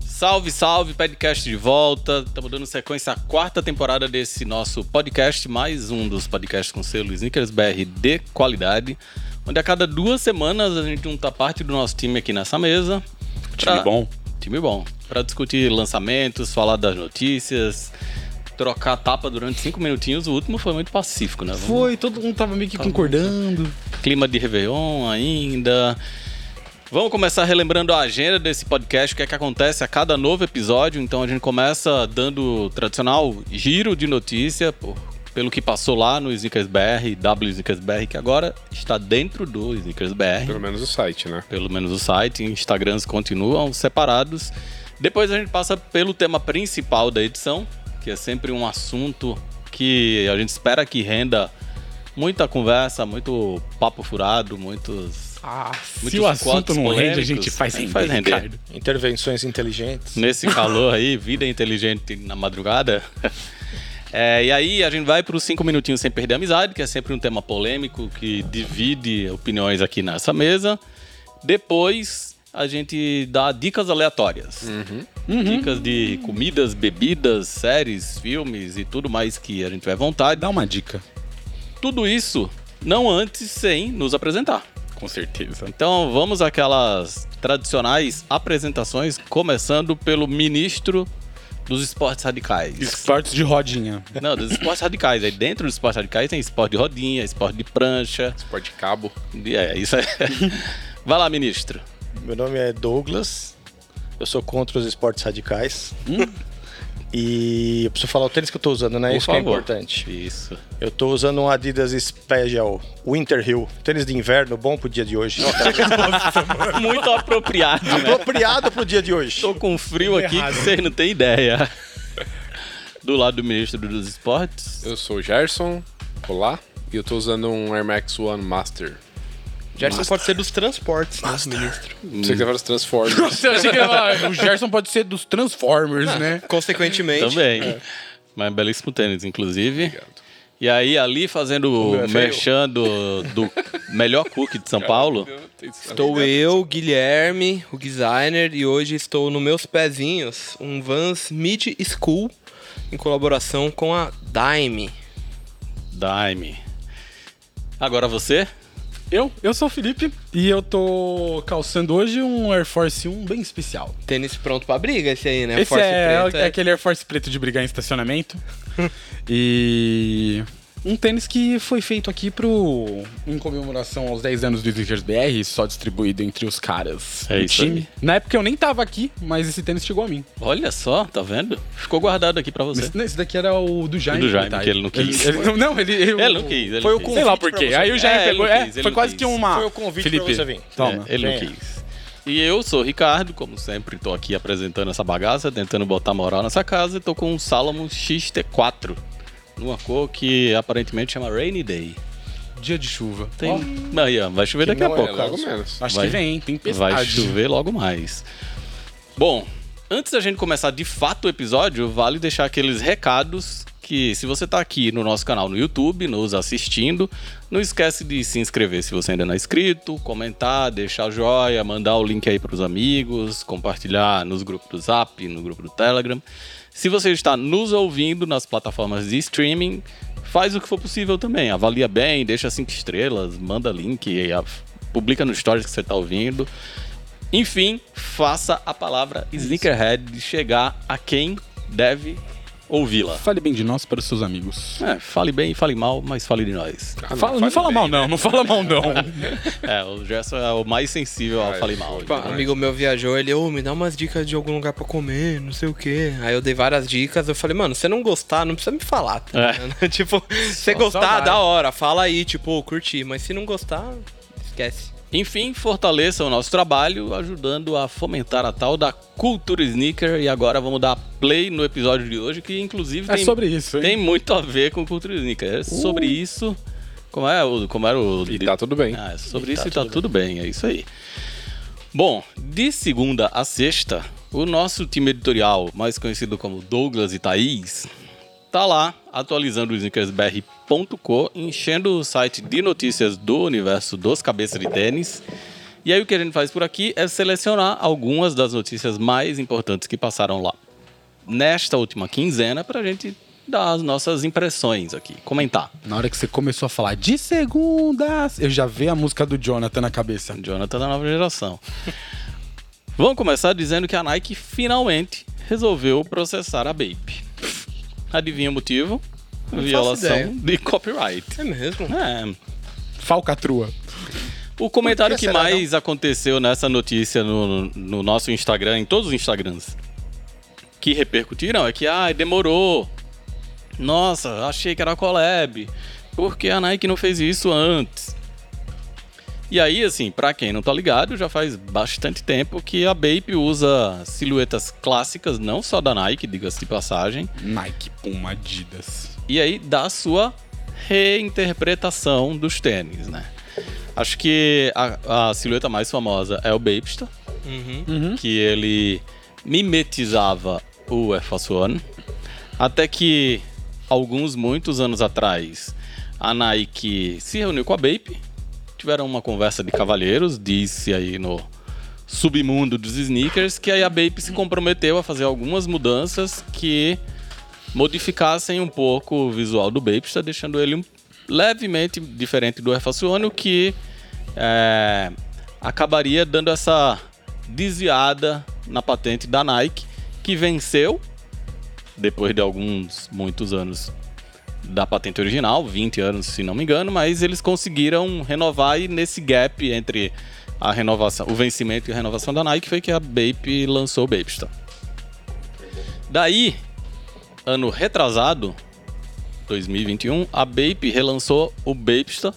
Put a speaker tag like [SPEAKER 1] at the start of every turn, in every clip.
[SPEAKER 1] Salve, salve, podcast de volta. Estamos dando sequência à quarta temporada desse nosso podcast, mais um dos podcasts com selo Sneakers BR de qualidade, onde a cada duas semanas a gente junta parte do nosso time aqui nessa mesa.
[SPEAKER 2] Time
[SPEAKER 3] Ah,
[SPEAKER 1] pra-
[SPEAKER 2] bom.
[SPEAKER 1] Time bom. Para discutir lançamentos, falar das notícias, trocar tapa durante cinco minutinhos. O último foi muito pacífico, né? Vamos-
[SPEAKER 3] Foi, todo mundo tava meio que concordando.
[SPEAKER 1] clima de Réveillon ainda. Vamos começar relembrando a agenda desse podcast, o que é que acontece a cada novo episódio. Então a gente começa dando o tradicional giro de notícia por- pelo que passou lá no Sneakers BR, W Sneakers BR, que agora está dentro do Sneakers BR
[SPEAKER 2] Pelo menos o site, né?
[SPEAKER 1] pelo menos o site, Instagrams continuam separados. Depois a gente passa pelo tema principal da edição, que é sempre um assunto que a gente espera que renda muita conversa, muito papo furado, muitos.
[SPEAKER 3] Ah, se
[SPEAKER 1] Muitos
[SPEAKER 3] o assunto
[SPEAKER 1] quotes
[SPEAKER 3] não rende, a
[SPEAKER 1] polêmicos.
[SPEAKER 3] gente faz render,
[SPEAKER 1] Faz render.
[SPEAKER 3] Ricardo.
[SPEAKER 2] Intervenções inteligentes.
[SPEAKER 1] Nesse calor aí, vida inteligente na madrugada. É, e aí a gente vai para os cinco minutinhos sem perder a amizade, que é sempre um tema polêmico que divide opiniões aqui nessa mesa. Depois a gente dá dicas aleatórias. Dicas de comidas, bebidas, séries, filmes e tudo mais que a gente tiver vontade.
[SPEAKER 3] Dá uma dica.
[SPEAKER 1] Tudo isso não antes sem nos apresentar.
[SPEAKER 3] Com certeza.
[SPEAKER 1] Então vamos àquelas tradicionais apresentações, começando pelo ministro dos esportes radicais.
[SPEAKER 3] Esportes de rodinha.
[SPEAKER 1] Não, dos esportes radicais. Aí dentro dos esportes radicais tem esporte de rodinha, esporte de prancha.
[SPEAKER 2] Esporte cabo.
[SPEAKER 1] e É, isso é. Vai lá, ministro.
[SPEAKER 4] Meu nome é Douglas, eu sou contra os esportes radicais.
[SPEAKER 5] Hum?
[SPEAKER 4] E eu preciso falar o tênis que eu tô usando, né?
[SPEAKER 1] Por
[SPEAKER 4] Isso que é
[SPEAKER 1] favor.
[SPEAKER 4] importante.
[SPEAKER 1] Isso.
[SPEAKER 4] Eu tô usando um Adidas Special Winter Hill. Tênis de inverno, bom pro dia de hoje. Tá
[SPEAKER 1] Muito apropriado, né?
[SPEAKER 4] Apropriado pro dia de hoje.
[SPEAKER 1] Tô com um frio aqui
[SPEAKER 3] errado.
[SPEAKER 1] que vocês não têm ideia. Do lado do ministro dos esportes.
[SPEAKER 2] Eu sou o Gerson. Olá. E eu tô usando um Air Max One Master.
[SPEAKER 5] Gerson pode ser dos transportes, né, ministro?
[SPEAKER 2] Você que levar os Transformers.
[SPEAKER 3] Eu achei que ia falar, "Ah, o Gerson pode ser dos Transformers, né?
[SPEAKER 5] Consequentemente,
[SPEAKER 1] Também. Mas belíssimo tênis, inclusive. E aí, ali fazendo o
[SPEAKER 5] é feio.
[SPEAKER 1] merchan do, do melhor cook de São Paulo.
[SPEAKER 5] estou eu, Guilherme, o designer, e hoje estou no meus pezinhos, um Vans Mid School, em colaboração com a Dime.
[SPEAKER 1] Dime. Agora você?
[SPEAKER 3] Eu, eu sou o Felipe e eu tô calçando hoje um Air Force 1 bem especial.
[SPEAKER 5] Tênis pronto pra briga esse aí, né?
[SPEAKER 3] Esse é,
[SPEAKER 5] preta.
[SPEAKER 3] é aquele Air Force preto de brigar em estacionamento. e um tênis que foi feito aqui pro em comemoração aos 10 anos do Sneakers BR, só distribuído entre os caras
[SPEAKER 1] É
[SPEAKER 3] do
[SPEAKER 1] isso
[SPEAKER 3] time.
[SPEAKER 1] aí.
[SPEAKER 3] Na época eu nem tava aqui, mas esse tênis chegou a mim.
[SPEAKER 1] Olha só, tá vendo? Ficou guardado aqui pra você.
[SPEAKER 3] Mas, não, esse daqui era o do Jaime.
[SPEAKER 1] O do Jaime,
[SPEAKER 3] coitado.
[SPEAKER 1] que ele não quis.
[SPEAKER 3] Ele- ele- não, ele... ele-
[SPEAKER 1] Ele não quis. Ele
[SPEAKER 4] Foi
[SPEAKER 1] não
[SPEAKER 4] o
[SPEAKER 1] quis.
[SPEAKER 4] convite
[SPEAKER 3] Sei lá por quê.
[SPEAKER 4] pra você.
[SPEAKER 3] Aí o Jaime
[SPEAKER 1] É,
[SPEAKER 3] pegou...
[SPEAKER 1] ele não
[SPEAKER 3] é,
[SPEAKER 1] quis, ele
[SPEAKER 3] foi
[SPEAKER 1] não
[SPEAKER 3] quase
[SPEAKER 1] quis.
[SPEAKER 3] que uma...
[SPEAKER 4] Foi o convite
[SPEAKER 3] Felipe,
[SPEAKER 4] pra você vir.
[SPEAKER 3] Toma.
[SPEAKER 1] É, ele não
[SPEAKER 4] Venha.
[SPEAKER 1] quis. E eu sou o Ricardo, como sempre, tô aqui apresentando essa bagaça, tentando botar moral nessa casa e tô com um Salomon XT4. Numa cor que aparentemente chama Rainy Day.
[SPEAKER 3] Dia de chuva.
[SPEAKER 1] Tem. Aí, ó, vai chover
[SPEAKER 4] Que
[SPEAKER 1] daqui a
[SPEAKER 4] não é
[SPEAKER 1] pouco.
[SPEAKER 2] É, logo menos.
[SPEAKER 3] Acho
[SPEAKER 1] Vai-
[SPEAKER 3] que vem, tem
[SPEAKER 1] Vai
[SPEAKER 3] tempestade.
[SPEAKER 1] chover logo mais. Bom, antes da gente começar de fato o episódio, vale deixar aqueles recados que se você tá aqui no nosso canal no YouTube, nos assistindo, não esquece de se inscrever se você ainda não é inscrito, comentar, deixar joia, mandar o link aí pros amigos, compartilhar nos grupos do Zap, no grupo do Telegram. Se você está nos ouvindo nas plataformas de streaming, faz o que for possível também, avalia bem, deixa cinco estrelas, manda link, a- publica no stories que você tá ouvindo. Enfim, faça a palavra sneakerhead chegar a quem deve ouvi-la.
[SPEAKER 3] Fale bem de nós para os seus amigos.
[SPEAKER 1] É, fale bem, fale mal, mas fale de nós.
[SPEAKER 2] Ah,
[SPEAKER 3] Fala- não fala
[SPEAKER 2] bem,
[SPEAKER 3] mal
[SPEAKER 2] né?
[SPEAKER 3] não, não fala mal não.
[SPEAKER 1] É, o Gerson é o mais sensível ao
[SPEAKER 2] Ah,
[SPEAKER 1] fale
[SPEAKER 2] isso
[SPEAKER 1] mal.
[SPEAKER 2] foi
[SPEAKER 5] Um amigo meu viajou, ele, ô, me dá umas dicas de algum lugar pra comer, não sei o quê. Aí eu dei várias dicas, eu falei, mano, se você não gostar, não precisa me falar. tá
[SPEAKER 1] É.
[SPEAKER 5] ligado? tipo, se você
[SPEAKER 3] Só
[SPEAKER 5] gostar,
[SPEAKER 3] saudade.
[SPEAKER 5] da hora, fala aí, tipo, "Ô, curti. Mas se não gostar, esquece.
[SPEAKER 1] Enfim, fortaleça o nosso trabalho, ajudando a fomentar a tal da cultura sneaker. E agora vamos dar play no episódio de hoje, que inclusive
[SPEAKER 3] É
[SPEAKER 1] tem,
[SPEAKER 3] sobre isso, hein?
[SPEAKER 1] tem muito a ver com cultura sneaker. É sobre isso. Como, é, o- como era o.
[SPEAKER 2] E tá tudo bem.
[SPEAKER 1] Ah, sobre isso tá tudo bem. é isso aí. Bom, de segunda a sexta, o nosso time editorial, mais conhecido como Douglas e Thaís, tá lá atualizando o sneakersbr.co, enchendo o site de notícias do universo dos cabeças de tênis E aí o que a gente faz por aqui é selecionar algumas das notícias mais importantes que passaram lá nesta última quinzena para a gente dar as nossas impressões aqui, comentar.
[SPEAKER 3] Na hora que você começou a falar de segundas, eu já vi a música do Jonathan na cabeça.
[SPEAKER 1] Jonathan da nova geração. Vamos começar dizendo que a Nike finalmente resolveu processar a Bape. Adivinha o motivo?
[SPEAKER 5] ideia.
[SPEAKER 1] Violação de copyright.
[SPEAKER 5] É mesmo?
[SPEAKER 1] É.
[SPEAKER 3] Falcatrua.
[SPEAKER 1] O comentário
[SPEAKER 4] Por
[SPEAKER 1] que,
[SPEAKER 4] que será,
[SPEAKER 1] mais aconteceu nessa notícia no, no nosso Instagram, em todos os Instagrams, que repercutiram é que, ai, demorou. Nossa, achei que era collab. Por que a Nike não fez isso antes? E aí, assim, pra quem não tá ligado, já faz bastante tempo que a Bape usa silhuetas clássicas, não só da Nike, diga-se de passagem,
[SPEAKER 3] Nike, Puma, Adidas.
[SPEAKER 1] e aí dá a sua reinterpretação dos tênis, né? Acho que a, a silhueta mais famosa é o Bapista,
[SPEAKER 5] Uhum.
[SPEAKER 1] que ele mimetizava o Air Force One, até que alguns muitos anos atrás a Nike se reuniu com a Bape, tiveram uma conversa de cavalheiros, disse aí no submundo dos sneakers que aí a Bape se comprometeu a fazer algumas mudanças que modificassem um pouco o visual do Bape, está deixando ele um- levemente diferente do Air Force One, o que é, acabaria dando essa desviada na patente da Nike, que venceu depois de alguns muitos anos da patente original, 20 anos se não me engano, mas eles conseguiram renovar e nesse gap entre a renovação, o vencimento e a renovação da Nike foi que a Bape tá? lançou o Bapestar. Daí, ano retrasado, 2021, a Bape relançou o Bapestar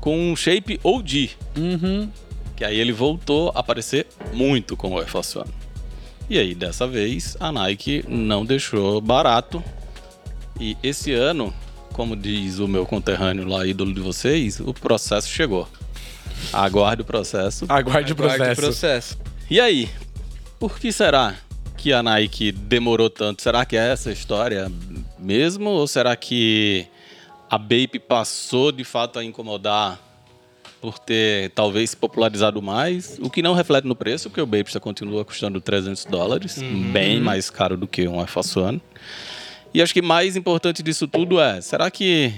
[SPEAKER 1] com um shape OG,
[SPEAKER 3] Uhum.
[SPEAKER 1] que aí ele voltou a aparecer muito com o Air Force One. E aí, dessa vez, a Nike não deixou barato. E esse ano, como diz o meu conterrâneo lá, ídolo de vocês, o processo chegou. Aguarde o processo.
[SPEAKER 3] Aguarde o
[SPEAKER 5] Guarde o
[SPEAKER 3] É processo.
[SPEAKER 5] processo.
[SPEAKER 1] E aí, por que será que a Nike demorou tanto? Será que é essa a história mesmo? Ou será que a Bape passou de fato a incomodar por ter talvez se popularizado mais? O que não reflete no preço, porque o Bape já continua custando 300 dólares, bem mais caro do que um Air Force One. E acho que mais importante disso tudo é, será que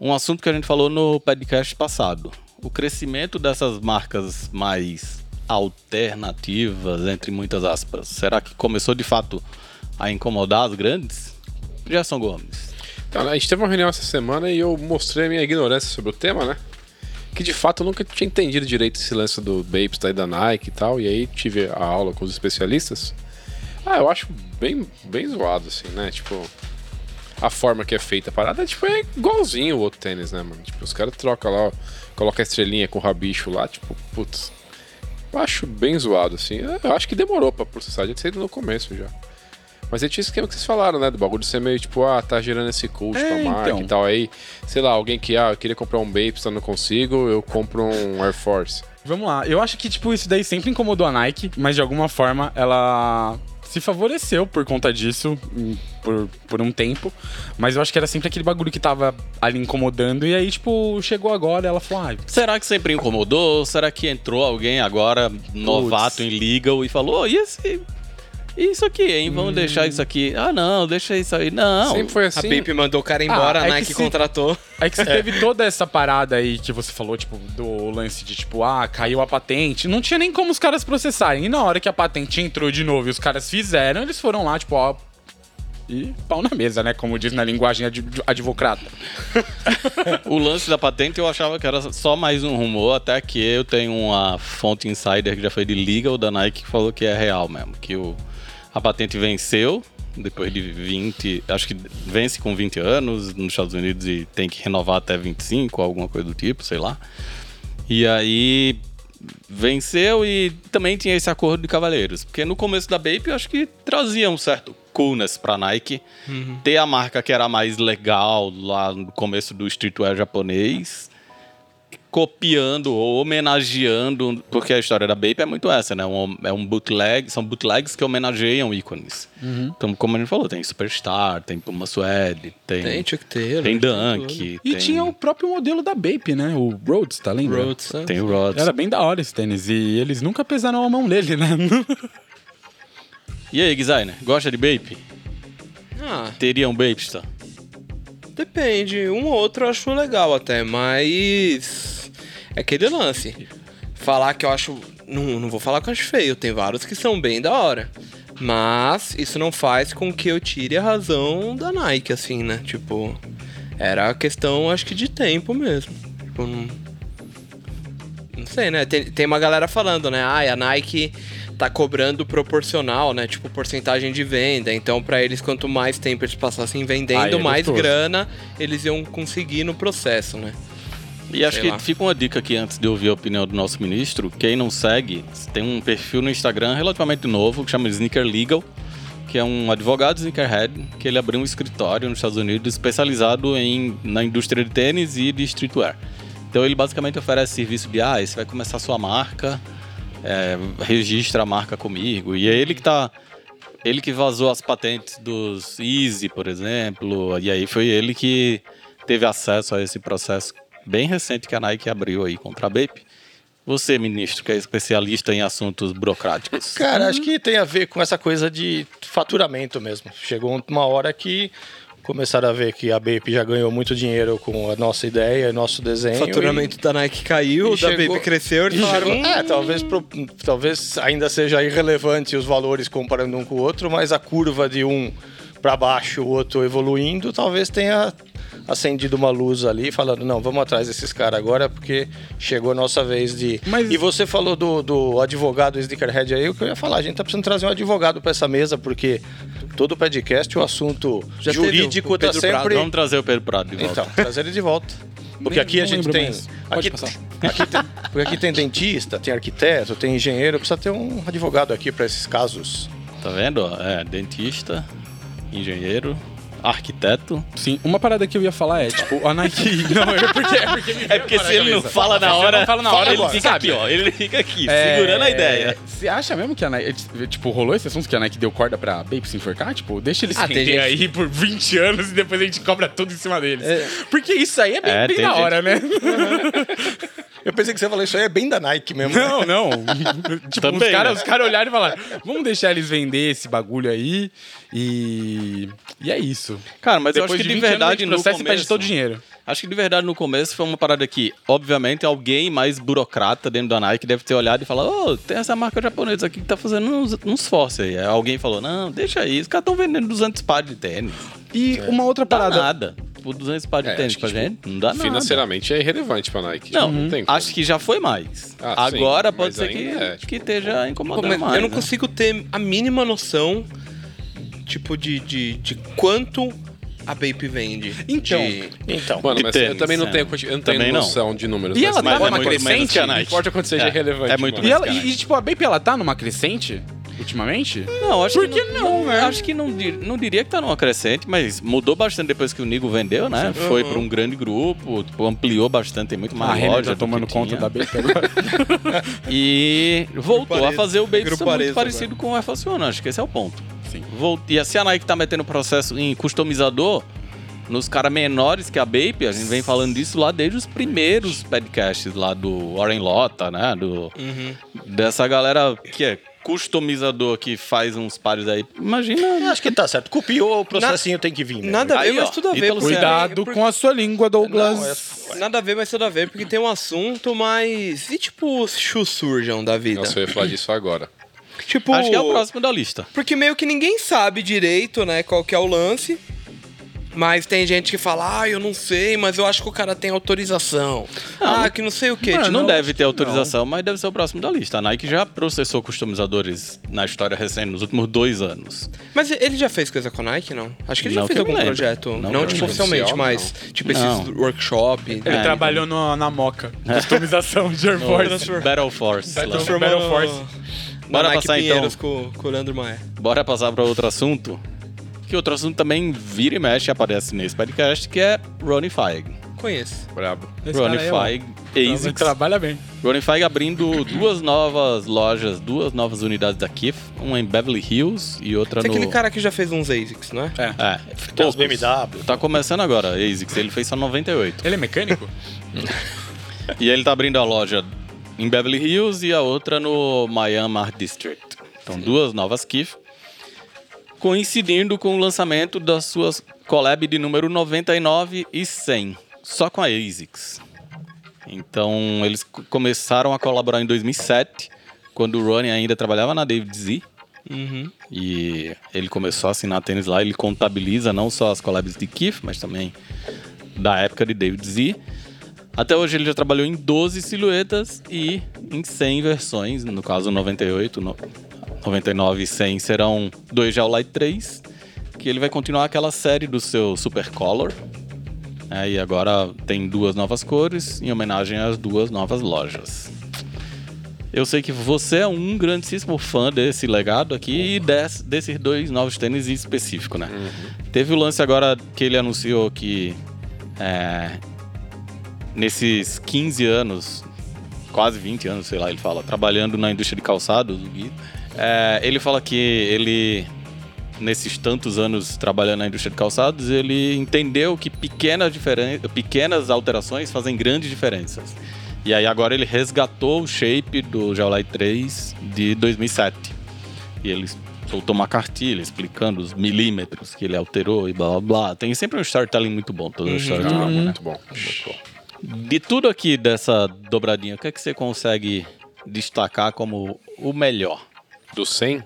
[SPEAKER 1] um assunto que a gente falou no podcast passado. O crescimento dessas marcas mais alternativas, entre muitas aspas, será que começou de fato a incomodar as grandes? Gerson Gomes.
[SPEAKER 2] Então, a gente teve uma reunião essa semana e eu mostrei a minha ignorância sobre o tema, né? Que de fato eu nunca tinha entendido direito esse lance do Bapes daí da Nike e tal. E aí tive a aula com os especialistas. Ah, eu acho bem, bem zoado, assim, né? Tipo, a forma que é feita a parada tipo, é igualzinho o outro tênis, né, mano? Tipo, os caras trocam lá, ó, colocam a estrelinha com o rabicho lá, tipo, putz. Eu acho bem zoado, assim. Eu acho que demorou pra processar, a gente saiu no começo já. Mas é tinha esse esquema que vocês falaram, né? Do bagulho de ser meio tipo, ah, tá gerando esse culto
[SPEAKER 3] É,
[SPEAKER 2] pra marca
[SPEAKER 3] então.
[SPEAKER 2] e tal. Aí, sei lá, alguém que, ah, eu queria comprar um Bapes, eu não consigo, eu compro um Air Force.
[SPEAKER 3] Vamos lá. Eu acho que, tipo, isso daí sempre incomodou a Nike, mas de alguma forma ela se favoreceu por conta disso hum, por, por um tempo. Mas eu acho que era sempre aquele bagulho que tava ali incomodando. E aí, tipo, chegou agora e ela falou: ai,
[SPEAKER 1] Será que sempre incomodou? Será que entrou alguém agora novato em legal e falou: "Oh, e esse e isso aqui, hein? Vamos deixar isso aqui. Ah, não, deixa isso aí. Não.
[SPEAKER 2] Sempre foi assim.
[SPEAKER 5] A Bape mandou o cara embora,
[SPEAKER 3] Ah,
[SPEAKER 5] a
[SPEAKER 3] é que
[SPEAKER 5] Nike
[SPEAKER 3] se-
[SPEAKER 5] contratou.
[SPEAKER 3] É que você teve toda essa parada aí que você falou, tipo, do lance de tipo, ah, caiu a patente. Não tinha nem como os caras processarem. E na hora que a patente entrou de novo e os caras fizeram, eles foram lá, tipo, ó. E pau na mesa, né? Como diz na linguagem ad- advocrata.
[SPEAKER 1] O lance da patente eu achava que era só mais um rumor, até que eu tenho uma fonte insider que já foi de legal da Nike que falou que é real mesmo, que o, a patente venceu depois de 20, acho que vence com 20 anos nos Estados Unidos e tem que renovar até 25, alguma coisa do tipo, sei lá. E aí venceu e também tinha esse acordo de cavalheiros, porque no começo da Bape eu acho que trazia um certo coolness pra Nike,
[SPEAKER 3] Uhum.
[SPEAKER 1] ter a marca que era mais legal lá no começo do streetwear japonês copiando ou homenageando, porque a história da Bape é muito essa, né? Um- é um bootleg, são bootlegs que homenageiam ícones. Então, como a gente falou, tem Superstar, tem Puma Suede, tem,
[SPEAKER 5] Tem né?
[SPEAKER 1] tem,
[SPEAKER 5] Chuck Taylor.
[SPEAKER 1] Dunk,
[SPEAKER 3] E
[SPEAKER 1] tem,
[SPEAKER 3] tinha um o próprio modelo da Bape, né? O Rhodes, tá
[SPEAKER 5] tudo.
[SPEAKER 3] lembrando?
[SPEAKER 5] Rhodes, né?
[SPEAKER 1] tem o Rods.
[SPEAKER 3] Era bem da hora esse tênis. E eles nunca pesaram a mão dele, né?
[SPEAKER 1] E aí, designer, gosta de Bape?
[SPEAKER 5] Ah,
[SPEAKER 1] Teria um Bapista?
[SPEAKER 5] depende. Um ou outro eu acho legal até, mas. É aquele lance. Falar que eu acho. Não, não vou falar que eu acho feio, tem vários que são bem da hora. Mas isso não faz com que eu tire a razão da Nike, assim, né? Tipo, era a questão, acho que, de tempo mesmo. Tipo, não. Não sei, né? Tem, tem uma galera falando, né? Ai, a Nike tá cobrando proporcional, né? Tipo, porcentagem de venda. Então, pra eles, quanto mais tempo eles passassem
[SPEAKER 3] Aí
[SPEAKER 5] vendendo,
[SPEAKER 3] é
[SPEAKER 5] mais
[SPEAKER 3] gostoso.
[SPEAKER 5] grana eles iam conseguir no processo, né?
[SPEAKER 1] E acho
[SPEAKER 5] Sei
[SPEAKER 1] que
[SPEAKER 5] lá.
[SPEAKER 1] fica uma dica aqui antes de ouvir a opinião do nosso ministro. Quem não segue, tem um perfil no Instagram relativamente novo que chama Sneaker Legal, que é um advogado sneakerhead, que ele abriu um escritório nos Estados Unidos especializado em, na indústria de tênis e de streetwear. Então ele basicamente oferece serviço de, ah, você vai começar a sua marca, é, registra a marca comigo. E é ele que tá. Ele que vazou as patentes dos Easy, por exemplo. E aí foi ele que teve acesso a esse processo bem recente que a Nike abriu aí contra a Bape. Você, ministro, que é especialista em assuntos burocráticos.
[SPEAKER 4] Cara, acho que tem a ver com essa coisa de faturamento mesmo. Chegou uma hora que começaram a ver que a Bape já ganhou muito dinheiro com a nossa ideia, nosso desenho.
[SPEAKER 5] O faturamento da Nike caiu,
[SPEAKER 4] e
[SPEAKER 5] da
[SPEAKER 4] chegou-
[SPEAKER 5] Baby cresceu,
[SPEAKER 4] E,
[SPEAKER 5] eles
[SPEAKER 4] e
[SPEAKER 5] falaram. "Hum,
[SPEAKER 4] chegou- é, talvez, pro- talvez ainda seja irrelevante os valores comparando um com o outro, mas a curva de um para baixo, o outro evoluindo, talvez tenha acendido uma luz ali, falando, não, vamos atrás desses caras agora, porque chegou a nossa vez de...
[SPEAKER 3] Mas-
[SPEAKER 4] E você falou do, do advogado Sneakerhead aí, o que eu ia falar, a gente tá precisando trazer um advogado para essa mesa, porque todo podcast, o assunto
[SPEAKER 5] Já teve o-
[SPEAKER 4] jurídico
[SPEAKER 5] o
[SPEAKER 4] tá
[SPEAKER 5] Pedro Prado,
[SPEAKER 4] sempre...
[SPEAKER 1] Vamos trazer o Pedro Prado de volta.
[SPEAKER 4] Então, trazer ele de volta. Porque
[SPEAKER 3] Nem-
[SPEAKER 4] aqui a
[SPEAKER 3] não
[SPEAKER 4] gente
[SPEAKER 3] lembro
[SPEAKER 4] tem.
[SPEAKER 3] mais. Pode
[SPEAKER 4] Aqui,
[SPEAKER 3] passar.
[SPEAKER 4] aqui tem porque aqui tem dentista, tem arquiteto, tem engenheiro, precisa ter um advogado aqui para esses casos.
[SPEAKER 1] Tá vendo? É, dentista, engenheiro, arquiteto.
[SPEAKER 3] Sim, uma parada que eu ia falar é, tipo, a Nike. Não, é porque. É porque,
[SPEAKER 1] É porque se ele não fala na
[SPEAKER 3] Se ele
[SPEAKER 1] hora,
[SPEAKER 3] não fala na hora,
[SPEAKER 1] ele
[SPEAKER 3] agora,
[SPEAKER 1] fica
[SPEAKER 3] sabe?
[SPEAKER 1] aqui, ó. Ele fica aqui, segurando a ideia.
[SPEAKER 3] É. Você acha mesmo que a Nike. Tipo, rolou esse assunto que a Nike deu corda pra Bape se enforcar? Tipo, deixa ele se
[SPEAKER 5] Ah, tem
[SPEAKER 3] render
[SPEAKER 5] gente-
[SPEAKER 3] aí por 20 anos e depois a gente cobra tudo em cima deles. Porque isso aí é bem,
[SPEAKER 1] É,
[SPEAKER 3] bem
[SPEAKER 1] tem
[SPEAKER 3] da
[SPEAKER 1] gente-
[SPEAKER 3] hora, né?
[SPEAKER 4] Eu pensei que você falou isso aí é bem da Nike mesmo. né?
[SPEAKER 3] Não, não. tipo,
[SPEAKER 1] Também,
[SPEAKER 3] os caras
[SPEAKER 1] né?
[SPEAKER 3] cara olharam e falaram: vamos deixar eles vender esse bagulho aí. E. E é isso.
[SPEAKER 1] Cara, mas eu acho
[SPEAKER 3] Depois
[SPEAKER 1] que de,
[SPEAKER 3] de 20 anos, a
[SPEAKER 1] verdade
[SPEAKER 3] gente
[SPEAKER 1] no
[SPEAKER 3] processa
[SPEAKER 1] começo...
[SPEAKER 3] e perde todo o dinheiro.
[SPEAKER 1] Acho que de verdade no começo foi uma parada que, obviamente, alguém mais burocrata dentro da Nike deve ter olhado e falado: Ô, tem essa marca japonesa aqui que tá fazendo uns, uns force aí. Aí alguém falou: Não, deixa aí, os caras estão vendendo 200 pares de tênis.
[SPEAKER 3] E uma outra
[SPEAKER 1] Dá
[SPEAKER 3] parada.
[SPEAKER 1] nada. Tipo, 200 pares de
[SPEAKER 2] É,
[SPEAKER 1] tênis
[SPEAKER 2] acho que,
[SPEAKER 1] pra
[SPEAKER 2] tipo,
[SPEAKER 1] gente? Não dá
[SPEAKER 3] Tá
[SPEAKER 1] nada.
[SPEAKER 2] Financeiramente é irrelevante pra Nike.
[SPEAKER 1] Não,
[SPEAKER 2] Tipo, tem como.
[SPEAKER 1] acho que já foi mais.
[SPEAKER 2] Ah, sim,
[SPEAKER 1] Agora pode
[SPEAKER 2] mas
[SPEAKER 1] ser que,
[SPEAKER 2] ainda é, tipo,
[SPEAKER 1] que esteja incomodando
[SPEAKER 5] Pô, mas
[SPEAKER 1] mais.
[SPEAKER 5] eu não
[SPEAKER 1] né?
[SPEAKER 5] consigo ter a mínima noção, tipo, de, de, de quanto a Bape vende.
[SPEAKER 3] Então,
[SPEAKER 5] De-
[SPEAKER 4] Então,
[SPEAKER 2] Mano,
[SPEAKER 1] de
[SPEAKER 2] mas
[SPEAKER 1] tênis,
[SPEAKER 2] eu também não
[SPEAKER 1] é.
[SPEAKER 2] tenho, eu não tenho
[SPEAKER 1] Também não.
[SPEAKER 2] noção de números.
[SPEAKER 3] E
[SPEAKER 2] mas-
[SPEAKER 1] Tá,
[SPEAKER 3] ela
[SPEAKER 2] mas
[SPEAKER 3] tava
[SPEAKER 2] é
[SPEAKER 3] numa
[SPEAKER 2] muito menos
[SPEAKER 3] crescente?
[SPEAKER 2] que a
[SPEAKER 1] Não
[SPEAKER 2] Nike. Não importa quanto seja
[SPEAKER 1] É,
[SPEAKER 2] irrelevante.
[SPEAKER 1] é muito
[SPEAKER 2] mano.
[SPEAKER 3] E, ela,
[SPEAKER 1] Mas, cara.
[SPEAKER 3] e, e, tipo, a Bape, ela tá numa crescente ultimamente?
[SPEAKER 1] Não, acho
[SPEAKER 3] Por
[SPEAKER 1] que
[SPEAKER 3] que não, né?
[SPEAKER 1] Acho que não, di- não diria que tá numa crescente, mas mudou bastante depois que o Nigo vendeu, né? Foi para
[SPEAKER 3] Uhum.
[SPEAKER 1] um grande grupo, tipo, ampliou bastante, tem muito mais
[SPEAKER 3] a Renner
[SPEAKER 1] loja.
[SPEAKER 3] tá
[SPEAKER 1] do
[SPEAKER 3] tomando
[SPEAKER 1] que
[SPEAKER 3] conta
[SPEAKER 1] tinha.
[SPEAKER 3] da Bape agora.
[SPEAKER 1] E voltou
[SPEAKER 5] Grupareza.
[SPEAKER 1] a fazer o Baby
[SPEAKER 5] Grupareza
[SPEAKER 1] Sun muito
[SPEAKER 5] agora.
[SPEAKER 1] parecido com o Air Force One, acho que esse é o ponto.
[SPEAKER 3] Sim.
[SPEAKER 1] Volt... E se a Nike tá metendo processo em customizador, nos caras menores que a Bape, a gente vem falando disso lá desde os primeiros podcasts lá do Warren Lotta, né? Do...
[SPEAKER 5] Uhum.
[SPEAKER 1] Dessa galera que é customizador que faz uns pares aí. Imagina né?
[SPEAKER 4] acho que tá certo. Copiou, o processinho tem que vir. né? mesmo.
[SPEAKER 5] Nada a ver,
[SPEAKER 1] Aí,
[SPEAKER 5] mas
[SPEAKER 1] ó,
[SPEAKER 5] tudo a ver.
[SPEAKER 1] Ítalo
[SPEAKER 5] porque-
[SPEAKER 3] Cuidado
[SPEAKER 5] porque-
[SPEAKER 3] com a sua língua, Douglas.
[SPEAKER 5] então Nada a ver, mas tudo a ver, porque tem um assunto, mas... E, tipo, os shoes surgeon da vida?
[SPEAKER 2] Nossa, eu ia falar disso agora.
[SPEAKER 5] Tipo...
[SPEAKER 1] Acho que é o próximo da lista.
[SPEAKER 5] Porque meio que ninguém sabe direito, né, qual que é o lance. Mas tem gente que fala, ah, eu não sei, mas eu acho que o cara tem autorização.
[SPEAKER 1] Não.
[SPEAKER 5] ah, que não sei o quê.
[SPEAKER 1] Mano,
[SPEAKER 5] tipo,
[SPEAKER 1] não deve ter autorização, mas deve ser o próximo da lista. A Nike já processou customizadores na história recente, nos últimos dois anos.
[SPEAKER 5] Mas ele já fez coisa com a Nike, não? Acho que ele
[SPEAKER 1] Não
[SPEAKER 5] já fez
[SPEAKER 1] que eu me
[SPEAKER 5] algum
[SPEAKER 1] lembre.
[SPEAKER 5] projeto.
[SPEAKER 1] Não
[SPEAKER 5] Não,
[SPEAKER 1] que eu
[SPEAKER 5] tipo,
[SPEAKER 1] me
[SPEAKER 5] oficialmente,
[SPEAKER 2] lembre.
[SPEAKER 5] mas tipo esses
[SPEAKER 1] Não.
[SPEAKER 5] workshop. né?
[SPEAKER 3] Ele
[SPEAKER 1] É,
[SPEAKER 3] trabalhou no- na moca. Customização de Air Force.
[SPEAKER 1] Battle Force. lá.
[SPEAKER 3] Transform- Battle Force.
[SPEAKER 1] Bora passar, então.
[SPEAKER 5] Pinheiros com, com o Leandro Maia.
[SPEAKER 1] Bora passar para outro assunto. Que outro assunto também vira e mexe, aparece nesse podcast, que é Ronnie Feig.
[SPEAKER 5] Conheço.
[SPEAKER 2] Brabo.
[SPEAKER 3] Esse
[SPEAKER 1] Ronnie
[SPEAKER 3] cara é o-
[SPEAKER 1] Feig ASICS.
[SPEAKER 3] Trabalha bem.
[SPEAKER 1] Ronin Feig abrindo duas novas lojas, duas novas unidades da Kif, uma em Beverly Hills e outra
[SPEAKER 5] Tem
[SPEAKER 1] no...
[SPEAKER 5] é aquele cara que já fez uns ASICs, não é?
[SPEAKER 1] É,
[SPEAKER 4] Tem
[SPEAKER 1] poucos.
[SPEAKER 4] os BMW.
[SPEAKER 1] Tá começando agora, ASICS. Ele fez só 98.
[SPEAKER 3] Ele é mecânico?
[SPEAKER 1] E ele tá abrindo a loja em Beverly Hills e a outra no Miami Art District. Então, duas novas KIF. Coincidindo com o lançamento das suas collab de número 99 e 100. Só com a ASICS. Então, eles c- começaram a colaborar em 2007, quando o Ronnie ainda trabalhava na David Z.
[SPEAKER 5] Uhum.
[SPEAKER 1] E ele começou a assinar tênis lá. Ele contabiliza não só as collabs de Keith, mas também da época de David Z. Até hoje ele já trabalhou em 12 silhuetas e em 100 versões. No caso, 98, no- 99 e 100 serão dois Gel Light 3. Que ele vai continuar aquela série do seu Super Color. né? e agora tem duas novas cores em homenagem às duas novas lojas. Eu sei que você é um grandíssimo fã desse legado aqui e des- desses dois novos tênis em específico, né? Teve o lance agora que ele anunciou que é, nesses 15 anos, quase 20 anos, sei lá, ele fala, trabalhando na indústria de calçados, o Gui, é, ele fala que ele, nesses tantos anos trabalhando na indústria de calçados, ele entendeu que pequenas, diferen- pequenas alterações fazem grandes diferenças. E aí agora ele resgatou o shape do Geolite 3 de 2007. E ele soltou uma cartilha explicando os milímetros que ele alterou e blá blá blá. Tem sempre um storytelling muito bom, toda a história.
[SPEAKER 2] Ah, muito bom. Muito bom.
[SPEAKER 1] De tudo aqui dessa dobradinha, o que é que você consegue destacar como o melhor?
[SPEAKER 2] Do 100?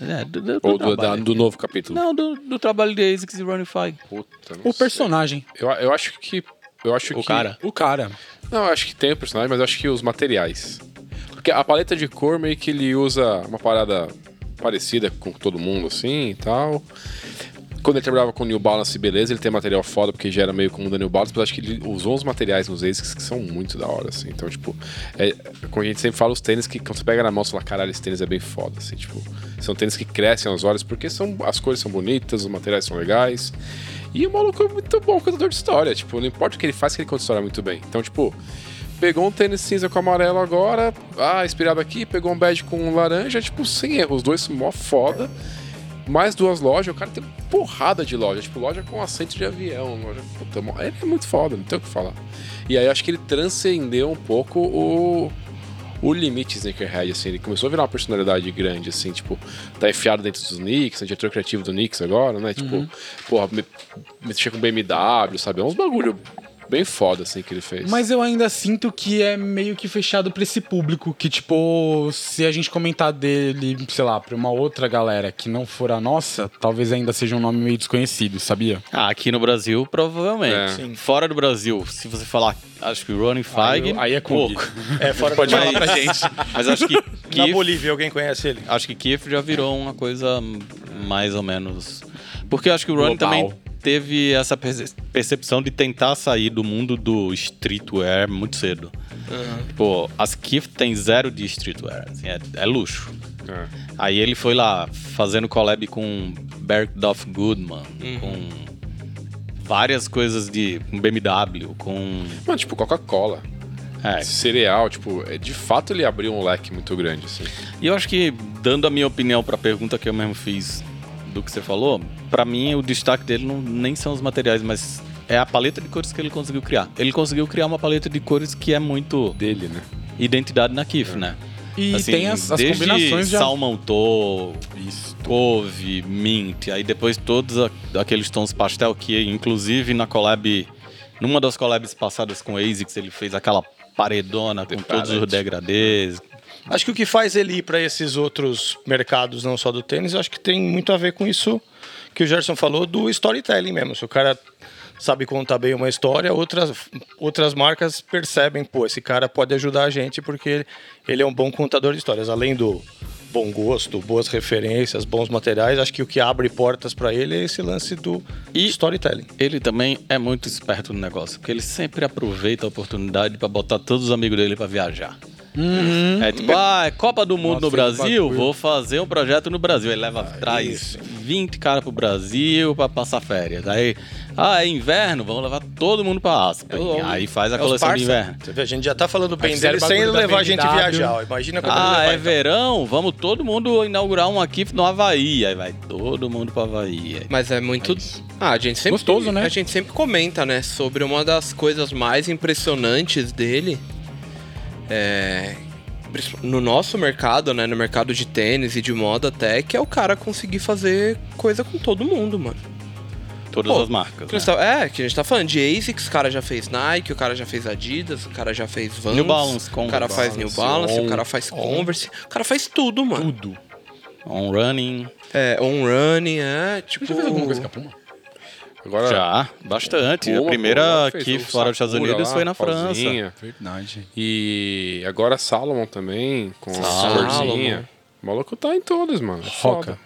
[SPEAKER 1] É, do, do- do
[SPEAKER 2] Ou do, da-
[SPEAKER 1] trabalho.
[SPEAKER 2] do novo capítulo?
[SPEAKER 1] Não, do, do trabalho de ASICS e Ronnie Feig.
[SPEAKER 2] Puta, não
[SPEAKER 3] O
[SPEAKER 2] sei.
[SPEAKER 3] personagem.
[SPEAKER 2] Eu, eu acho que. Eu acho
[SPEAKER 1] O
[SPEAKER 2] que-
[SPEAKER 1] cara.
[SPEAKER 3] O cara.
[SPEAKER 2] Não, eu acho que tem o personagem, mas eu acho que os materiais. Porque a paleta de cor meio que ele usa uma parada parecida com todo mundo, assim e tal. Quando ele trabalhava com New Balance, beleza, ele tem material foda porque gera meio como da New Balance, mas eu acho que ele usou uns materiais nos ASICs que são muito da hora, assim. Então, tipo, é, como a gente sempre fala, os tênis que quando você pega na mão, você fala, caralho, esse tênis é bem foda, assim, tipo, são tênis que crescem aos olhos porque são, as cores são bonitas, os materiais são legais. E o maluco é muito bom contador de história, tipo, não importa o que ele faz, que ele conta história muito bem. Então, tipo, pegou um tênis cinza com amarelo agora, ah, inspirado aqui, pegou um bege com laranja, tipo, sem erro, os dois são mó foda. Mais duas lojas, o cara tem uma porrada de loja, tipo, loja com assento de avião, loja, puta, mó- ele é muito foda, não tem o que falar. E aí eu acho que ele transcendeu um pouco o o limite sneakerhead, assim, ele começou a virar uma personalidade grande, assim, tipo, tá enfiado dentro dos Knicks, é diretor criativo do Knicks agora, né? Tipo, porra, me- mexer com BMW, sabe? É uns bagulho bem foda, assim, que ele fez.
[SPEAKER 3] Mas eu ainda sinto que é meio que fechado pra esse público. Que, tipo, se a gente comentar dele, sei lá, pra uma outra galera que não for a nossa, talvez ainda seja um nome meio desconhecido, sabia?
[SPEAKER 1] Ah, aqui no Brasil, provavelmente.
[SPEAKER 2] É.
[SPEAKER 1] Sim. Fora do Brasil, se você falar, acho que Ronnie
[SPEAKER 3] Aí,
[SPEAKER 1] Feig...
[SPEAKER 3] eu- aí é com
[SPEAKER 1] pouco.
[SPEAKER 4] É, fora
[SPEAKER 1] Pode
[SPEAKER 4] do
[SPEAKER 1] falar pra gente. Mas acho que
[SPEAKER 4] Na
[SPEAKER 1] Keith,
[SPEAKER 4] Bolívia, alguém conhece ele?
[SPEAKER 1] acho que Keith já virou uma coisa mais ou menos... Porque eu acho que o Ronnie
[SPEAKER 3] Global.
[SPEAKER 1] também teve essa perce- percepção de tentar sair do mundo do streetwear muito cedo. Tipo, as Kif tem zero de streetwear, assim, é, é luxo.
[SPEAKER 2] É.
[SPEAKER 1] Aí ele foi lá fazendo collab com Bergdorf Goodman, com várias coisas de com BMW, com
[SPEAKER 2] Mano, tipo, Coca-Cola,
[SPEAKER 1] é,
[SPEAKER 2] cereal, tipo, é, de fato ele abriu um leque muito grande, assim.
[SPEAKER 1] E eu acho que, dando a minha opinião para a pergunta que eu mesmo fiz do que você falou, para mim o destaque dele não, nem são os materiais, mas é a paleta de cores que ele conseguiu criar. Ele conseguiu criar uma paleta de cores que é muito
[SPEAKER 2] Dele, né?
[SPEAKER 1] identidade na Kif, né?
[SPEAKER 3] E
[SPEAKER 1] Assim,
[SPEAKER 3] tem as, as
[SPEAKER 1] desde
[SPEAKER 3] combinações já.
[SPEAKER 1] Salmão Tô, couve, mint, aí depois todos a- aqueles tons pastel que, inclusive, na collab, numa das collabs passadas com o ASICS, ele fez aquela paredona com todos os
[SPEAKER 2] palette.
[SPEAKER 1] degradês.
[SPEAKER 4] Acho que o que faz ele ir para esses outros mercados, não só do tênis, eu acho que tem muito a ver com isso que o Gerson falou do storytelling mesmo. Se o cara sabe contar bem uma história, outras, outras marcas percebem, pô, esse cara pode ajudar a gente porque ele, ele é um bom contador de histórias. Além do bom gosto, boas referências, bons materiais, acho que o que abre portas para ele é esse lance do
[SPEAKER 1] E-
[SPEAKER 4] storytelling.
[SPEAKER 1] Ele também é muito esperto no negócio, porque ele sempre aproveita a oportunidade pra botar todos os amigos dele pra viajar. É tipo, ah, é Copa do Mundo
[SPEAKER 3] Nossa,
[SPEAKER 1] no Brasil,
[SPEAKER 3] bagulho.
[SPEAKER 1] vou fazer um projeto no Brasil. Ele leva, traz 20 caras pro Brasil pra passar férias. Aí Ah, é inverno? Vamos levar todo mundo pra Aspen.
[SPEAKER 4] É, o-
[SPEAKER 1] Aí faz a
[SPEAKER 4] é os
[SPEAKER 1] coleção de
[SPEAKER 4] parça.
[SPEAKER 1] inverno.
[SPEAKER 4] Você vê, a gente já tá falando bem
[SPEAKER 3] Aí
[SPEAKER 4] dele
[SPEAKER 3] fizeram
[SPEAKER 4] sem
[SPEAKER 3] bagulho da
[SPEAKER 4] levar a gente
[SPEAKER 3] BMW.
[SPEAKER 4] viajar. ó. Imagina quando ele
[SPEAKER 1] Ah,
[SPEAKER 4] vai,
[SPEAKER 1] é
[SPEAKER 4] então.
[SPEAKER 1] verão? Vamos todo mundo inaugurar um aqui no Havaí. Aí vai todo mundo pro Havaí. Aí-
[SPEAKER 5] Mas é muito. Ah, a gente sempre.
[SPEAKER 3] Gostoso, né?
[SPEAKER 5] A gente sempre comenta, né? Sobre uma das coisas mais impressionantes dele. É. princip- No nosso mercado, né? No mercado de tênis e de moda até, que é o cara conseguir fazer coisa com todo mundo, mano.
[SPEAKER 1] Todas
[SPEAKER 5] Pô,
[SPEAKER 1] as marcas. Né?
[SPEAKER 5] Que nós tá- É, que a gente tá falando de ASICS, o cara já fez Nike, o cara já fez Adidas, o cara já fez Vans.
[SPEAKER 1] New Balance,
[SPEAKER 5] o
[SPEAKER 1] Converse,
[SPEAKER 5] cara faz New Balance,
[SPEAKER 2] On,
[SPEAKER 5] o cara faz Converse, o cara faz tudo, mano.
[SPEAKER 3] Tudo.
[SPEAKER 1] On running.
[SPEAKER 5] É, on running, é, tipo...
[SPEAKER 3] Já fez alguma coisa com a Puma?
[SPEAKER 5] É.
[SPEAKER 2] Agora,
[SPEAKER 1] Já, bastante.
[SPEAKER 2] Puma,
[SPEAKER 1] a primeira
[SPEAKER 2] Puma fez
[SPEAKER 1] aqui
[SPEAKER 2] o
[SPEAKER 1] fora dos Estados
[SPEAKER 2] Sakura
[SPEAKER 1] Unidos
[SPEAKER 2] lá,
[SPEAKER 1] foi na França.
[SPEAKER 2] pauzinha.
[SPEAKER 3] Verdade.
[SPEAKER 2] E agora Salomon também, com a
[SPEAKER 5] Salomon.
[SPEAKER 2] corzinha. O maluco tá em todos, mano. É
[SPEAKER 3] Roca.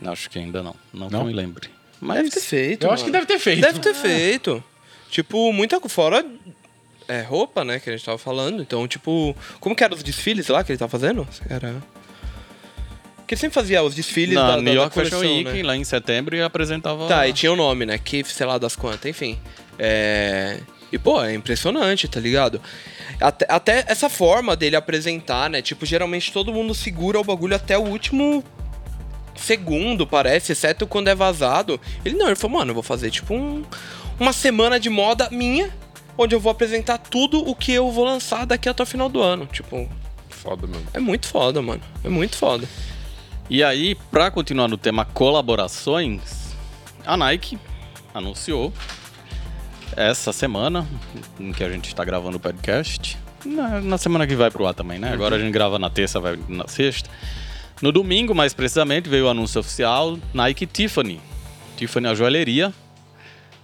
[SPEAKER 2] foda.
[SPEAKER 1] Acho que ainda não. Não, que
[SPEAKER 3] Não?
[SPEAKER 1] eu me lembre.
[SPEAKER 5] Deve ter
[SPEAKER 1] Mas
[SPEAKER 5] feito,
[SPEAKER 3] Eu acho que
[SPEAKER 5] mano.
[SPEAKER 3] deve ter feito.
[SPEAKER 5] Deve ter feito. Tipo, muita... co- Fora é, roupa, né, que a gente tava falando. Então, tipo... Como que eram os desfiles lá que ele tava fazendo? Era... Que ele sempre fazia os desfiles da,
[SPEAKER 1] na
[SPEAKER 5] da-
[SPEAKER 1] New
[SPEAKER 5] da
[SPEAKER 1] York Fashion
[SPEAKER 5] coleção,
[SPEAKER 1] Week,
[SPEAKER 5] né?
[SPEAKER 1] lá em setembro, e apresentava.
[SPEAKER 5] Tá, e tinha o nome, né? Keith, sei lá das quantas, enfim. É... E, pô, é impressionante, tá ligado? Até, até essa forma dele apresentar, né? Tipo, geralmente todo mundo segura o bagulho até o último segundo, parece, exceto quando é vazado. Ele não, ele falou, mano, eu vou fazer, tipo, um- uma semana de moda minha, onde eu vou apresentar tudo o que eu vou lançar daqui até o final do ano. Tipo,
[SPEAKER 2] Foda mesmo.
[SPEAKER 5] é muito foda, mano. É muito foda.
[SPEAKER 1] E aí, pra continuar no tema colaborações, a Nike anunciou essa semana, em que a gente está gravando o podcast, na, na semana que vai pro ar também, né? Agora a gente grava na terça, vai na sexta. No domingo, mais precisamente, veio o anúncio oficial Nike e Tiffany. Tiffany, a joalheria.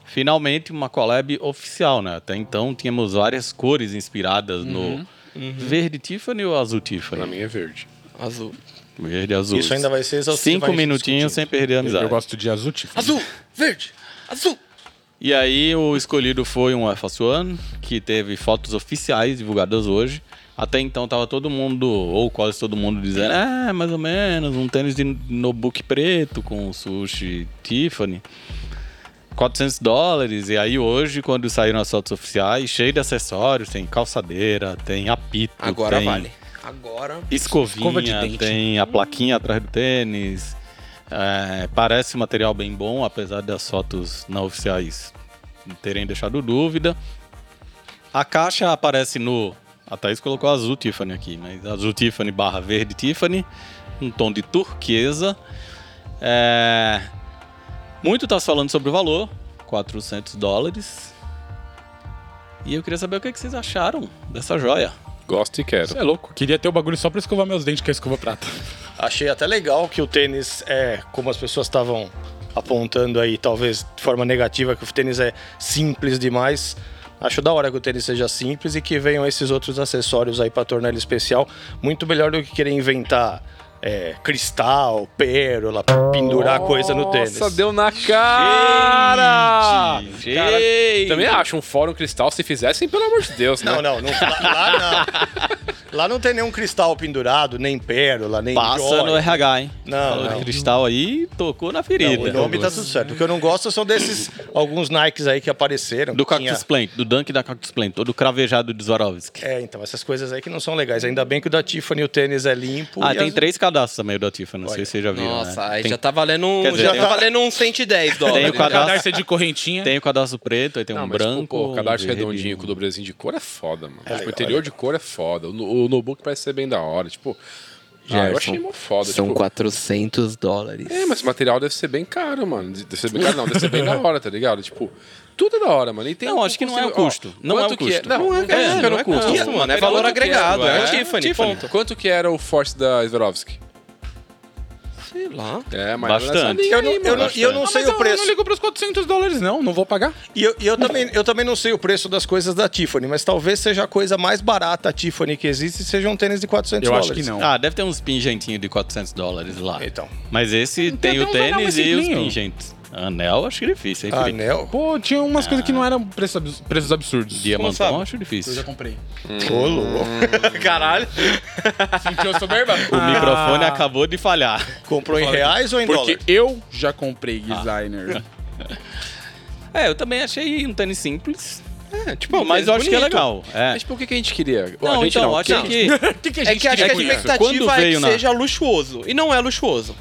[SPEAKER 1] Finalmente, uma collab oficial, né? Até então, tínhamos várias cores inspiradas no verde Tiffany ou azul Tiffany?
[SPEAKER 2] Pra mim é verde.
[SPEAKER 5] Azul.
[SPEAKER 1] Verde e azul.
[SPEAKER 4] Isso ainda vai ser exaustivo,
[SPEAKER 1] Cinco
[SPEAKER 4] a gente
[SPEAKER 1] minutinhos sem
[SPEAKER 4] discutindo.
[SPEAKER 1] perder a amizade.
[SPEAKER 3] Eu gosto de azul, tipo.
[SPEAKER 5] Azul! Verde! Azul!
[SPEAKER 1] E aí o escolhido foi um FS1, que teve fotos oficiais divulgadas hoje. Até então tava todo mundo, ou quase todo mundo, dizendo, é, mais ou menos, um tênis de notebook preto com sushi Tiffany. 400 dólares, e aí hoje, quando saíram as fotos oficiais, cheio de acessórios, tem calçadeira, tem apito,
[SPEAKER 5] Agora
[SPEAKER 1] tem
[SPEAKER 5] vale. Agora
[SPEAKER 1] escovinha,
[SPEAKER 3] Escova de dente.
[SPEAKER 1] tem a plaquinha atrás do tênis. É, parece um material bem bom, apesar das fotos não oficiais terem deixado dúvida. A caixa aparece no. A Thaís colocou azul Tiffany aqui, mas azul Tiffany barra verde Tiffany, um tom de turquesa. É, muito está falando sobre o valor, 400 dólares. E eu queria saber o que que vocês acharam dessa joia.
[SPEAKER 2] Gosto e quero.
[SPEAKER 3] Você é louco. Queria ter o bagulho só pra escovar meus dentes com a escova prata.
[SPEAKER 4] Achei até legal que o tênis é, como as pessoas estavam apontando aí, talvez de forma negativa, que o tênis é simples demais. Acho da hora que o tênis seja simples e que venham esses outros acessórios aí para tornar ele especial. Muito melhor do que querer inventar é, cristal, pérola, pendurar coisa no tênis.
[SPEAKER 2] Nossa, deu na cara!
[SPEAKER 1] Gente!
[SPEAKER 2] Cara, Também acho um fórum cristal, se fizessem, pelo amor de Deus, né?
[SPEAKER 4] Não, não, não lá, lá não. Lá não tem nenhum cristal pendurado, nem pérola, nem
[SPEAKER 1] Passa
[SPEAKER 4] jóia.
[SPEAKER 1] no RH, hein?
[SPEAKER 4] Não,
[SPEAKER 1] Falou
[SPEAKER 4] não.
[SPEAKER 1] de cristal aí, tocou na ferida.
[SPEAKER 4] Não, o nome tá tudo certo. O que eu não gosto são desses alguns Nikes aí que apareceram.
[SPEAKER 1] Do
[SPEAKER 4] que
[SPEAKER 1] Cactus
[SPEAKER 4] tinha-
[SPEAKER 1] Plant, do Dunk da Cactus Plant, ou do cravejado de Swarovski.
[SPEAKER 4] É, então, essas coisas aí que não são legais. Ainda bem que o da Tiffany, o tênis é limpo.
[SPEAKER 1] ah,
[SPEAKER 4] e
[SPEAKER 1] tem
[SPEAKER 4] as-
[SPEAKER 1] três cadastros também do da Tiffany, não sei se vocês já viram.
[SPEAKER 5] Nossa,
[SPEAKER 1] né?
[SPEAKER 5] aí
[SPEAKER 1] tem,
[SPEAKER 5] já tá valendo um,
[SPEAKER 1] Quer dizer,
[SPEAKER 5] já
[SPEAKER 1] tem-
[SPEAKER 5] tá valendo uns 110 dólares.
[SPEAKER 1] Tem o
[SPEAKER 5] né?
[SPEAKER 1] quadra- Cadastro.
[SPEAKER 3] Cadastro de correntinha.
[SPEAKER 1] tem o cadastro preto, aí tem
[SPEAKER 2] Não,
[SPEAKER 1] um
[SPEAKER 2] mas, tipo,
[SPEAKER 1] branco.
[SPEAKER 2] Pô,
[SPEAKER 1] um
[SPEAKER 2] o cadastro
[SPEAKER 1] verde,
[SPEAKER 2] redondinho com o dobrezinho de cor é foda, mano. tipo,
[SPEAKER 4] legal,
[SPEAKER 2] o interior de cor é foda. O, no- o notebook parece ser bem da hora. Tipo, ah, eu
[SPEAKER 5] Gerson,
[SPEAKER 2] achei mó foda.
[SPEAKER 5] São
[SPEAKER 2] tipo,
[SPEAKER 5] 400 dólares.
[SPEAKER 2] É, mas o material deve ser bem caro, mano. Deve ser bem caro, não. Deve ser bem da hora, tá ligado? Tipo, tudo é da hora, mano. E tem
[SPEAKER 1] Não,
[SPEAKER 2] um-
[SPEAKER 1] acho que não é o
[SPEAKER 2] ó,
[SPEAKER 1] custo. Não é o
[SPEAKER 2] quanto que
[SPEAKER 1] custo.
[SPEAKER 2] Não, não é,
[SPEAKER 5] É,
[SPEAKER 2] não é custo.
[SPEAKER 5] custo, mano. É valor
[SPEAKER 2] Quanto que
[SPEAKER 5] agregado.
[SPEAKER 2] era?
[SPEAKER 5] É, o Tiffany, ponto.
[SPEAKER 2] Quanto que era o Force da Swarovski?
[SPEAKER 5] Sei lá.
[SPEAKER 2] É, mas
[SPEAKER 1] Bastante.
[SPEAKER 4] Eu não, eu não- e eu não sei
[SPEAKER 3] Ah, é. mas
[SPEAKER 4] o preço.
[SPEAKER 3] eu não ligo pros 400 dólares, não. Não vou pagar.
[SPEAKER 4] E eu, e eu também, eu também não sei o preço das coisas da Tiffany, mas talvez seja a coisa mais barata a Tiffany que existe e seja um tênis de 400
[SPEAKER 3] Eu
[SPEAKER 4] dólares.
[SPEAKER 3] acho que não.
[SPEAKER 1] Ah, deve ter uns pingentinhos de 400 dólares lá.
[SPEAKER 4] Então.
[SPEAKER 1] Mas esse tem,
[SPEAKER 3] tem
[SPEAKER 1] o
[SPEAKER 3] uns anel
[SPEAKER 1] tênis e os
[SPEAKER 3] simplinho.
[SPEAKER 1] pingentes. Anel, acho que é difícil, hein,
[SPEAKER 4] Ah,
[SPEAKER 1] Felipe?
[SPEAKER 4] Anel?
[SPEAKER 3] Pô, tinha umas coisas que não eram preços abs- preços absurdos.
[SPEAKER 1] Diamantão,
[SPEAKER 5] sabe?
[SPEAKER 1] acho difícil.
[SPEAKER 3] comprei.
[SPEAKER 4] Ô, louco.
[SPEAKER 5] Caralho.
[SPEAKER 3] Sentiu soberba? Ah,
[SPEAKER 1] O microfone é acabou de falhar.
[SPEAKER 4] Comprou em reais ou em
[SPEAKER 3] Porque
[SPEAKER 4] dólar?
[SPEAKER 3] eu já comprei designer.
[SPEAKER 1] É, eu também achei um tênis simples,
[SPEAKER 5] É, tipo,
[SPEAKER 1] mas eu acho que é legal. É.
[SPEAKER 2] Mas por que, que a gente queria? Ou
[SPEAKER 1] Não,
[SPEAKER 2] a gente
[SPEAKER 1] então,
[SPEAKER 2] não.
[SPEAKER 1] eu achei
[SPEAKER 2] quem-
[SPEAKER 1] que.
[SPEAKER 3] que, que
[SPEAKER 5] É que acho que a
[SPEAKER 1] quer isso?
[SPEAKER 5] expectativa
[SPEAKER 1] Quando
[SPEAKER 5] é que
[SPEAKER 1] veio na-
[SPEAKER 5] seja luxuoso. E não é luxuoso.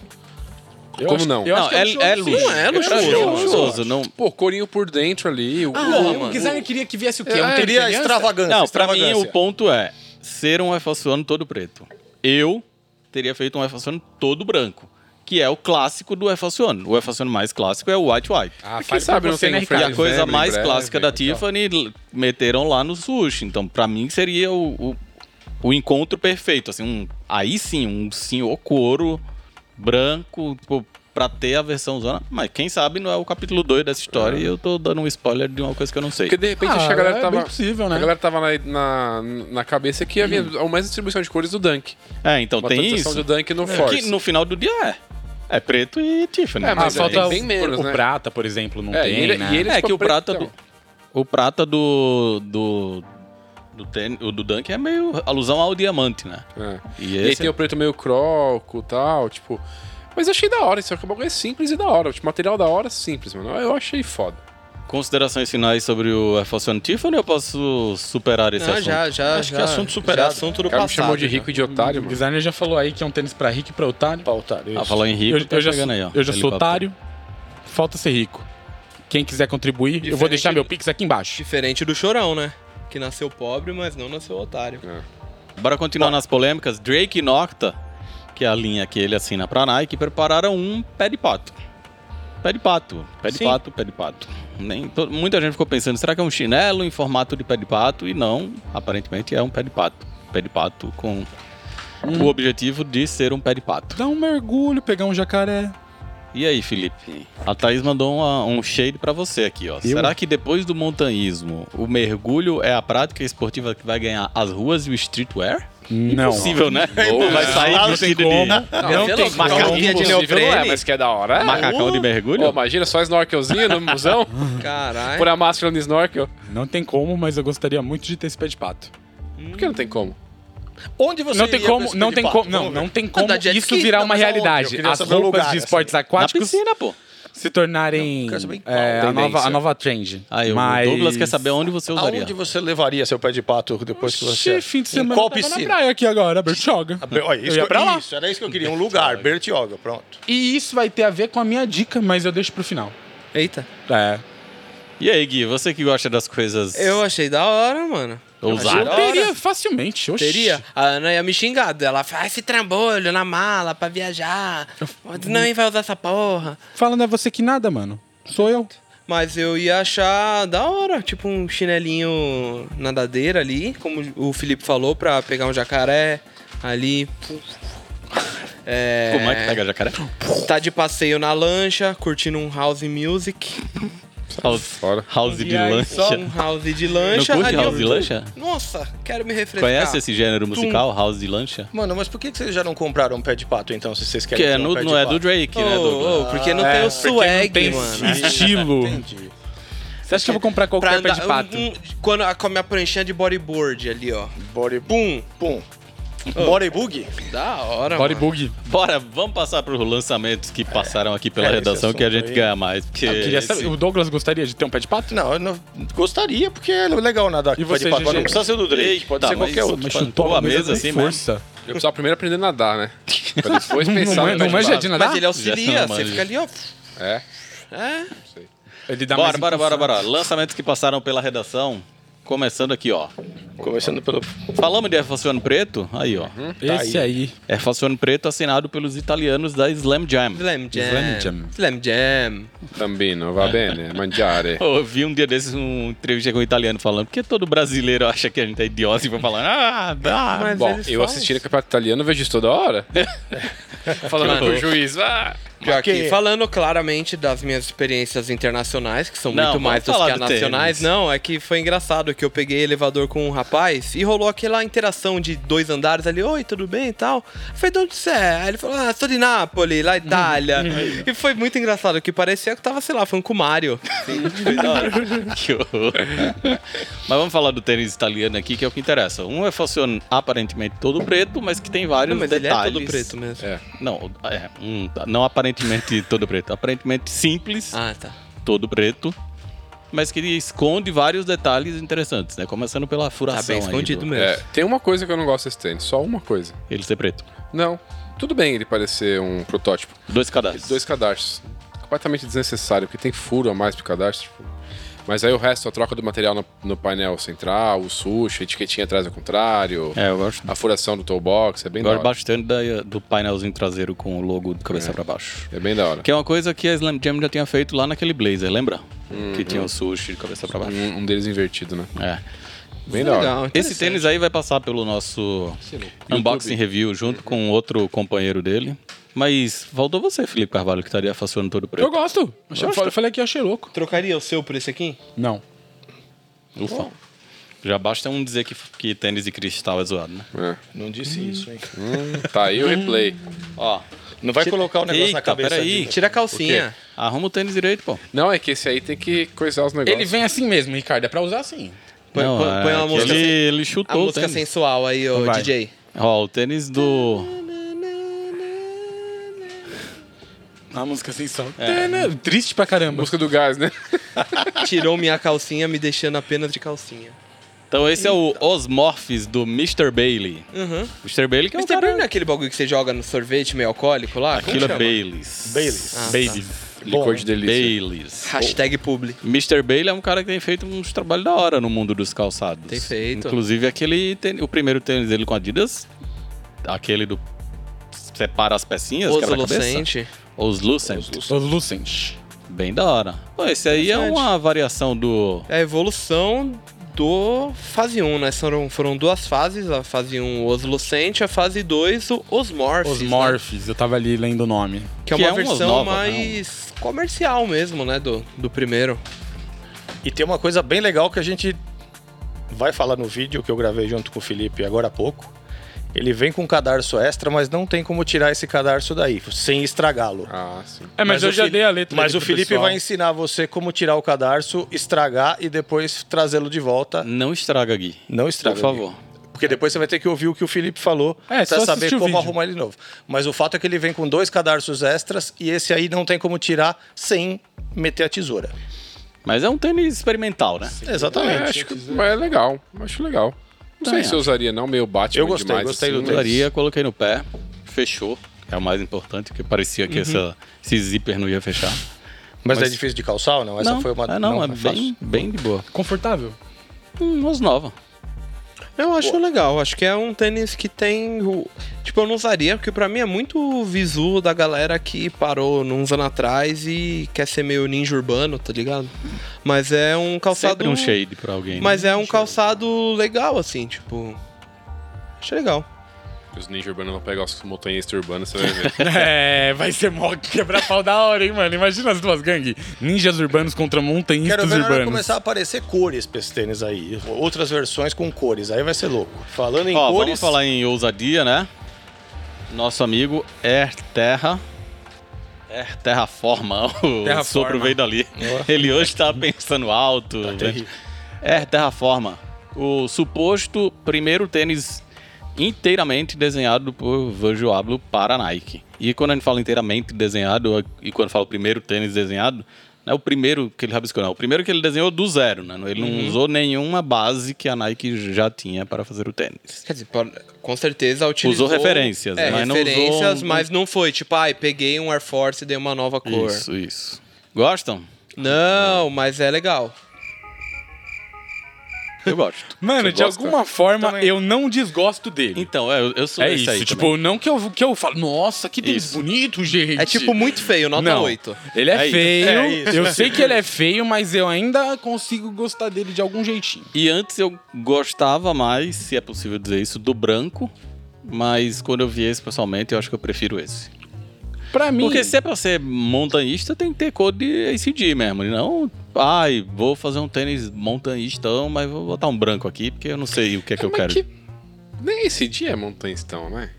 [SPEAKER 2] Como
[SPEAKER 3] acho-
[SPEAKER 2] não?
[SPEAKER 3] eu acho
[SPEAKER 1] Não,
[SPEAKER 3] que
[SPEAKER 1] é,
[SPEAKER 3] luxuoso,
[SPEAKER 1] é
[SPEAKER 3] sim.
[SPEAKER 1] luxo.
[SPEAKER 5] Não é
[SPEAKER 1] Eu
[SPEAKER 5] luxuoso,
[SPEAKER 1] achei
[SPEAKER 5] eu
[SPEAKER 1] luxuoso. Não,
[SPEAKER 2] Pô, corinho por dentro ali. o-
[SPEAKER 3] Ah,
[SPEAKER 5] Porra,
[SPEAKER 3] o
[SPEAKER 5] mano.
[SPEAKER 3] designer queria que viesse o quê?
[SPEAKER 2] É,
[SPEAKER 3] um
[SPEAKER 2] ele
[SPEAKER 3] tênis
[SPEAKER 4] Queria
[SPEAKER 3] criança?
[SPEAKER 4] extravagância.
[SPEAKER 1] não pra mim o
[SPEAKER 4] extravagância.
[SPEAKER 1] ponto é ser um Air Force One todo preto. Eu teria feito um Air Force One todo branco, que é o clássico do Air Force One. O Air Force One mais clássico é o White White.
[SPEAKER 3] Ah,
[SPEAKER 2] Quem
[SPEAKER 3] faz
[SPEAKER 2] sabe não tem um
[SPEAKER 1] E
[SPEAKER 2] Cara,
[SPEAKER 1] a coisa
[SPEAKER 2] lembra,
[SPEAKER 1] mais
[SPEAKER 2] breve, então.
[SPEAKER 1] clássica da
[SPEAKER 2] e tal.
[SPEAKER 1] Tiffany l- meteram lá no sushi. Então, pra mim, seria o, o, o encontro perfeito. Assim, um, aí sim, um senhor couro branco, tipo, pra ter a versão zona. Mas quem sabe não é o capítulo 2 dessa história e eu tô dando um spoiler de uma coisa que eu não sei.
[SPEAKER 2] Ah. Porque de repente
[SPEAKER 3] Ah,
[SPEAKER 2] acho que a galera
[SPEAKER 3] é
[SPEAKER 2] tava.
[SPEAKER 3] bem possível, né?
[SPEAKER 2] A galera tava na, na, na cabeça que havia mais distribuição de cores do Dunk.
[SPEAKER 1] É, então
[SPEAKER 2] Uma
[SPEAKER 1] tem
[SPEAKER 2] atualização
[SPEAKER 1] isso.
[SPEAKER 2] do Dunk no
[SPEAKER 1] É. Que
[SPEAKER 2] Force.
[SPEAKER 1] no final do dia é. É preto e Tiffany.
[SPEAKER 2] É,
[SPEAKER 3] Ah,
[SPEAKER 2] mas
[SPEAKER 3] falta
[SPEAKER 2] bem
[SPEAKER 3] o-
[SPEAKER 2] menos,
[SPEAKER 3] o
[SPEAKER 2] né?
[SPEAKER 3] prata, por exemplo, não
[SPEAKER 2] É,
[SPEAKER 3] tem,
[SPEAKER 2] e ele-
[SPEAKER 3] né?
[SPEAKER 2] e ele-
[SPEAKER 1] É que
[SPEAKER 2] ficou
[SPEAKER 1] o prata
[SPEAKER 2] preto,
[SPEAKER 1] do. O prata do. do. do, tênis- o do Dunk é meio alusão ao diamante, né?
[SPEAKER 2] É.
[SPEAKER 1] E,
[SPEAKER 2] E aí
[SPEAKER 1] esse
[SPEAKER 2] tem o preto meio croco e tal, tipo. Mas eu achei da hora, isso aqui o bagulho é simples e da hora. Tipo, material da hora simples, mano. Eu achei foda.
[SPEAKER 1] é Considerações finais sobre o Air Force One Tiffany ou eu posso superar esse
[SPEAKER 5] Não,
[SPEAKER 1] assunto?
[SPEAKER 5] já, já.
[SPEAKER 1] Acho que
[SPEAKER 5] já,
[SPEAKER 1] assunto superado.
[SPEAKER 5] já assunto do
[SPEAKER 2] O cara me
[SPEAKER 5] passado.
[SPEAKER 2] chamou de
[SPEAKER 5] já.
[SPEAKER 2] rico e de otário,
[SPEAKER 3] O
[SPEAKER 2] mano.
[SPEAKER 3] designer já falou aí que é um tênis pra rico e pra otário.
[SPEAKER 1] Ah, falou em rico,
[SPEAKER 3] Eu,
[SPEAKER 1] tá
[SPEAKER 3] eu já,
[SPEAKER 1] chegando
[SPEAKER 3] sou-
[SPEAKER 1] aí, ó.
[SPEAKER 3] eu já sou
[SPEAKER 1] Helicóptero.
[SPEAKER 3] otário, falta ser rico. Quem quiser contribuir, eu vou
[SPEAKER 5] Diferente-
[SPEAKER 3] deixar meu pix aqui embaixo.
[SPEAKER 5] Diferente do chorão, né? Que nasceu pobre, mas não nasceu otário.
[SPEAKER 1] Bora continuar nas polêmicas. Drake e Nocta, que é a linha que ele assina pra Nike, prepararam um pé de pato. Pé de pato, pé de
[SPEAKER 5] Sim.
[SPEAKER 1] pato, pé de pato. Nem, to- muita gente ficou pensando, será que é um chinelo em formato de pé de pato? E não, aparentemente é um pé de pato. Pé de pato com o objetivo de ser um pé de pato.
[SPEAKER 3] Dá um mergulho, pegar um jacaré.
[SPEAKER 1] E aí, Felipe? A Thaís mandou uma- um shade pra você aqui, ó. Será que depois do montanhismo, o mergulho é a prática esportiva que vai ganhar as ruas e o streetwear?
[SPEAKER 3] Não.
[SPEAKER 1] Possível, né? Não vai sair
[SPEAKER 4] Não
[SPEAKER 1] vestido
[SPEAKER 3] tem como.
[SPEAKER 2] Ah,
[SPEAKER 1] de
[SPEAKER 3] Não
[SPEAKER 5] Pelo
[SPEAKER 3] tem
[SPEAKER 5] amor
[SPEAKER 3] como.
[SPEAKER 5] de
[SPEAKER 2] Impossível não é,
[SPEAKER 5] neoprene.
[SPEAKER 2] mas que é da hora. é.
[SPEAKER 1] macacão de mergulho?
[SPEAKER 2] Pô, imagina só snorkelzinho no musão,
[SPEAKER 1] É.
[SPEAKER 3] é?
[SPEAKER 5] Caralho.
[SPEAKER 2] pôr a máscara no snorkel.
[SPEAKER 3] Não tem como, mas eu gostaria muito de ter esse pé de pato.
[SPEAKER 2] Por que não tem como?
[SPEAKER 4] Onde você
[SPEAKER 3] não tem
[SPEAKER 4] iria com
[SPEAKER 3] como,
[SPEAKER 4] esse
[SPEAKER 3] não
[SPEAKER 4] pé de
[SPEAKER 3] tem
[SPEAKER 4] pato?
[SPEAKER 3] como, não,
[SPEAKER 4] Vamos ver.
[SPEAKER 3] não tem como
[SPEAKER 5] Andar de jet
[SPEAKER 3] isso
[SPEAKER 5] ski?
[SPEAKER 3] virar
[SPEAKER 5] Não,
[SPEAKER 3] uma
[SPEAKER 4] mas aonde? Eu
[SPEAKER 3] realidade.
[SPEAKER 4] queria
[SPEAKER 3] As
[SPEAKER 4] saber o
[SPEAKER 3] roupas
[SPEAKER 4] lugar,
[SPEAKER 3] de
[SPEAKER 4] assim.
[SPEAKER 3] esportes
[SPEAKER 1] Na
[SPEAKER 3] aquáticos
[SPEAKER 1] piscina, pô.
[SPEAKER 3] se tornarem
[SPEAKER 4] quero saber em qual
[SPEAKER 3] é, a, nova,
[SPEAKER 2] tendência.
[SPEAKER 3] a nova trend.
[SPEAKER 1] Aí
[SPEAKER 3] Mas-
[SPEAKER 1] o Douglas quer saber um onde você usaria.
[SPEAKER 4] Aonde você levaria seu pé de pato depois que você... um
[SPEAKER 3] Oxi, fim
[SPEAKER 1] é.
[SPEAKER 3] de
[SPEAKER 4] Em
[SPEAKER 3] semana
[SPEAKER 4] qual
[SPEAKER 3] eu tava na
[SPEAKER 4] piscina?
[SPEAKER 3] praia aqui agora, Bertioga.
[SPEAKER 4] Be- Olha, isso,
[SPEAKER 3] ia
[SPEAKER 4] que-
[SPEAKER 3] pra lá.
[SPEAKER 4] isso, era isso que eu queria, um lugar, Bertioga, pronto.
[SPEAKER 3] E isso vai ter a ver com a minha dica, mas eu deixo pro final.
[SPEAKER 5] Eita.
[SPEAKER 3] É.
[SPEAKER 1] E aí, Gui, você que gosta das coisas
[SPEAKER 5] Eu achei da hora, mano.
[SPEAKER 1] ousadas.
[SPEAKER 5] Da hora.
[SPEAKER 3] Teria facilmente, oxi.
[SPEAKER 5] Teria. A Ana ia me xingar. Ela fala, "Ah, esse trambolho na mala pra viajar. Não, hein, vai usar essa porra.
[SPEAKER 3] Falando é você que nada, mano. Sou eu.
[SPEAKER 5] Mas eu ia achar da hora, tipo um chinelinho nadadeira ali, como o Felipe falou, pra pegar um jacaré ali. É,
[SPEAKER 1] Como é que pega jacaré?
[SPEAKER 5] Tá de passeio na lancha, curtindo um house music.
[SPEAKER 1] House,
[SPEAKER 2] Fora.
[SPEAKER 1] house de
[SPEAKER 5] E aí, Só
[SPEAKER 1] lancha.
[SPEAKER 5] um house de lancha.
[SPEAKER 1] Não curte
[SPEAKER 5] eu-
[SPEAKER 1] house de lancha?
[SPEAKER 5] Nossa, quero me refrescar.
[SPEAKER 1] Conhece esse gênero musical, house de lancha?
[SPEAKER 4] Mano, mas por que que vocês já não compraram um pé de pato, então, se vocês querem
[SPEAKER 1] Porque é
[SPEAKER 4] ter um
[SPEAKER 1] no-
[SPEAKER 4] pé de
[SPEAKER 1] não é do
[SPEAKER 4] pato?
[SPEAKER 1] Drake, né,
[SPEAKER 5] Ô,
[SPEAKER 1] Douglas?
[SPEAKER 5] ô, porque não
[SPEAKER 4] Ah,
[SPEAKER 5] tem o
[SPEAKER 4] porque
[SPEAKER 5] swag,
[SPEAKER 3] É, tem
[SPEAKER 5] mano.
[SPEAKER 3] estilo.
[SPEAKER 4] Entendi.
[SPEAKER 3] Você acha que eu vou comprar
[SPEAKER 5] Pra
[SPEAKER 3] qualquer pé
[SPEAKER 5] andar,
[SPEAKER 3] de pato?
[SPEAKER 5] um- um- quando, a- com a minha pranchinha de bodyboard ali, ó.
[SPEAKER 4] Body...
[SPEAKER 5] Pum.
[SPEAKER 4] Pum. Body bug?
[SPEAKER 5] Da hora,
[SPEAKER 3] Body
[SPEAKER 5] mano.
[SPEAKER 3] bug.
[SPEAKER 1] Bora, vamos passar para os lançamentos que passaram aqui pela
[SPEAKER 4] é, esse
[SPEAKER 1] redação que a
[SPEAKER 4] assunto
[SPEAKER 1] gente
[SPEAKER 4] aí.
[SPEAKER 1] ganha mais. Porque
[SPEAKER 3] Eu queria
[SPEAKER 1] esse-
[SPEAKER 3] saber, o Douglas gostaria de ter um pé de pato?
[SPEAKER 4] Não, eu não gostaria, porque é legal nadar com
[SPEAKER 3] E
[SPEAKER 4] o pé
[SPEAKER 3] você,
[SPEAKER 4] de pato.
[SPEAKER 3] GG?
[SPEAKER 4] Mas não precisa ser do Drake, pode
[SPEAKER 1] Tá,
[SPEAKER 4] ser
[SPEAKER 1] mas-
[SPEAKER 4] qualquer outro.
[SPEAKER 3] Mas
[SPEAKER 1] Pode-
[SPEAKER 3] chutou a
[SPEAKER 1] a
[SPEAKER 3] mesa,
[SPEAKER 1] mesa
[SPEAKER 3] sem
[SPEAKER 1] assim
[SPEAKER 3] força.
[SPEAKER 2] Eu precisava primeiro aprender a nadar, né? Pra depois pensar
[SPEAKER 3] Não,
[SPEAKER 2] no
[SPEAKER 3] man-
[SPEAKER 2] pé
[SPEAKER 3] não
[SPEAKER 2] de
[SPEAKER 3] manja
[SPEAKER 2] pato.
[SPEAKER 3] de
[SPEAKER 5] Mas
[SPEAKER 3] nadar?
[SPEAKER 5] ele
[SPEAKER 1] Já
[SPEAKER 5] auxilia,
[SPEAKER 1] não
[SPEAKER 5] você
[SPEAKER 1] manja.
[SPEAKER 5] fica ali, ó.
[SPEAKER 2] É.
[SPEAKER 5] É.
[SPEAKER 3] Ele
[SPEAKER 5] Tá
[SPEAKER 3] dá
[SPEAKER 1] Bora,
[SPEAKER 3] mais
[SPEAKER 1] bora, bora,
[SPEAKER 3] impulsão.
[SPEAKER 1] bora. Lançamentos que passaram pela redação. Começando aqui, ó.
[SPEAKER 4] Começando pelo...
[SPEAKER 1] Falamos de Air Force One Preto? Aí, ó.
[SPEAKER 5] Uhum.
[SPEAKER 3] Esse Tá aí.
[SPEAKER 1] Air Force One Preto assinado pelos italianos da Slam Jam.
[SPEAKER 5] Slam Jam.
[SPEAKER 3] Slam Jam.
[SPEAKER 5] Slam Jam.
[SPEAKER 2] Também, não va bene, mangiare.
[SPEAKER 1] Eu vi um dia desses um entrevista com um italiano falando porque todo brasileiro acha que a gente é idiota e vai falando ah, dá.
[SPEAKER 5] Mas
[SPEAKER 2] Bom,
[SPEAKER 5] eles
[SPEAKER 2] eu
[SPEAKER 5] falam.
[SPEAKER 2] assistindo o campeonato italiano, eu vejo isso toda hora. Falando
[SPEAKER 5] Mano.
[SPEAKER 2] com o juiz. Ah,
[SPEAKER 5] Pior que-
[SPEAKER 4] Porque-
[SPEAKER 5] falando claramente das minhas experiências internacionais, que são
[SPEAKER 1] Não,
[SPEAKER 5] muito
[SPEAKER 1] vamos
[SPEAKER 5] mais do que
[SPEAKER 1] falar
[SPEAKER 5] as
[SPEAKER 1] do
[SPEAKER 5] nacionais,
[SPEAKER 1] tênis.
[SPEAKER 5] não, é que foi engraçado que eu peguei elevador com um rapaz e rolou aquela interação de dois andares ali, oi, tudo bem e tal. Eu falei, de onde você é? Aí ele falou, ah, sou de Nápoles, lá Itália. e foi muito engraçado, que parecia que eu tava, sei lá, falando com o Mario.
[SPEAKER 1] que horror. mas vamos falar do tênis italiano aqui, que é o que interessa. Um é Force One aparentemente todo preto, mas que tem vários
[SPEAKER 5] Não, mas ele é
[SPEAKER 1] detalhes.
[SPEAKER 5] todo preto mesmo.
[SPEAKER 2] é.
[SPEAKER 1] Não, é, um, não aparentemente todo preto. Aparentemente simples,
[SPEAKER 5] Ah, tá.
[SPEAKER 1] todo preto. mas que ele esconde vários detalhes interessantes, né? Começando pela furação
[SPEAKER 5] Tá bem
[SPEAKER 1] aí do-
[SPEAKER 5] escondido mesmo.
[SPEAKER 2] É, tem uma coisa que eu não gosto desse tênis, só uma coisa.
[SPEAKER 1] Ele ser preto.
[SPEAKER 2] Não, tudo bem ele parecer um protótipo.
[SPEAKER 1] Dois cadastros.
[SPEAKER 2] Dois cadastros. Completamente desnecessário, porque tem furo a mais pro cadastro. tipo. Mas aí o resto, a troca do material no, no painel central, o sushi, a etiquetinha atrás ao contrário,
[SPEAKER 1] É, eu gosto,
[SPEAKER 2] a furação do toolbox, é bem
[SPEAKER 1] eu gosto
[SPEAKER 2] da hora.
[SPEAKER 1] bastante da- do painelzinho traseiro com o logo de cabeça pra baixo.
[SPEAKER 2] É bem da hora.
[SPEAKER 1] Que é uma coisa que a Slam Jam já tinha feito lá naquele blazer, lembra? Que tinha o sushi de cabeça pra baixo.
[SPEAKER 2] Um, um deles invertido, né?
[SPEAKER 1] É.
[SPEAKER 2] Bem da hora.
[SPEAKER 5] Legal,
[SPEAKER 1] Esse
[SPEAKER 5] interessante.
[SPEAKER 1] tênis aí vai passar pelo nosso unboxing review junto com outro companheiro dele. Mas faltou você, Felipe Carvalho, que estaria façando todo o
[SPEAKER 3] Eu
[SPEAKER 1] preto.
[SPEAKER 3] gosto. Achei- Eu falei que eu achei louco.
[SPEAKER 5] Trocaria o seu por esse aqui?
[SPEAKER 3] Não.
[SPEAKER 1] Ufa. Já basta um dizer que, que tênis de cristal é zoado, né?
[SPEAKER 4] Não disse isso, hein?
[SPEAKER 2] Tá aí o replay.
[SPEAKER 1] Ó,
[SPEAKER 4] Não vai colocar o negócio na
[SPEAKER 1] Eita,
[SPEAKER 4] cabeça.
[SPEAKER 1] peraí.
[SPEAKER 4] Dino.
[SPEAKER 5] Tira a calcinha.
[SPEAKER 1] arruma o tênis direito, pô.
[SPEAKER 2] Não, é que esse aí tem que coisar os negócios.
[SPEAKER 3] Ele vem assim mesmo, Ricardo. É pra usar assim.
[SPEAKER 5] Põe-
[SPEAKER 1] Não,
[SPEAKER 5] põe- põe uma
[SPEAKER 1] aqui
[SPEAKER 5] música
[SPEAKER 1] ele,
[SPEAKER 5] sen-
[SPEAKER 1] ele
[SPEAKER 5] A
[SPEAKER 1] chutou o
[SPEAKER 5] música
[SPEAKER 1] tênis.
[SPEAKER 5] sensual aí, ô
[SPEAKER 1] Vai.
[SPEAKER 5] DJ.
[SPEAKER 1] Ó, o tênis do...
[SPEAKER 3] A música assim só. É, né? Triste pra caramba.
[SPEAKER 2] Busca do gás, né?
[SPEAKER 5] Tirou minha calcinha, me deixando apenas de calcinha.
[SPEAKER 1] Então esse é o Osmorphs do Mr. Bailey.
[SPEAKER 5] Uhum.
[SPEAKER 1] Mr. Bailey que é um
[SPEAKER 5] Mas tem
[SPEAKER 1] cara...
[SPEAKER 5] não é aquele bagulho que você joga no sorvete meio alcoólico lá? Como
[SPEAKER 1] Aquilo é
[SPEAKER 5] chama?
[SPEAKER 1] Baileys.
[SPEAKER 4] Baileys.
[SPEAKER 5] Ah, tá.
[SPEAKER 1] Baileys.
[SPEAKER 2] Licor de delícia.
[SPEAKER 1] Baileys.
[SPEAKER 5] Hashtag publi.
[SPEAKER 1] Mr. Bailey é um cara que tem feito uns trabalhos da hora no mundo dos calçados.
[SPEAKER 5] Tem feito.
[SPEAKER 1] Inclusive aquele tênis- o primeiro tênis dele com Adidas, aquele do separa as pecinhas, que era a cabeça.
[SPEAKER 5] Osolucente.
[SPEAKER 1] Oslucent.
[SPEAKER 3] Os Lucent.
[SPEAKER 1] Bem da hora. Pô, esse aí é
[SPEAKER 5] Interessante.
[SPEAKER 1] uma variação do
[SPEAKER 5] É a evolução do fase 1, né? Foram, foram duas fases, a fase 1 oslucente, a fase 2 o Osmorphs.
[SPEAKER 3] Os
[SPEAKER 5] né?
[SPEAKER 3] Morphs. Eu tava ali lendo o nome.
[SPEAKER 5] Que é
[SPEAKER 1] Que
[SPEAKER 5] uma
[SPEAKER 1] é um
[SPEAKER 5] versão
[SPEAKER 1] Osnova,
[SPEAKER 5] mais comercial mesmo, né? Do, do primeiro.
[SPEAKER 4] E tem uma coisa bem legal que a gente vai falar no vídeo que eu gravei junto com o Felipe agora há pouco. Ele vem com um cadarço extra, mas não tem como tirar esse cadarço daí, sem estragá-lo.
[SPEAKER 2] Ah, sim.
[SPEAKER 3] É, mas, eu
[SPEAKER 4] o
[SPEAKER 3] já
[SPEAKER 4] Fi-
[SPEAKER 3] dei a letra.
[SPEAKER 4] Mas
[SPEAKER 3] aqui
[SPEAKER 4] o
[SPEAKER 3] pro
[SPEAKER 4] Felipe
[SPEAKER 3] pessoal.
[SPEAKER 4] vai ensinar você como tirar o cadarço, estragar e depois trazê-lo de volta.
[SPEAKER 1] Não estraga Gui.
[SPEAKER 4] Não estraga.
[SPEAKER 1] Por favor.
[SPEAKER 4] Porque depois você vai ter que ouvir o que o Felipe falou
[SPEAKER 3] É, só
[SPEAKER 4] pra saber
[SPEAKER 3] assistir o
[SPEAKER 4] como
[SPEAKER 3] vídeo.
[SPEAKER 4] arrumar ele de novo. Mas o fato é que ele vem com dois cadarços extras e esse aí não tem como tirar sem meter a tesoura.
[SPEAKER 1] Mas é um tênis experimental, né?
[SPEAKER 2] É,
[SPEAKER 4] Exatamente.
[SPEAKER 2] acho que é legal. Acho legal. Não sei
[SPEAKER 1] Também
[SPEAKER 2] se eu usaria, não, meio Batman
[SPEAKER 4] Eu gostei,
[SPEAKER 2] demais,
[SPEAKER 4] gostei
[SPEAKER 2] assim,
[SPEAKER 4] do
[SPEAKER 2] mas-
[SPEAKER 1] Usaria, coloquei no pé, fechou. É o mais importante, porque parecia que
[SPEAKER 5] Uhum.
[SPEAKER 1] essa, esse zíper não ia fechar.
[SPEAKER 4] Mas,
[SPEAKER 1] Mas-
[SPEAKER 4] é difícil de calçar ou não? Essa
[SPEAKER 1] não,
[SPEAKER 4] foi uma.
[SPEAKER 1] é, não, é
[SPEAKER 4] fácil.
[SPEAKER 1] bem, bem de boa.
[SPEAKER 3] Confortável.
[SPEAKER 1] Hum, Osnova.
[SPEAKER 5] Eu acho legal, acho que é um tênis que tem. o- Tipo, eu não usaria, porque pra mim é muito visu da galera que parou uns anos atrás e quer ser meio ninja urbano, tá ligado? Mas é um calçado.
[SPEAKER 1] Sempre um shade pra alguém.
[SPEAKER 5] Mas é um calçado legal, assim, tipo. Acho legal.
[SPEAKER 2] né? Os ninja urbanos vão pegar os montanhistas urbanos, você vai ver.
[SPEAKER 3] É, vai ser mó quebra-pau da hora, hein, mano? Imagina as duas gangues. Ninjas urbanos contra montanhistas
[SPEAKER 4] Quero ver na hora
[SPEAKER 3] urbanos.
[SPEAKER 4] que começar a aparecer cores pra esse tênis aí. Outras versões com cores. Aí vai ser louco. Falando em
[SPEAKER 1] Ó, vamos
[SPEAKER 4] cores.
[SPEAKER 1] falar em ousadia, né? Nosso amigo Air Terra. Air Terraforma, o
[SPEAKER 3] Terraforma.
[SPEAKER 1] sopro veio dali. Ele hoje tá pensando alto.
[SPEAKER 4] Tá terrível.
[SPEAKER 1] Air Terraforma, o suposto primeiro tênis inteiramente desenhado por Virgil Abloh para a Nike. E quando a gente fala inteiramente desenhado, e quando fala primeiro tênis desenhado, não é o primeiro que ele rabiscou, não. O primeiro que ele desenhou do zero, né? Ele não
[SPEAKER 4] Uhum.
[SPEAKER 1] usou nenhuma base que a Nike já tinha para fazer o tênis.
[SPEAKER 5] Quer dizer, pode- com certeza utilizou.
[SPEAKER 1] Usou referências,
[SPEAKER 5] é,
[SPEAKER 1] mas não usou
[SPEAKER 5] referências,
[SPEAKER 1] um-
[SPEAKER 5] mas não foi tipo, ai, peguei um Air Force e dei uma nova cor.
[SPEAKER 1] Isso, isso. Gostam?
[SPEAKER 5] Não, mas é legal.
[SPEAKER 1] Eu gosto.
[SPEAKER 3] Mano,
[SPEAKER 2] Você
[SPEAKER 3] de
[SPEAKER 2] gosta?
[SPEAKER 3] alguma forma, eu não desgosto dele.
[SPEAKER 1] Então, é, eu, eu sou
[SPEAKER 3] é
[SPEAKER 1] esse
[SPEAKER 3] isso,
[SPEAKER 1] aí
[SPEAKER 3] tipo,
[SPEAKER 1] também.
[SPEAKER 3] não que eu, que eu falo, nossa, que tênis
[SPEAKER 1] Isso.
[SPEAKER 3] bonito, gente.
[SPEAKER 5] É tipo muito feio, nota
[SPEAKER 3] não,
[SPEAKER 5] 8.
[SPEAKER 3] ele
[SPEAKER 1] É
[SPEAKER 3] é,
[SPEAKER 1] isso.
[SPEAKER 3] feio,
[SPEAKER 4] É isso.
[SPEAKER 3] eu sei que ele é feio, mas eu ainda consigo gostar dele de algum jeitinho.
[SPEAKER 1] E antes eu gostava mais, se é possível dizer isso, do branco. Mas quando eu vi esse pessoalmente, eu acho que eu prefiro esse.
[SPEAKER 3] Pra mim,
[SPEAKER 1] Porque se é pra ser montanhista, tem que ter cor de ACD mesmo. E não, ai, vou fazer um tênis montanhistão, mas vou botar um branco aqui, porque eu não sei o que é que eu
[SPEAKER 2] Mas
[SPEAKER 1] quero.
[SPEAKER 2] que- Nem esse dia é montanhistão, né?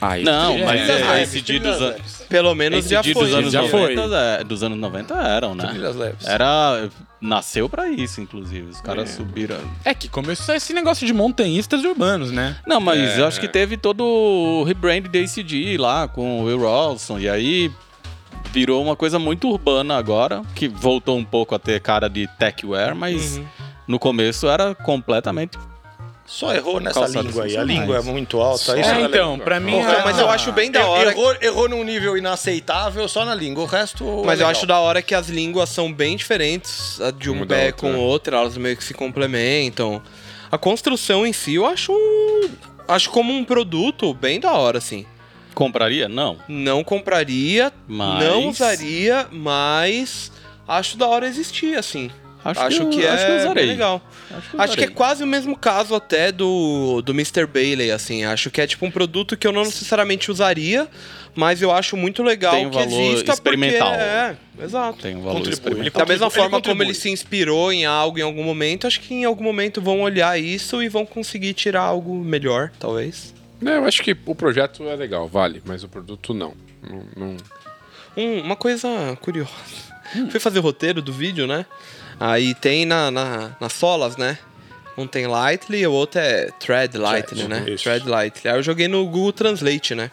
[SPEAKER 3] Ah, isso
[SPEAKER 1] Não,
[SPEAKER 3] é-
[SPEAKER 1] mas é,
[SPEAKER 4] leves,
[SPEAKER 1] ACD
[SPEAKER 4] trilhas
[SPEAKER 1] dos, an...
[SPEAKER 5] Pelo menos já
[SPEAKER 1] ACD
[SPEAKER 5] foi.
[SPEAKER 1] dos
[SPEAKER 5] né?
[SPEAKER 1] anos
[SPEAKER 3] Já foi.
[SPEAKER 1] 90. é, dos anos 90 eram, né?
[SPEAKER 4] Trilhas leves.
[SPEAKER 1] Era. Nasceu pra isso, inclusive. Os caras subiram.
[SPEAKER 3] É que começou esse negócio de montanhistas urbanos, né?
[SPEAKER 1] Não, mas
[SPEAKER 2] É,
[SPEAKER 1] eu acho
[SPEAKER 2] é.
[SPEAKER 1] que teve todo o rebrand da ACD lá com o Will Rolson, e aí virou uma coisa muito urbana agora, que voltou um pouco a ter cara de techwear, mas
[SPEAKER 5] Uhum.
[SPEAKER 1] no começo era completamente.
[SPEAKER 4] Só errou nessa
[SPEAKER 1] Calçados
[SPEAKER 4] língua aí. A
[SPEAKER 1] funcionais.
[SPEAKER 4] língua é muito alta. Isso
[SPEAKER 3] É,
[SPEAKER 4] era
[SPEAKER 3] então, pra mim.
[SPEAKER 4] Porra,
[SPEAKER 3] a-
[SPEAKER 5] mas eu acho bem da
[SPEAKER 4] legal.
[SPEAKER 5] hora.
[SPEAKER 4] Errou, errou num nível inaceitável só na língua. O resto.
[SPEAKER 5] Mas
[SPEAKER 4] é
[SPEAKER 5] eu
[SPEAKER 4] legal.
[SPEAKER 5] acho da hora que as línguas são bem diferentes, a de uma
[SPEAKER 2] da
[SPEAKER 5] é
[SPEAKER 2] outra,
[SPEAKER 5] com
[SPEAKER 2] né?
[SPEAKER 5] outra, elas meio que se complementam. A construção em si eu acho um- acho como um produto bem da hora assim.
[SPEAKER 1] Compraria? Não.
[SPEAKER 5] Não compraria,
[SPEAKER 1] Mas-
[SPEAKER 5] não usaria, mas acho da hora existir assim.
[SPEAKER 1] Acho,
[SPEAKER 5] Acho,
[SPEAKER 1] eu-
[SPEAKER 5] que, é
[SPEAKER 1] acho que eu
[SPEAKER 5] bem
[SPEAKER 1] usarei.
[SPEAKER 5] legal.
[SPEAKER 1] Acho que, eu
[SPEAKER 5] Acho que é
[SPEAKER 1] usarei.
[SPEAKER 5] quase o mesmo caso até do, do Mr. Bailey, assim. Acho que é tipo um produto que eu não necessariamente usaria, mas eu acho muito legal
[SPEAKER 1] Tem um
[SPEAKER 5] que
[SPEAKER 1] valor
[SPEAKER 5] exista
[SPEAKER 1] experimental.
[SPEAKER 5] porque... É, exato.
[SPEAKER 1] Tem um valor
[SPEAKER 4] Contribui.
[SPEAKER 1] experimental.
[SPEAKER 5] Da mesma
[SPEAKER 4] Ele
[SPEAKER 5] forma
[SPEAKER 4] contribui.
[SPEAKER 5] como ele se inspirou em algo em algum momento, acho que em algum momento vão olhar isso e vão conseguir tirar algo melhor, talvez.
[SPEAKER 2] Não, eu acho que o projeto é legal, vale, mas o produto não. Não, não-
[SPEAKER 5] Hum, uma coisa curiosa.
[SPEAKER 4] Hum.
[SPEAKER 5] Fui fazer o roteiro do vídeo, né? Aí tem na, na, nas solas, né? Um tem Lightly, o outro é Thread Lightly,
[SPEAKER 4] Thread,
[SPEAKER 5] né?
[SPEAKER 4] isso.
[SPEAKER 5] Thread Lightly. Aí eu joguei no Google Translate, né?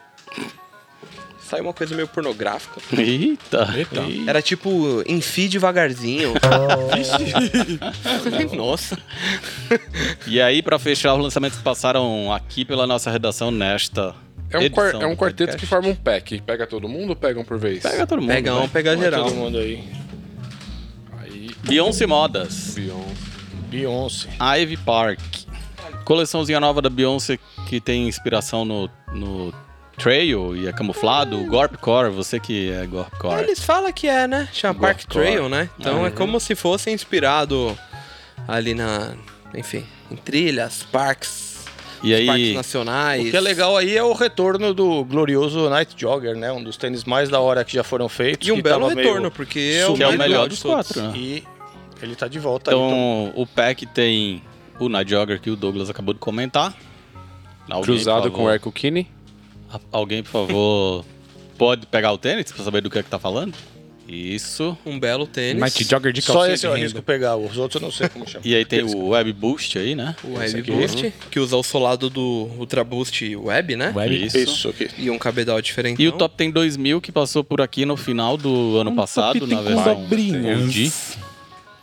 [SPEAKER 5] Saiu uma coisa meio pornográfica.
[SPEAKER 1] Eita. Ih,
[SPEAKER 5] Era tipo, enfie devagarzinho. Nossa.
[SPEAKER 1] E aí, pra fechar, os lançamentos que passaram aqui pela nossa redação nesta.
[SPEAKER 2] É, um
[SPEAKER 1] edição
[SPEAKER 2] quar- é um
[SPEAKER 1] do
[SPEAKER 2] quarteto
[SPEAKER 1] podcast.
[SPEAKER 2] que forma um pack. Pega todo mundo ou pega um por vez?
[SPEAKER 1] Pega todo mundo. né?
[SPEAKER 5] Pega um,
[SPEAKER 1] vai.
[SPEAKER 5] pega um. geral.
[SPEAKER 4] né? é Todo mundo aí.
[SPEAKER 2] Aí,
[SPEAKER 1] Beyoncé Modas.
[SPEAKER 2] Beyoncé.
[SPEAKER 4] Beyoncé.
[SPEAKER 1] Ivy Park. Coleçãozinha nova da Beyoncé que tem inspiração no, no trail e é camuflado. O Gorpcore, você que é Gorpcore.
[SPEAKER 5] Eles falam que é, né? Chama Park
[SPEAKER 1] Gore.
[SPEAKER 5] Trail, né? Então é como se fosse inspirado ali na. Enfim, em trilhas, parques,
[SPEAKER 1] E
[SPEAKER 5] parques
[SPEAKER 1] aí,
[SPEAKER 5] nacionais.
[SPEAKER 4] O que é legal aí é o retorno do glorioso Night Jogger, né? Um dos tênis mais da hora que já foram feitos.
[SPEAKER 5] E um
[SPEAKER 4] é que
[SPEAKER 5] belo
[SPEAKER 4] tava meio-
[SPEAKER 5] retorno, porque é o,
[SPEAKER 1] que é o
[SPEAKER 5] mais
[SPEAKER 1] melhor
[SPEAKER 5] legal
[SPEAKER 1] dos
[SPEAKER 5] de todos.
[SPEAKER 1] quatro. né?
[SPEAKER 4] E ele tá de volta aí,
[SPEAKER 1] Então, o pack tem o Night Jogger que o Douglas acabou de comentar. Alguém,
[SPEAKER 2] Cruzado
[SPEAKER 1] por
[SPEAKER 2] com o
[SPEAKER 1] favor,
[SPEAKER 2] Erco Kine.
[SPEAKER 1] a- Alguém, por favor, pode pegar o tênis pra saber do que é que tá falando? Isso.
[SPEAKER 5] Um belo tênis.
[SPEAKER 3] Night Jogger de calcinha
[SPEAKER 4] Só esse
[SPEAKER 3] de
[SPEAKER 4] eu
[SPEAKER 3] renda.
[SPEAKER 4] arrisco pegar, os outros eu não sei como chama.
[SPEAKER 1] E aí tem o Web Boost aí, né?
[SPEAKER 5] o Web Boost, que usa o solado do Ultra Boost Web, né?
[SPEAKER 3] Web.
[SPEAKER 1] Isso.
[SPEAKER 4] aqui.
[SPEAKER 5] E um cabedal diferente.
[SPEAKER 1] E o Top Tem 2000 que passou por aqui no final do
[SPEAKER 3] Um
[SPEAKER 1] ano passado, na versão OG.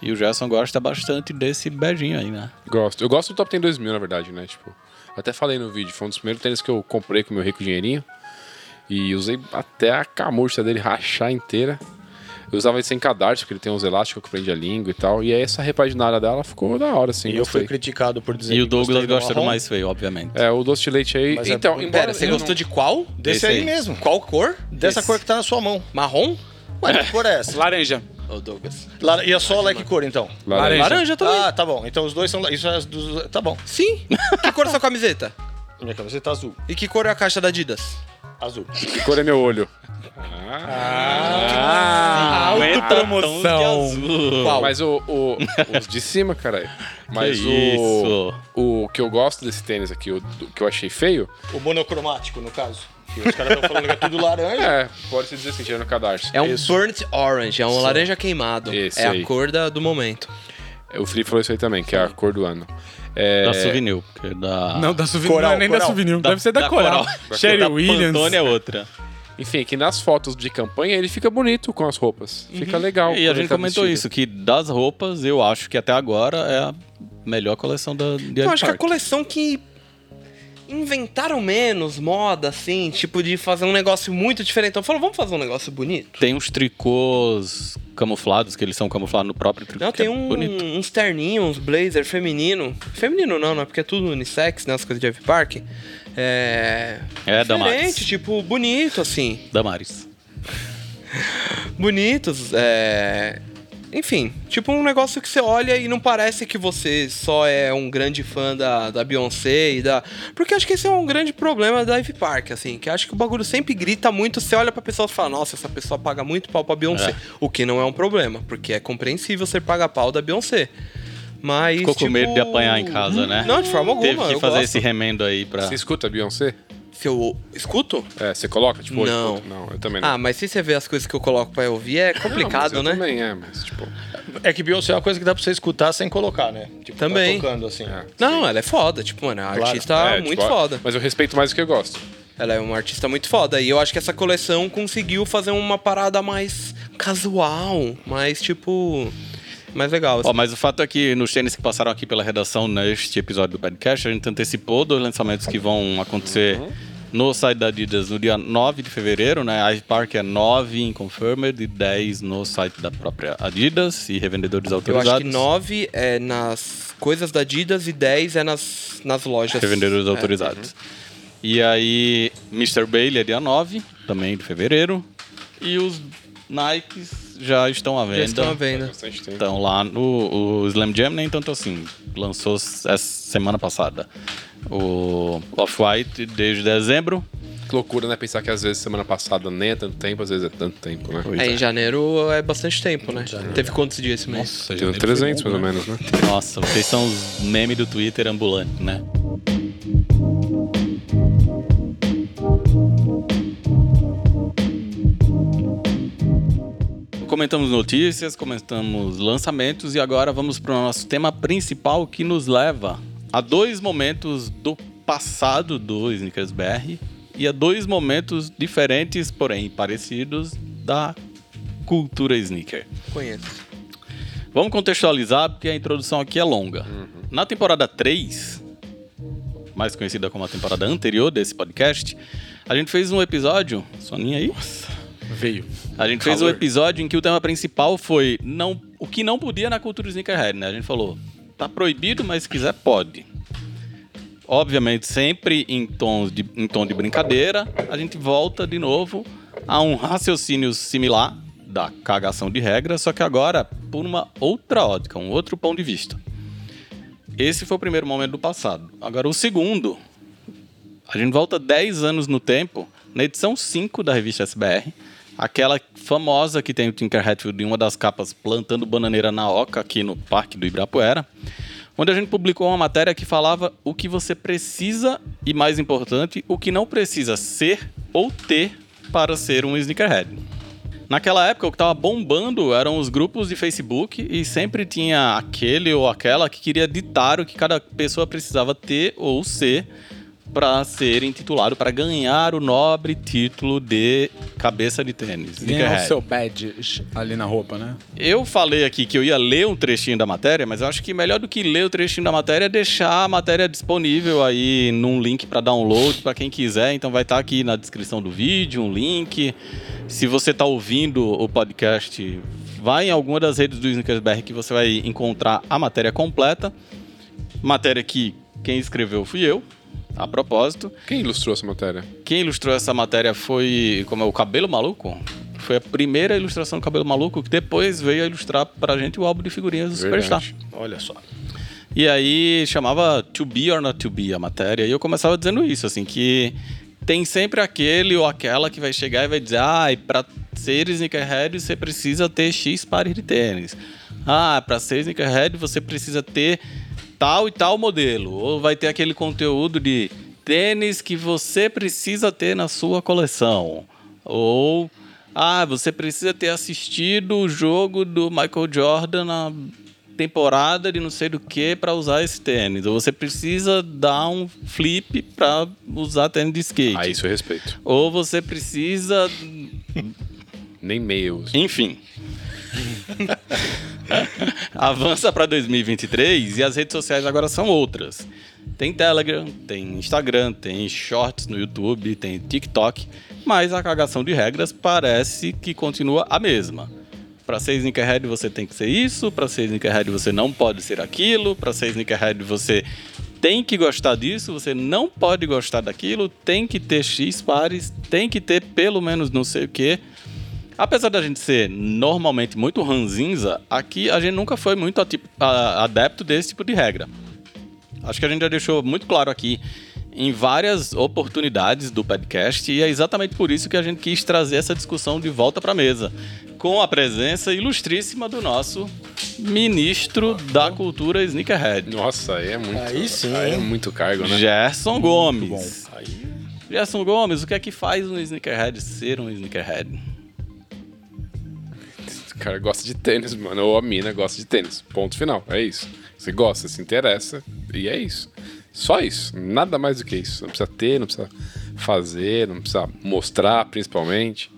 [SPEAKER 1] E o Gerson gosta bastante desse beijinho aí, né?
[SPEAKER 2] Gosto. Eu gosto do Top Ten 2000, na verdade, né? Tipo, até falei no vídeo, foi um dos primeiros tênis que eu comprei com meu rico dinheirinho. E usei até a camurça dele rachar inteira. Eu usava ele sem cadarço, porque ele tem uns elásticos que prende a língua e tal. E aí essa repaginada dela ficou da hora, assim.
[SPEAKER 4] E eu fui
[SPEAKER 2] gostei.
[SPEAKER 4] criticado por dizer
[SPEAKER 1] E
[SPEAKER 4] que
[SPEAKER 1] o Douglas
[SPEAKER 4] gostei do
[SPEAKER 1] gosta do
[SPEAKER 4] marrom.
[SPEAKER 1] mais feio, obviamente.
[SPEAKER 2] É, o doce de leite aí.
[SPEAKER 4] Mas é
[SPEAKER 2] então,
[SPEAKER 4] bom.
[SPEAKER 2] embora
[SPEAKER 5] Pera, você
[SPEAKER 2] eu não-
[SPEAKER 5] gostou de qual?
[SPEAKER 4] Desse
[SPEAKER 1] Esse
[SPEAKER 4] aí,
[SPEAKER 1] aí.
[SPEAKER 4] mesmo.
[SPEAKER 5] Qual cor?
[SPEAKER 4] Dessa
[SPEAKER 1] Desse.
[SPEAKER 4] cor que tá na sua mão.
[SPEAKER 5] Marrom?
[SPEAKER 4] Ué, que cor é essa?
[SPEAKER 3] Laranja.
[SPEAKER 5] Ô, Douglas.
[SPEAKER 4] Lá- E a sola é que cor, então?
[SPEAKER 2] Laranja.
[SPEAKER 5] Laranja também.
[SPEAKER 4] Ah, tá bom. Então os dois são... la- Isso é as dos... Tá bom.
[SPEAKER 5] Sim. que cor é sua camiseta?
[SPEAKER 4] Minha camiseta tá azul.
[SPEAKER 5] E que cor é a caixa da Adidas?
[SPEAKER 4] Azul.
[SPEAKER 2] Que cor é meu olho?
[SPEAKER 3] Ah, autopromoção.
[SPEAKER 5] Qual?
[SPEAKER 2] Mas o, o- os de cima, caralho. Mas o,
[SPEAKER 1] isso.
[SPEAKER 2] o que eu gosto desse tênis aqui, o do- que eu achei feio,
[SPEAKER 4] O monocromático, no caso. Que os caras estão falando que é tudo laranja.
[SPEAKER 2] é, pode se dizer assim, tirando o cadarço.
[SPEAKER 5] É um burnt orange, é um laranja queimado.
[SPEAKER 2] Esse
[SPEAKER 5] é
[SPEAKER 2] aí.
[SPEAKER 5] a cor da- do momento.
[SPEAKER 2] O Felipe falou isso aí também, que é a cor do ano. É,
[SPEAKER 1] Da Souvenir, porque da...
[SPEAKER 3] Não, da souvenir
[SPEAKER 4] Coral,
[SPEAKER 3] não é nem da
[SPEAKER 4] coral.
[SPEAKER 3] souvenir, deve ser da, Coral. Sherry
[SPEAKER 1] Da
[SPEAKER 3] Williams.
[SPEAKER 1] Pantone é outra.
[SPEAKER 2] Enfim, aqui nas fotos de campanha ele fica bonito com as roupas. Fica
[SPEAKER 5] Uhum.
[SPEAKER 1] E
[SPEAKER 2] legal.
[SPEAKER 1] a
[SPEAKER 2] quando
[SPEAKER 1] gente
[SPEAKER 2] ele tá
[SPEAKER 1] comentou
[SPEAKER 2] vestido.
[SPEAKER 1] isso, que das roupas, eu acho que até agora é a melhor coleção da de
[SPEAKER 5] Eu
[SPEAKER 1] Ivy
[SPEAKER 5] acho que a
[SPEAKER 1] Park.
[SPEAKER 5] coleção que inventaram menos moda, assim, tipo de fazer um negócio muito diferente. Então falou, vamos fazer um negócio bonito?
[SPEAKER 1] Tem uns tricôs camuflados, que eles são camuflados no próprio tricô.
[SPEAKER 5] Não,
[SPEAKER 1] que
[SPEAKER 5] tem
[SPEAKER 1] é
[SPEAKER 5] um,
[SPEAKER 1] bonito.
[SPEAKER 5] uns terninhos, uns blazer feminino. Feminino não, né? Porque é tudo unissex, né? As coisas de Ivy Park. É.
[SPEAKER 1] É, Damares.
[SPEAKER 5] Diferente, tipo, bonito, assim.
[SPEAKER 1] Damaris.
[SPEAKER 5] Bonitos, é. Enfim, tipo um negócio que você olha e não parece que você só é um grande fã da, da Beyoncé e da. Porque acho que esse é um grande problema da Ivy Park, assim, que acho que o bagulho sempre grita muito, você olha pra pessoa e fala, nossa, essa pessoa paga muito pau pra Beyoncé.
[SPEAKER 1] É.
[SPEAKER 5] O que não é um problema, porque é compreensível você pagar pau da Beyoncé. Mas.
[SPEAKER 1] Ficou
[SPEAKER 5] tipo,
[SPEAKER 1] com medo de apanhar em casa, né?
[SPEAKER 5] Não, de forma alguma.
[SPEAKER 1] Teve que
[SPEAKER 5] eu
[SPEAKER 1] fazer
[SPEAKER 5] gosto.
[SPEAKER 1] esse remendo aí pra...
[SPEAKER 2] Você escuta Beyoncé?
[SPEAKER 5] Se eu escuto?
[SPEAKER 2] É, você coloca, tipo, hoje,
[SPEAKER 5] Não.
[SPEAKER 2] puta, Não, eu também não.
[SPEAKER 5] Ah, mas se você vê as coisas que eu coloco pra ouvir,
[SPEAKER 2] Não,
[SPEAKER 5] é
[SPEAKER 2] mas
[SPEAKER 5] complicado,
[SPEAKER 2] eu
[SPEAKER 5] né?
[SPEAKER 2] Também é, mas tipo.
[SPEAKER 4] É que Beyoncé é uma coisa que dá pra você escutar sem colocar, né? Tipo, tá
[SPEAKER 5] Também.
[SPEAKER 4] tocando assim.
[SPEAKER 2] É.
[SPEAKER 5] Não, ela é foda, tipo, mano, a artista
[SPEAKER 2] É,
[SPEAKER 5] muito
[SPEAKER 2] tipo,
[SPEAKER 5] foda.
[SPEAKER 2] Mas eu respeito mais o que eu gosto.
[SPEAKER 5] Ela é uma artista muito foda. E eu acho que essa coleção conseguiu fazer uma parada mais casual, mais tipo. Mais legal. assim.
[SPEAKER 1] Ó, mas o fato é que nos tênis que passaram aqui pela redação neste episódio do podcast, a gente antecipou dois lançamentos que vão acontecer no site da Adidas no dia 9 de fevereiro, né? A Ice Park é 9 em Confirmed e 10 no site da própria Adidas e revendedores
[SPEAKER 5] eu
[SPEAKER 1] autorizados.
[SPEAKER 5] acho que 9 é nas coisas da Adidas e 10 é nas, nas lojas.
[SPEAKER 1] Revendedores
[SPEAKER 5] É. uhum.
[SPEAKER 1] autorizados. E aí, Mr. Bailey é dia 9, também de fevereiro. E os Nikes já estão à
[SPEAKER 5] Já
[SPEAKER 1] venda.
[SPEAKER 5] estão à venda.
[SPEAKER 2] Bastante tempo.
[SPEAKER 1] Então lá no o Slam Jam nem tanto assim. Lançou essa semana passada. O Off-White desde dezembro.
[SPEAKER 2] Que loucura, né? Pensar que às vezes semana passada nem é tanto tempo, às vezes é tanto tempo, né?
[SPEAKER 5] É, em janeiro é bastante tempo, né? Teve quantos dias esse mês?
[SPEAKER 2] Tem uns 300 mais ou menos, né?
[SPEAKER 1] Nossa, vocês são os memes do Twitter ambulante, né? Comentamos notícias, comentamos lançamentos e agora vamos para o nosso tema principal que nos leva a dois momentos do passado do Snickers BR e a dois momentos diferentes, porém parecidos, da cultura sneaker.
[SPEAKER 5] Conheço.
[SPEAKER 1] Vamos contextualizar, porque a introdução aqui é longa. Na temporada 3, mais conhecida como a temporada anterior desse podcast, a gente fez um episódio. Soninha aí?
[SPEAKER 3] Veio.
[SPEAKER 1] A gente fez um episódio em que o tema principal foi não, o que não podia na cultura sneakerhead, né? A gente falou, tá proibido, mas se quiser, pode. Obviamente, sempre em, tons de, em tom de brincadeira, a gente volta de novo a um raciocínio similar da cagação de regra, só que agora por uma outra ótica, um outro ponto de vista. Esse foi o primeiro momento do passado. Agora, o segundo, a gente volta 10 anos no tempo, na edição 5 da revista SBR. Aquela famosa que tem o Tinker Hatfield em uma das capas plantando bananeira na oca aqui no Parque do Ibirapuera. Onde a gente publicou uma matéria que falava o que você precisa e, mais importante, o que não precisa ser ou ter para ser um sneakerhead. Naquela época, o que tava bombando eram os grupos de Facebook e sempre tinha aquele ou aquela que queria ditar o que cada pessoa precisava ter ou ser para ser intitulado, para ganhar o nobre título de cabeça de tênis.
[SPEAKER 3] Ganhar
[SPEAKER 1] Sneakerhead.
[SPEAKER 3] o seu badge ali na roupa, né?
[SPEAKER 1] Eu falei aqui que eu ia ler um trechinho da matéria, mas eu acho que melhor do que ler o trechinho da matéria é deixar a matéria disponível aí num link para download para quem quiser. Então vai estar aqui na descrição do vídeo um link. Se você está ouvindo o podcast, vai em alguma das redes do Snickersberg que você vai encontrar a matéria completa. Matéria que quem escreveu fui eu, a propósito.
[SPEAKER 2] Quem ilustrou essa matéria?
[SPEAKER 1] Quem ilustrou essa matéria foi como é, o Cabelo Maluco. Foi a primeira ilustração do Cabelo Maluco que depois veio a ilustrar pra gente o álbum de figurinhas do Superstar.
[SPEAKER 2] Verdade.
[SPEAKER 4] Olha só.
[SPEAKER 1] E aí chamava To Be or Not To Be a matéria. E eu começava dizendo isso, assim, que tem sempre aquele ou aquela que vai chegar e vai dizer: ah, pra ser sneakerhead você precisa ter X pares de tênis. Ah, pra ser sneakerhead você precisa ter tal e tal modelo. Ou vai ter aquele conteúdo de tênis que você precisa ter na sua coleção. Ou. Ah, você precisa ter assistido o jogo do Michael Jordan na temporada de não sei do que para usar esse tênis. Ou você precisa dar um flip para usar tênis de skate.
[SPEAKER 2] Ah, isso eu respeito.
[SPEAKER 1] Ou você precisa.
[SPEAKER 2] Nem meus.
[SPEAKER 1] Enfim. Avança para 2023 e as redes sociais agora são outras. Tem Telegram, tem Instagram, tem Shorts no YouTube, tem TikTok, mas a cagação de regras parece que continua a mesma. Pra ser sneakerhead você tem que ser isso, pra ser sneakerhead você não pode ser aquilo, pra ser sneakerhead você tem que gostar disso, você não pode gostar daquilo, tem que ter X pares, tem que ter pelo menos não sei o quê. Apesar da gente ser normalmente muito ranzinza, aqui a gente nunca foi muito ati- a- adepto desse tipo de regra. Acho que a gente já deixou muito claro aqui em várias oportunidades do podcast e é exatamente por isso que a gente quis trazer essa discussão de volta para a mesa, com a presença ilustríssima do nosso ministro da cultura sneakerhead,
[SPEAKER 2] Nossa, aí é muito.
[SPEAKER 4] Aí sim,
[SPEAKER 2] Aí é
[SPEAKER 4] hein?
[SPEAKER 2] muito cargo, né?
[SPEAKER 1] Gerson Gomes.
[SPEAKER 4] Aí
[SPEAKER 1] Gerson Gomes, o que é que faz um sneakerhead ser um sneakerhead?
[SPEAKER 2] O cara gosta de tênis, mano. Ou a mina gosta de tênis. Ponto final. É isso. Você gosta, se interessa. E é isso. Só isso. Nada mais do que isso. Não precisa ter, não precisa fazer, não precisa mostrar, principalmente.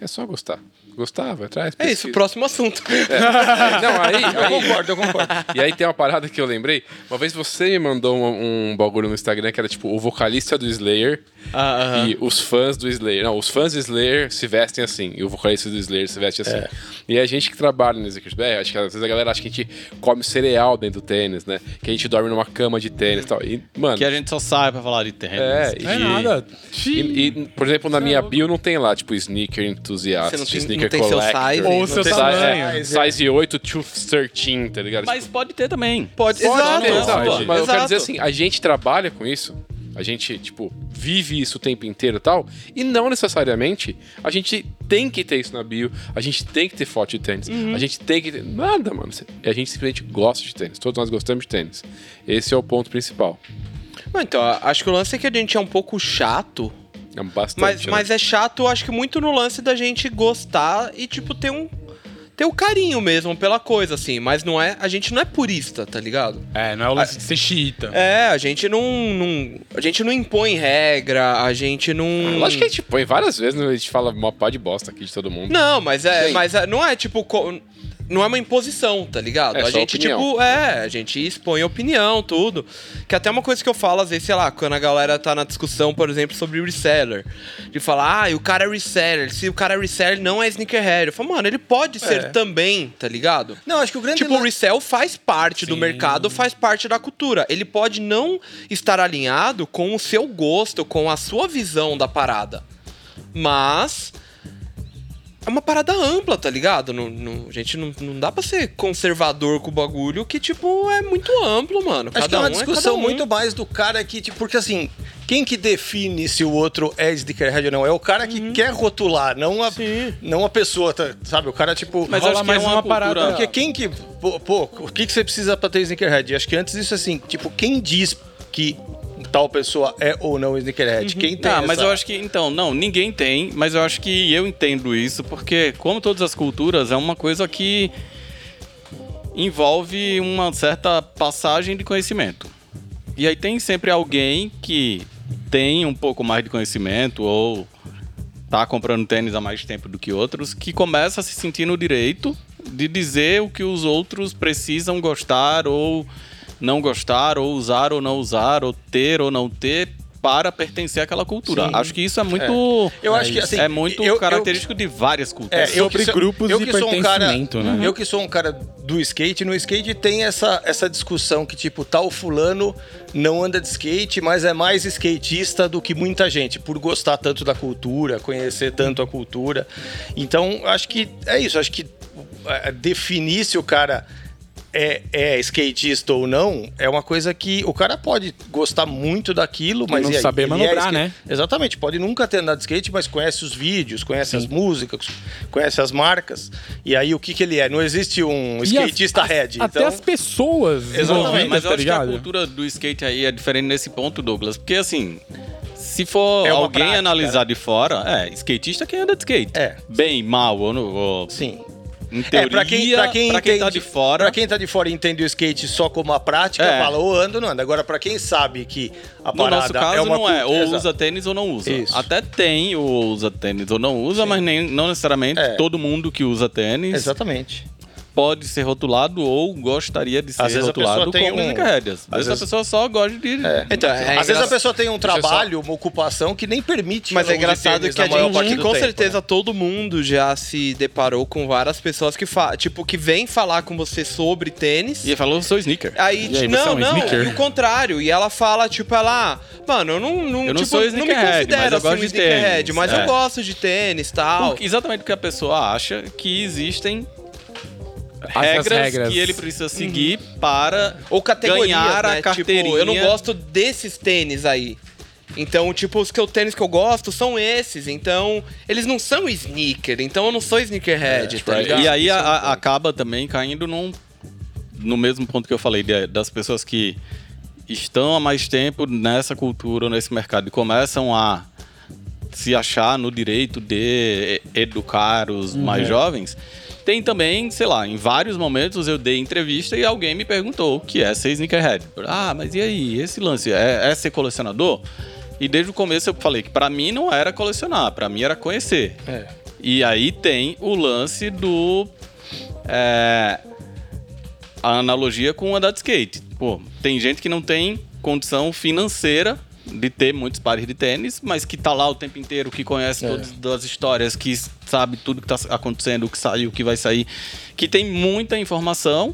[SPEAKER 2] É só gostar. Gostar, vai atrás.
[SPEAKER 5] É isso,
[SPEAKER 2] pesquisa.
[SPEAKER 5] próximo assunto.
[SPEAKER 2] É,
[SPEAKER 5] É,
[SPEAKER 2] Não, aí, aí-
[SPEAKER 4] Eu concordo, eu concordo.
[SPEAKER 2] E aí tem uma parada que eu lembrei. Uma vez você me mandou um, um bagulho no Instagram que era tipo o vocalista do Slayer
[SPEAKER 5] Ah,
[SPEAKER 2] e os fãs do Slayer. Não, os fãs do Slayer se vestem assim e o vocalista do Slayer se veste
[SPEAKER 5] É.
[SPEAKER 2] assim. E a gente que trabalha no Executive BR, acho que às vezes a galera acha que a gente come cereal dentro do tênis, né? Que a gente dorme numa cama de tênis e tal. E, mano.
[SPEAKER 1] Que
[SPEAKER 5] é
[SPEAKER 1] a gente só sai pra falar de tênis.
[SPEAKER 2] É,
[SPEAKER 3] Não é
[SPEAKER 2] e-
[SPEAKER 3] nada.
[SPEAKER 2] E, e, por exemplo, na minha bio não tem lá, tipo, sneaker entusiasta,
[SPEAKER 5] é Você não tem-
[SPEAKER 2] sneaker
[SPEAKER 5] não tem seu
[SPEAKER 2] collector.
[SPEAKER 5] size,
[SPEAKER 3] Ou
[SPEAKER 5] não
[SPEAKER 3] seu
[SPEAKER 2] Size-
[SPEAKER 3] tamanho.
[SPEAKER 2] é, size 8 to 13, tá ligado?
[SPEAKER 1] Mas pode ter também.
[SPEAKER 5] Pode,
[SPEAKER 2] Pode,
[SPEAKER 5] exato.
[SPEAKER 2] não,
[SPEAKER 1] exato,
[SPEAKER 2] pode. Mas eu quero
[SPEAKER 5] exato.
[SPEAKER 2] dizer assim, a gente trabalha com isso, a gente, tipo, vive isso o tempo inteiro e tal, e não necessariamente a gente tem que ter isso na bio, a gente tem que ter foto de tênis,
[SPEAKER 5] Uhum.
[SPEAKER 2] a gente tem que ter... Nada, mano. A gente simplesmente gosta de tênis, todos nós gostamos de tênis. Esse é o ponto principal.
[SPEAKER 5] Não, então, acho que o lance é que a gente é um pouco chato.
[SPEAKER 2] É bastante,
[SPEAKER 5] Mas,
[SPEAKER 2] né?
[SPEAKER 5] mas é chato, eu acho que muito no lance da gente gostar e, tipo, ter um. Ter o carinho mesmo pela coisa, assim. Mas não é. A gente não é purista, tá ligado?
[SPEAKER 3] É, não é o lance de ser xiita.
[SPEAKER 5] É, a gente não. não- a gente não impõe regra, a gente não.
[SPEAKER 2] Lógico que a gente põe várias vezes, né? a gente fala uma pá de bosta aqui de todo mundo.
[SPEAKER 5] Não, mas é,
[SPEAKER 2] Sim.
[SPEAKER 5] mas é- não é tipo. co- Não é uma imposição, tá ligado?
[SPEAKER 2] É
[SPEAKER 5] a
[SPEAKER 2] só
[SPEAKER 5] gente,
[SPEAKER 2] opinião.
[SPEAKER 5] tipo, é, a gente expõe opinião, tudo. Que é até uma coisa que eu falo, às vezes, sei lá, quando a galera tá na discussão, por exemplo, sobre reseller. De falar, ah, e o cara é reseller. Se o cara é reseller, não é sneakerhead. Eu falo, mano, ele pode
[SPEAKER 2] É.
[SPEAKER 5] ser também, tá ligado?
[SPEAKER 4] Não, acho que o grande
[SPEAKER 5] Tipo, o resell faz parte do mercado, faz parte da cultura. Ele pode não estar alinhado com o seu gosto, com a sua visão da parada. Mas. É uma parada ampla, tá ligado? Não, não- gente, não, não dá pra ser conservador com o bagulho que, tipo, é muito amplo, mano. Cada
[SPEAKER 4] Acho que é uma
[SPEAKER 5] um cada
[SPEAKER 4] discussão
[SPEAKER 5] um.
[SPEAKER 4] muito mais do cara que, tipo, porque assim, quem que define se o outro é sneakerhead ou não? É o cara que quer rotular, não a, não a pessoa, tá- sabe? O cara, tipo.
[SPEAKER 3] Mas
[SPEAKER 1] Rola
[SPEAKER 3] acho que é
[SPEAKER 1] mais
[SPEAKER 3] uma,
[SPEAKER 1] uma cultura-
[SPEAKER 3] parada...
[SPEAKER 4] Porque quem que. Pô, pô, o que, que você precisa pra ter sneakerhead? Acho que antes disso, assim, tipo, quem diz que tal pessoa é ou não sneakerhead? Quem tem
[SPEAKER 1] Tá, mas
[SPEAKER 4] essa-
[SPEAKER 1] eu acho que, então, não, ninguém tem, mas eu acho que eu entendo isso, porque, como todas as culturas, é uma coisa que envolve uma certa passagem de conhecimento. E aí tem sempre alguém que tem um pouco mais de conhecimento ou tá comprando tênis há mais tempo do que outros, que começa a se sentir no direito de dizer o que os outros precisam gostar ou não gostar, ou usar ou não usar, ou ter ou não ter para pertencer àquela cultura.
[SPEAKER 4] Sim.
[SPEAKER 1] Acho que isso é muito
[SPEAKER 4] Eu acho que, assim,
[SPEAKER 1] é muito
[SPEAKER 4] eu- eu-
[SPEAKER 1] característico de várias culturas.
[SPEAKER 4] É, eu que
[SPEAKER 3] Sobre
[SPEAKER 4] sou-
[SPEAKER 3] grupos
[SPEAKER 4] eu
[SPEAKER 3] e
[SPEAKER 4] que sou um cara,
[SPEAKER 3] pertencimento, né?
[SPEAKER 4] Eu que sou um cara do skate, no skate tem essa, essa discussão que, tipo, tal fulano não anda de skate, mas é mais skatista do que muita gente, por gostar tanto da cultura, conhecer tanto a cultura. Então, acho que é isso, acho que eh, definir se o cara é, é skatista ou não é uma coisa que o cara pode gostar muito daquilo, mas
[SPEAKER 3] não
[SPEAKER 4] e aí?
[SPEAKER 3] saber
[SPEAKER 4] Ele é
[SPEAKER 3] manobrar,
[SPEAKER 4] skate-
[SPEAKER 3] né?
[SPEAKER 4] Exatamente, pode nunca ter andado de skate, mas conhece os vídeos, conhece as músicas, conhece as marcas. E aí o que, que ele é? Não existe um
[SPEAKER 3] E as-
[SPEAKER 4] skatista
[SPEAKER 3] as-
[SPEAKER 4] head.
[SPEAKER 3] Até
[SPEAKER 4] então,
[SPEAKER 3] as pessoas
[SPEAKER 4] Exatamente,
[SPEAKER 1] Exatamente,
[SPEAKER 3] envolvidas,
[SPEAKER 1] mas eu
[SPEAKER 3] tá
[SPEAKER 1] acho que é a
[SPEAKER 3] ligado?
[SPEAKER 1] cultura do skate aí é diferente nesse ponto, Douglas. Porque assim, se for
[SPEAKER 4] É uma
[SPEAKER 1] alguém
[SPEAKER 4] prática,
[SPEAKER 1] analisar de fora, é, skatista é quem anda de skate.
[SPEAKER 4] É.
[SPEAKER 1] Bem, mal, ou, no- ou
[SPEAKER 4] sim.
[SPEAKER 1] em teoria,
[SPEAKER 4] é, pra quem, pra quem,
[SPEAKER 1] tá
[SPEAKER 4] entende-
[SPEAKER 1] de fora,
[SPEAKER 4] Pra quem tá de fora e entende o skate só como a prática,
[SPEAKER 1] É.
[SPEAKER 4] fala ou ando ou não anda. Agora, pra quem sabe que a
[SPEAKER 1] no
[SPEAKER 4] parada
[SPEAKER 1] nosso caso
[SPEAKER 4] é uma
[SPEAKER 1] não é,
[SPEAKER 4] cultura-
[SPEAKER 1] ou
[SPEAKER 4] Exato.
[SPEAKER 1] usa tênis ou não usa.
[SPEAKER 4] Isso.
[SPEAKER 1] Até tem o usa tênis ou não usa, mas nem, não necessariamente
[SPEAKER 4] É.
[SPEAKER 1] todo mundo que usa tênis
[SPEAKER 4] Exatamente.
[SPEAKER 1] pode ser rotulado ou gostaria de ser
[SPEAKER 4] vezes a pessoa
[SPEAKER 1] rotulado
[SPEAKER 4] tem
[SPEAKER 1] como
[SPEAKER 4] um-
[SPEAKER 1] sneakerhead. Às,
[SPEAKER 4] às
[SPEAKER 1] vezes a
[SPEAKER 4] vezes-
[SPEAKER 1] pessoa só gosta de...
[SPEAKER 5] Então, é
[SPEAKER 4] Às vezes a
[SPEAKER 5] engraçado-
[SPEAKER 4] pessoa tem um
[SPEAKER 2] eu só-
[SPEAKER 4] trabalho, uma ocupação que nem permite.
[SPEAKER 5] Mas
[SPEAKER 4] ela
[SPEAKER 5] é
[SPEAKER 4] use
[SPEAKER 5] engraçado
[SPEAKER 4] tênis
[SPEAKER 5] que a
[SPEAKER 4] na maior parte
[SPEAKER 5] gente,
[SPEAKER 4] do
[SPEAKER 5] com
[SPEAKER 4] tempo,
[SPEAKER 5] certeza, todo mundo já se deparou com várias pessoas que, fa tipo, que vêm falar com você sobre tênis.
[SPEAKER 1] E ele falou, sou sneaker.
[SPEAKER 3] E
[SPEAKER 5] Aí,
[SPEAKER 3] aí,
[SPEAKER 5] ti-
[SPEAKER 3] você é
[SPEAKER 5] não,
[SPEAKER 3] um
[SPEAKER 5] não,
[SPEAKER 3] sneaker?
[SPEAKER 5] e o contrário. E ela fala, tipo, ela, mano, eu não, não,
[SPEAKER 1] Eu não
[SPEAKER 5] tipo,
[SPEAKER 1] sou
[SPEAKER 5] não me
[SPEAKER 1] sneakerhead, mas eu
[SPEAKER 5] considero assim
[SPEAKER 1] gosto
[SPEAKER 5] um
[SPEAKER 1] de
[SPEAKER 5] sneakerhead,
[SPEAKER 1] tênis,
[SPEAKER 5] mas
[SPEAKER 1] é.
[SPEAKER 5] eu gosto de tênis e tal.
[SPEAKER 1] Porque- exatamente porque a pessoa acha que existem
[SPEAKER 3] As
[SPEAKER 1] regras,
[SPEAKER 3] regras. Uhum.
[SPEAKER 1] que ele precisa seguir para
[SPEAKER 5] Ou categorias,
[SPEAKER 1] ganhar a
[SPEAKER 5] né? Tipo,
[SPEAKER 1] carteirinha.
[SPEAKER 5] eu não gosto desses tênis aí. Então, tipo, os que eu, tênis que eu gosto são esses. Então, eles não são sneaker. Então, eu não sou sneakerhead, tá ligado?
[SPEAKER 1] Tipo, E É, aí a- a- acaba também caindo num, no mesmo ponto que eu falei de- das pessoas que estão há mais tempo nessa cultura, nesse mercado e começam a se achar no direito de e- educar os
[SPEAKER 5] Uhum.
[SPEAKER 1] mais jovens. Tem também, sei lá, em vários momentos eu dei entrevista e alguém me perguntou o que é ser sneakerhead. Ah, mas e aí? Esse lance é, é ser colecionador? E desde o começo eu falei que pra mim não era colecionar, pra mim era conhecer.
[SPEAKER 4] É.
[SPEAKER 1] E aí tem o lance do. é, a analogia com andar de skate. Pô, tem gente que não tem condição financeira de ter muitos pares de tênis, mas que tá lá o tempo inteiro, que conhece
[SPEAKER 3] É.
[SPEAKER 1] todas as histórias, que sabe tudo que tá acontecendo, o que saiu, o que vai sair, que tem muita informação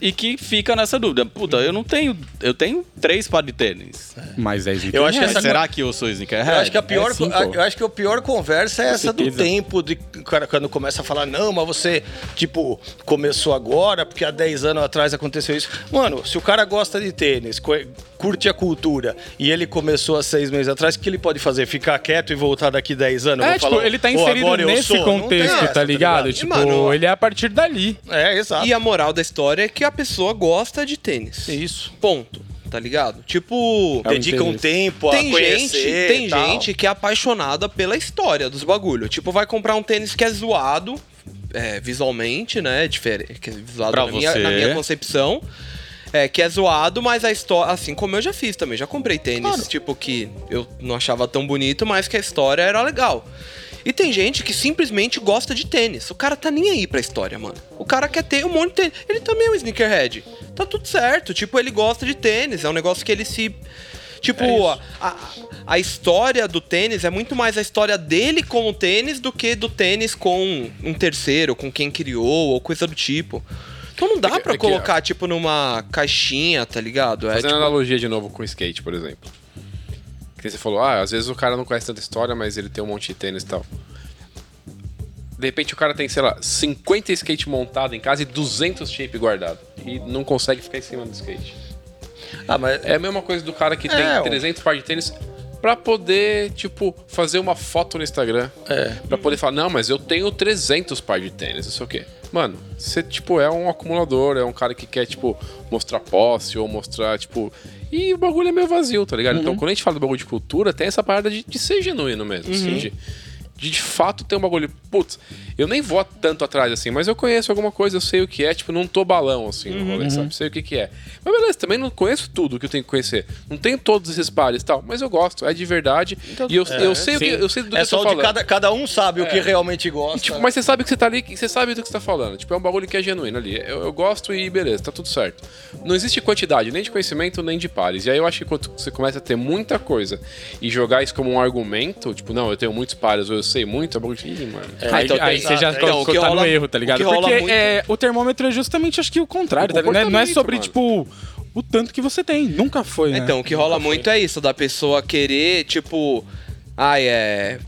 [SPEAKER 1] e que fica nessa dúvida. Puta, eu não tenho. Eu tenho três pares de tênis.
[SPEAKER 3] Mas é isso.
[SPEAKER 4] Eu acho que
[SPEAKER 1] Mas
[SPEAKER 4] essa
[SPEAKER 1] será que eu sou sneakerhead?
[SPEAKER 4] Eu acho que a pior,
[SPEAKER 3] é assim,
[SPEAKER 4] a-
[SPEAKER 3] pô.
[SPEAKER 4] eu acho que a pior conversa é essa do
[SPEAKER 3] certeza.
[SPEAKER 4] tempo de cara quando começa a falar não, mas você tipo começou agora porque há 10 anos atrás aconteceu isso. Mano, se o cara gosta de tênis, co- curte a cultura e ele começou há seis meses atrás, o que ele pode fazer? Ficar quieto e voltar daqui 10 anos?
[SPEAKER 3] É,
[SPEAKER 4] Vou
[SPEAKER 3] tipo,
[SPEAKER 4] falar,
[SPEAKER 3] ele tá
[SPEAKER 4] "Ô,
[SPEAKER 3] inserido
[SPEAKER 4] agora eu
[SPEAKER 3] nesse
[SPEAKER 4] sou." Não tem
[SPEAKER 3] contexto,
[SPEAKER 4] essa,
[SPEAKER 3] tá ligado? Tipo,
[SPEAKER 5] mano,
[SPEAKER 3] ele é a partir dali.
[SPEAKER 4] É,
[SPEAKER 1] tá.
[SPEAKER 4] exato.
[SPEAKER 5] E a moral da história é que a pessoa gosta de
[SPEAKER 1] É
[SPEAKER 5] tênis.
[SPEAKER 4] Isso.
[SPEAKER 5] Ponto. Tá ligado? Tipo.
[SPEAKER 3] É o
[SPEAKER 4] Dedica um
[SPEAKER 3] interesse.
[SPEAKER 4] tempo a
[SPEAKER 5] Tem gente,
[SPEAKER 4] conhecer e
[SPEAKER 5] tem
[SPEAKER 4] tal.
[SPEAKER 5] gente que é apaixonada pela história dos bagulho. Tipo, vai comprar um tênis que é zoado é, visualmente, né? É diferente, que é zoado
[SPEAKER 1] Pra
[SPEAKER 5] na minha,
[SPEAKER 1] você.
[SPEAKER 5] na minha concepção. É, que é zoado, mas a história. Assim como eu já fiz também, já comprei tênis, tipo, que eu não achava tão bonito, mas que a história era legal. E tem gente que simplesmente gosta de tênis. O cara tá nem aí pra história, mano. O cara quer ter um monte de tênis. Ele também é um sneakerhead. Tá tudo certo. Tipo, ele gosta de tênis. É um negócio que ele se. Tipo, a, a, a história do tênis é muito mais a história dele com o tênis do que do tênis com um terceiro, com quem criou, ou coisa do tipo. Então não dá
[SPEAKER 2] que-
[SPEAKER 5] pra
[SPEAKER 2] é que-
[SPEAKER 5] colocar, tipo, numa caixinha, tá ligado? É,
[SPEAKER 2] Fazendo
[SPEAKER 5] tipo,
[SPEAKER 2] analogia de novo com o skate, por exemplo. Que você falou, ah, às vezes o cara não conhece tanta história, mas ele tem um monte de tênis e tal. De repente o cara tem, sei lá, 50 skate montado em casa e 200 shape guardado. E não consegue ficar em cima do skate.
[SPEAKER 4] Ah, mas
[SPEAKER 2] É a mesma coisa do cara que
[SPEAKER 4] É,
[SPEAKER 2] tem
[SPEAKER 4] ó.
[SPEAKER 2] 300 par de tênis pra poder, tipo, fazer uma foto no Instagram.
[SPEAKER 4] É.
[SPEAKER 2] Pra poder falar, não, mas eu tenho 300 par de tênis, não sei o quê. Mano, você, tipo, é um acumulador, é um cara que quer, tipo, mostrar posse ou mostrar, tipo... E o bagulho é meio vazio, tá ligado?
[SPEAKER 4] Uhum.
[SPEAKER 2] Então, quando a gente fala do bagulho de cultura, tem essa parada de, de ser genuíno mesmo, assim,
[SPEAKER 4] Uhum.
[SPEAKER 2] de... De, de fato ter um bagulho. Putz, eu nem vou tanto atrás assim, mas eu conheço alguma coisa, eu sei o que é, tipo, não tô balão assim no rolê, sabe? Sei o que, que é. Mas beleza, também não conheço tudo que eu tenho que conhecer. Não tenho todos esses pares e tal, mas eu gosto, é de verdade. e eu, eu sei o que eu sei do que
[SPEAKER 4] é
[SPEAKER 2] eu tô
[SPEAKER 4] só o de
[SPEAKER 2] falando.
[SPEAKER 4] cada, cada um sabe
[SPEAKER 3] É.
[SPEAKER 4] o que realmente gosta.
[SPEAKER 2] Tipo,
[SPEAKER 4] né?
[SPEAKER 2] mas você sabe que você tá ali, que você sabe do que você tá falando. Tipo, é um bagulho que é genuíno ali. Eu, eu gosto e beleza, tá tudo certo. Não existe quantidade, nem de conhecimento, nem de pares. E aí eu acho que quando você começa a ter muita coisa e jogar isso como um argumento, tipo, não, eu tenho muitos pares, ou eu sei muito, é um bagulho que. Ih, mano.
[SPEAKER 3] aí,
[SPEAKER 5] então
[SPEAKER 3] aí
[SPEAKER 5] tem-
[SPEAKER 3] você já
[SPEAKER 5] ah, então, o que
[SPEAKER 3] tá no
[SPEAKER 5] rola-
[SPEAKER 3] erro, tá
[SPEAKER 5] o que
[SPEAKER 3] ligado?
[SPEAKER 5] rola
[SPEAKER 3] Porque
[SPEAKER 5] muito-
[SPEAKER 3] é, o termômetro é justamente, acho que o contrário, tá ligado? Não é
[SPEAKER 2] comportamento,
[SPEAKER 3] sobre,
[SPEAKER 2] mano.
[SPEAKER 3] tipo, o tanto que você tem. Nunca foi, né?
[SPEAKER 5] Então, o que rola muito é isso, da pessoa querer, tipo, ai, é.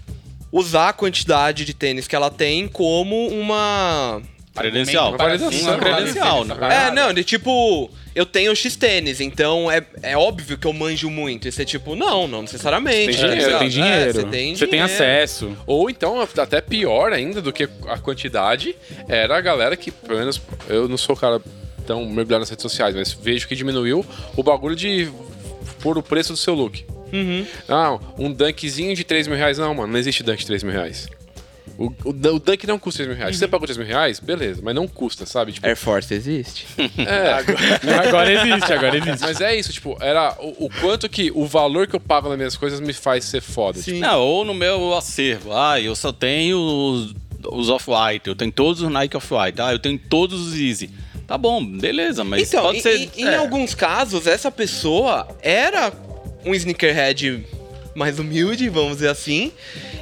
[SPEAKER 5] Usar a quantidade de tênis que ela tem como uma.
[SPEAKER 1] Credencial.
[SPEAKER 2] Validação,
[SPEAKER 1] Uma credencial, né?
[SPEAKER 5] É, não, de tipo, eu tenho X tênis, então é, é óbvio que eu manjo muito. E você, tipo, não, não necessariamente.
[SPEAKER 2] Você tem
[SPEAKER 3] Você
[SPEAKER 2] dinheiro,
[SPEAKER 5] tá ligado?
[SPEAKER 3] tem dinheiro.
[SPEAKER 5] É, você tem
[SPEAKER 3] Você tem
[SPEAKER 5] dinheiro.
[SPEAKER 3] acesso.
[SPEAKER 2] Ou então, até pior ainda do que a quantidade, era a galera que, pelo menos, eu não sou o cara tão mergulhado nas redes sociais, mas vejo que diminuiu o bagulho de pôr o preço do seu look.
[SPEAKER 1] Uhum.
[SPEAKER 2] Ah, um dunkzinho de 3 mil reais. Não, mano, não existe dunk de 3 mil reais. O, o, dun- o dunk não custa 3 mil reais. Se você
[SPEAKER 1] Uhum.
[SPEAKER 2] pagou 3 mil reais, beleza, mas não custa, sabe? Tipo, é.
[SPEAKER 5] Air Force existe.
[SPEAKER 1] É.
[SPEAKER 3] Agora existe, agora existe.
[SPEAKER 2] Mas é isso, tipo, era o, o quanto que o valor que eu pago nas minhas coisas me faz ser foda. Tipo,
[SPEAKER 1] Não, ou no meu acervo. Ah, eu só tenho os, os Off-White, eu tenho todos os Nike Off-White, ah, eu tenho todos os Easy. Tá bom, beleza, mas
[SPEAKER 5] então,
[SPEAKER 1] pode
[SPEAKER 5] em-
[SPEAKER 1] ser.
[SPEAKER 5] em, em
[SPEAKER 1] é.
[SPEAKER 5] alguns casos, essa pessoa era um sneakerhead mais humilde, vamos dizer assim.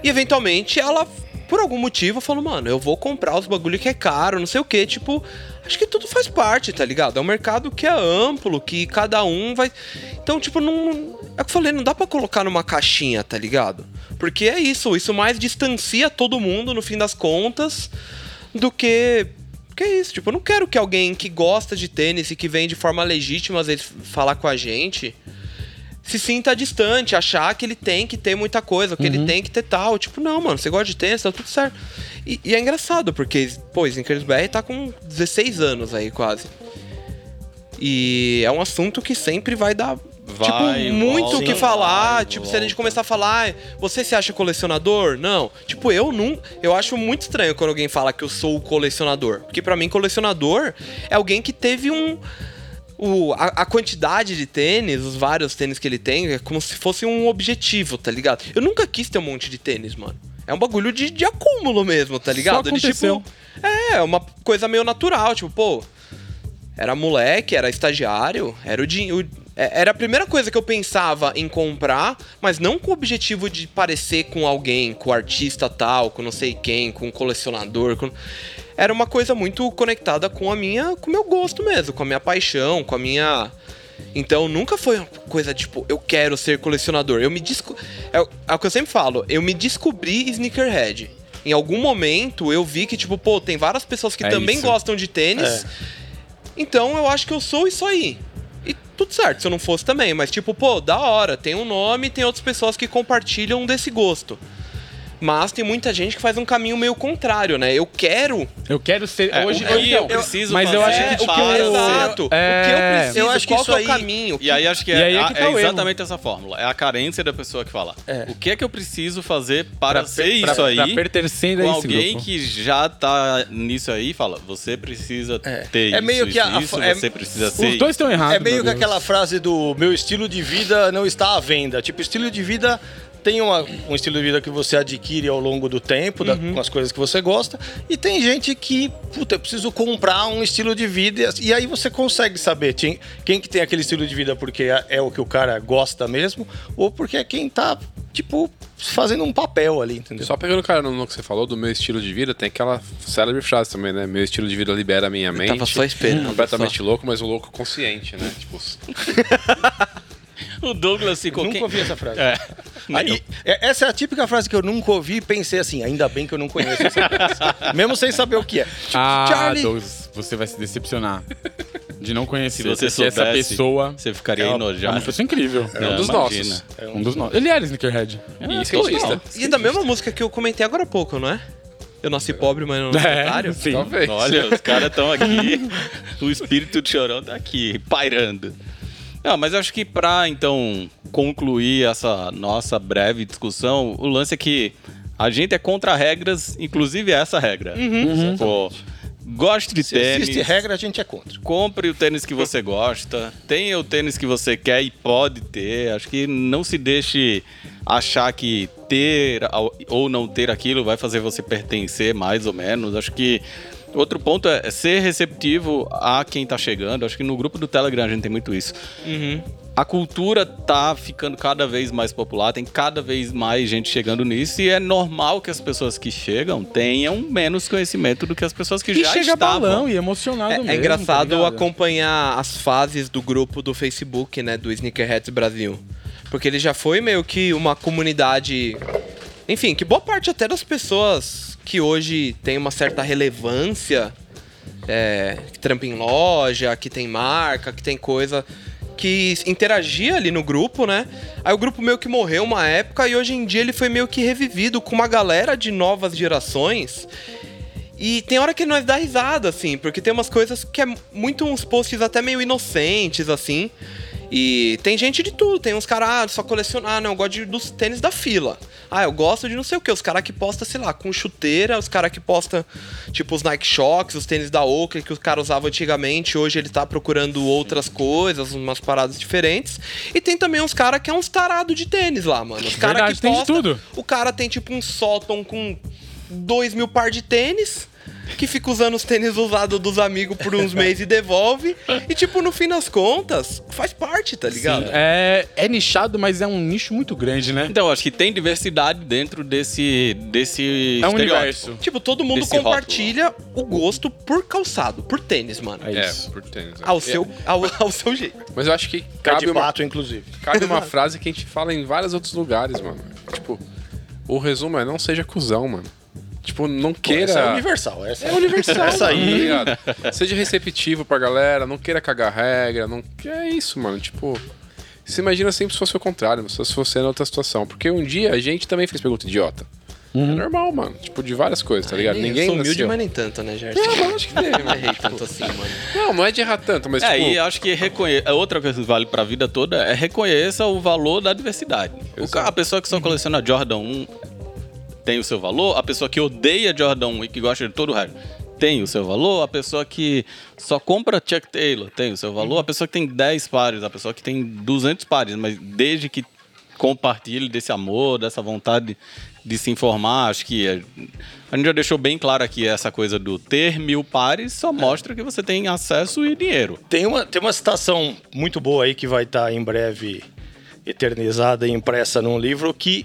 [SPEAKER 5] E eventualmente ela, por algum motivo, falou: mano, eu vou comprar os bagulho que é caro, não sei o que. Tipo, acho que tudo faz parte, tá ligado? É um mercado que é amplo, que cada um vai. Então, tipo, não. É o que eu falei, não dá pra colocar numa caixinha, tá ligado? Porque é isso, isso mais distancia todo mundo, no fim das contas, do que que é isso, tipo, eu não quero que alguém que gosta de tênis e que vem de forma legítima, às vezes, falar com a gente, se sinta distante, achar que ele tem que ter muita coisa, que ele tem que ter tal. Tipo, não, mano, você gosta de tênis, tá tudo certo. E, e é engraçado, porque, pô, Snickers BR tá com 16 anos aí, quase. E é um assunto que sempre vai dar.
[SPEAKER 1] Vai,
[SPEAKER 5] tipo, muito o
[SPEAKER 1] volta,
[SPEAKER 5] que falar.
[SPEAKER 1] vai,
[SPEAKER 5] tipo, se a gente
[SPEAKER 1] volta.
[SPEAKER 5] começar a falar, "Ah, você se acha colecionador? Não. Tipo, eu não. Eu acho muito estranho quando alguém fala que eu sou o colecionador. Porque pra mim, colecionador é alguém que teve um. o, a, a quantidade de tênis, os vários tênis que ele tem, é como se fosse um objetivo, tá ligado? Eu nunca quis ter um monte de tênis, mano. É um bagulho de, de acúmulo mesmo, tá ligado? De, tipo,
[SPEAKER 3] aconteceu.
[SPEAKER 5] é, uma coisa meio natural, tipo, pô, era moleque, era estagiário, era o dinheiro. Era a primeira coisa que eu pensava em comprar, mas não com o objetivo de parecer com alguém, com o artista tal, com não sei quem, com o colecionador. com- Era uma coisa muito conectada com a minha. com o meu gosto mesmo, com a minha paixão, com a minha. Então nunca foi uma coisa tipo, eu quero ser colecionador. Eu me desco... é, o- é o que eu sempre falo, eu me descobri sneakerhead. Em algum momento eu vi que, tipo, pô, tem várias pessoas que
[SPEAKER 3] É
[SPEAKER 5] também
[SPEAKER 3] isso. É.
[SPEAKER 5] gostam de tênis. Então eu acho que eu sou isso aí. E tudo certo, se eu não fosse também. Mas, tipo, pô, da hora, tem um nome, tem outras pessoas que compartilham desse gosto. Mas tem muita gente que faz um caminho meio contrário, né? Eu quero
[SPEAKER 3] Eu quero ser.
[SPEAKER 1] É,
[SPEAKER 3] hoje
[SPEAKER 1] o que
[SPEAKER 3] então,
[SPEAKER 1] eu preciso
[SPEAKER 3] mas eu
[SPEAKER 1] fazer
[SPEAKER 3] acho que tipo, o que
[SPEAKER 1] para
[SPEAKER 3] eu,
[SPEAKER 5] Exato.
[SPEAKER 3] É.
[SPEAKER 5] O que eu preciso,
[SPEAKER 6] Eu acho que
[SPEAKER 5] qual
[SPEAKER 6] isso
[SPEAKER 5] é o
[SPEAKER 6] aí-
[SPEAKER 5] caminho.
[SPEAKER 1] E aí acho que
[SPEAKER 3] E
[SPEAKER 1] é,
[SPEAKER 3] aí é
[SPEAKER 1] a-
[SPEAKER 3] que tá
[SPEAKER 1] é
[SPEAKER 3] o erro.
[SPEAKER 1] exatamente essa fórmula. É a carência da pessoa que fala. O que é que eu preciso fazer para ser
[SPEAKER 3] pra-
[SPEAKER 1] é isso aí?
[SPEAKER 3] Pra pertencer a
[SPEAKER 1] com
[SPEAKER 3] esse
[SPEAKER 1] alguém
[SPEAKER 3] grupo.
[SPEAKER 1] que já tá nisso aí, fala, você precisa ter
[SPEAKER 6] É
[SPEAKER 1] isso,
[SPEAKER 6] meio
[SPEAKER 1] isso,
[SPEAKER 6] que a-
[SPEAKER 1] isso,
[SPEAKER 6] a- é-
[SPEAKER 1] você precisa ser
[SPEAKER 3] Os dois estão errados.
[SPEAKER 6] É meio
[SPEAKER 3] meu
[SPEAKER 6] que
[SPEAKER 3] Deus.
[SPEAKER 1] tipo,
[SPEAKER 6] aquela
[SPEAKER 4] frase do meu estilo de vida não está à venda. Tipo, estilo de vida tem uma- um estilo de vida que você adquire ao longo do tempo, da- com as coisas que você gosta. E tem gente que, puta, eu preciso comprar um estilo de vida. E aí você consegue saber ti- quem que tem aquele estilo de vida porque é, é o que o cara gosta mesmo, ou porque é quem tá, tipo, fazendo um papel ali, entendeu?
[SPEAKER 2] Só pegando o cara no no que você falou do meu estilo de vida, tem aquela célebre frase também, né? Meu estilo de vida libera a minha mente. Hum.
[SPEAKER 5] tava só esperando,
[SPEAKER 2] Completamente louco, mas o louco consciente, né? Tipo,
[SPEAKER 1] O Douglas ficou
[SPEAKER 4] Nunca
[SPEAKER 1] quem-
[SPEAKER 4] ouvi essa frase.
[SPEAKER 1] É.
[SPEAKER 4] Aí, é- essa é a típica frase que eu nunca ouvi e pensei assim, ainda bem que eu não conheço essa frase. Mesmo sem saber o que é. Tipo,
[SPEAKER 3] Ah,
[SPEAKER 4] Charlie-
[SPEAKER 3] Douglas, você vai se decepcionar de não
[SPEAKER 1] Se
[SPEAKER 3] conhecer
[SPEAKER 1] você
[SPEAKER 3] porque
[SPEAKER 1] soubesse,
[SPEAKER 3] essa pessoa.
[SPEAKER 1] você ficaria
[SPEAKER 3] É uma
[SPEAKER 1] enojado.
[SPEAKER 3] pessoa incrível.
[SPEAKER 2] um dos
[SPEAKER 1] imagina.
[SPEAKER 2] nossos.
[SPEAKER 3] Um dos nossos. Ele era Snickerhead.
[SPEAKER 2] E egoísta.
[SPEAKER 5] E é da mesma música que eu comentei agora há pouco, não é? Eu nasci pobre, mas não
[SPEAKER 3] É.
[SPEAKER 5] nasci otário.
[SPEAKER 3] sim.
[SPEAKER 2] Talvez.
[SPEAKER 1] Olha, os caras estão aqui. o espírito de chorão tá aqui, pairando. Não, mas eu acho que pra, então, concluir essa nossa breve discussão, o lance é que a gente é contra regras, inclusive essa regra. Pô, goste de
[SPEAKER 4] se
[SPEAKER 1] tênis.
[SPEAKER 4] existe regra, a gente é contra.
[SPEAKER 1] Compre o tênis que você gosta, tenha o tênis que você quer e pode ter. Acho que não se deixe achar que ter ao- ou não ter aquilo vai fazer você pertencer mais ou menos. Acho que outro ponto é ser receptivo a quem tá chegando. Acho que no grupo do Telegram a gente tem muito isso.
[SPEAKER 5] Uhum.
[SPEAKER 1] A cultura tá ficando cada vez mais popular, tem cada vez mais gente chegando nisso e é normal que as pessoas que chegam tenham menos conhecimento do que as pessoas que
[SPEAKER 3] E
[SPEAKER 1] já
[SPEAKER 3] chega
[SPEAKER 1] estavam.
[SPEAKER 3] balão e emocionado
[SPEAKER 5] É, é
[SPEAKER 3] mesmo.
[SPEAKER 5] engraçado
[SPEAKER 3] tá ligado?
[SPEAKER 5] acompanhar as fases do grupo do Facebook, né? Do Sneakerheads Brasil. Porque ele já foi meio que uma comunidade. Enfim, que boa parte até das pessoas que hoje tem uma certa relevância, é, que trampa em loja, que tem marca, que tem coisa, que interagia ali no grupo, né? Aí o grupo meio que morreu uma época e hoje em dia ele foi meio que revivido com uma galera de novas gerações e tem hora que nós dá risada, assim, porque tem umas coisas que é muito uns posts até meio inocentes, assim. E tem gente de tudo, tem uns caras, ah, só colecionar, ah, não, eu gosto de- dos tênis da fila. Ah, eu gosto de não sei o que, os caras que posta, sei lá, com chuteira, os caras que posta, tipo, os Nike Shocks, os tênis da Oakley que os caras usavam antigamente, hoje ele tá procurando outras coisas, umas paradas diferentes. E tem também uns caras que é uns tarado de tênis lá, mano. Os caras
[SPEAKER 3] Verdade,
[SPEAKER 5] que
[SPEAKER 3] tem de
[SPEAKER 5] posta,
[SPEAKER 3] tudo.
[SPEAKER 5] o cara tem tipo um sótão com dois mil par de tênis. Que fica usando os tênis usados dos amigos por uns meses e devolve. E, tipo, no fim das contas, faz parte, tá ligado?
[SPEAKER 3] É, é nichado, mas é um nicho muito grande, né?
[SPEAKER 1] Então, acho que tem diversidade dentro desse, desse
[SPEAKER 3] É um
[SPEAKER 1] estereótipo.
[SPEAKER 3] universo.
[SPEAKER 5] Tipo, todo mundo
[SPEAKER 1] Desse
[SPEAKER 5] compartilha o gosto por calçado, por tênis, mano.
[SPEAKER 3] É isso.
[SPEAKER 2] É, por tênis. é.
[SPEAKER 5] Ao, Ah, seu, ao, ao seu jeito.
[SPEAKER 2] Mas eu acho que
[SPEAKER 4] Pé
[SPEAKER 2] cabe
[SPEAKER 4] tá de
[SPEAKER 2] uma,
[SPEAKER 4] pato, um inclusive.
[SPEAKER 2] cabe uma frase que a gente fala em vários outros lugares, mano. Tipo, o resumo é não seja cuzão, mano. Tipo, não queira.
[SPEAKER 4] Essa é universal. Essa é
[SPEAKER 2] universal.
[SPEAKER 4] Essa
[SPEAKER 2] mano,
[SPEAKER 4] aí.
[SPEAKER 2] tá ligado? Seja receptivo pra galera, não queira cagar regra, não. É isso, mano. Tipo. Se imagina sempre se fosse o contrário, se fosse em outra situação. Porque um dia a gente também fez pergunta idiota. É normal, mano. Tipo, de várias coisas, tá ligado?
[SPEAKER 5] Nem- eu
[SPEAKER 2] Ninguém
[SPEAKER 5] sou humilde,
[SPEAKER 2] nasceu-
[SPEAKER 5] mas nem tanto, né, Gerson?
[SPEAKER 2] Não, mas acho que teve,
[SPEAKER 5] Não errei tanto assim, mano.
[SPEAKER 2] Não, não é de errar tanto, mas
[SPEAKER 1] É,
[SPEAKER 2] tipo.
[SPEAKER 1] e acho que reconhe... é outra coisa que vale pra vida toda é reconheça o valor da diversidade. O
[SPEAKER 2] Exato.
[SPEAKER 1] cara, a pessoa que só coleciona um Jordan 1 tem o seu valor, a pessoa que odeia Jordan 1 e que um gosta de todo o resto tem o seu valor, a pessoa que só compra Chuck Taylor tem o seu valor, a pessoa que tem 10 pares, a pessoa que tem 200 pares, mas desde que compartilhe desse amor, dessa vontade de se informar, acho que a, a gente já deixou bem claro aqui essa coisa do ter mil pares
[SPEAKER 2] É.
[SPEAKER 1] só mostra que você tem acesso e dinheiro.
[SPEAKER 4] Tem uma, tem uma citação muito boa aí que vai estar em breve eternizada e impressa num livro que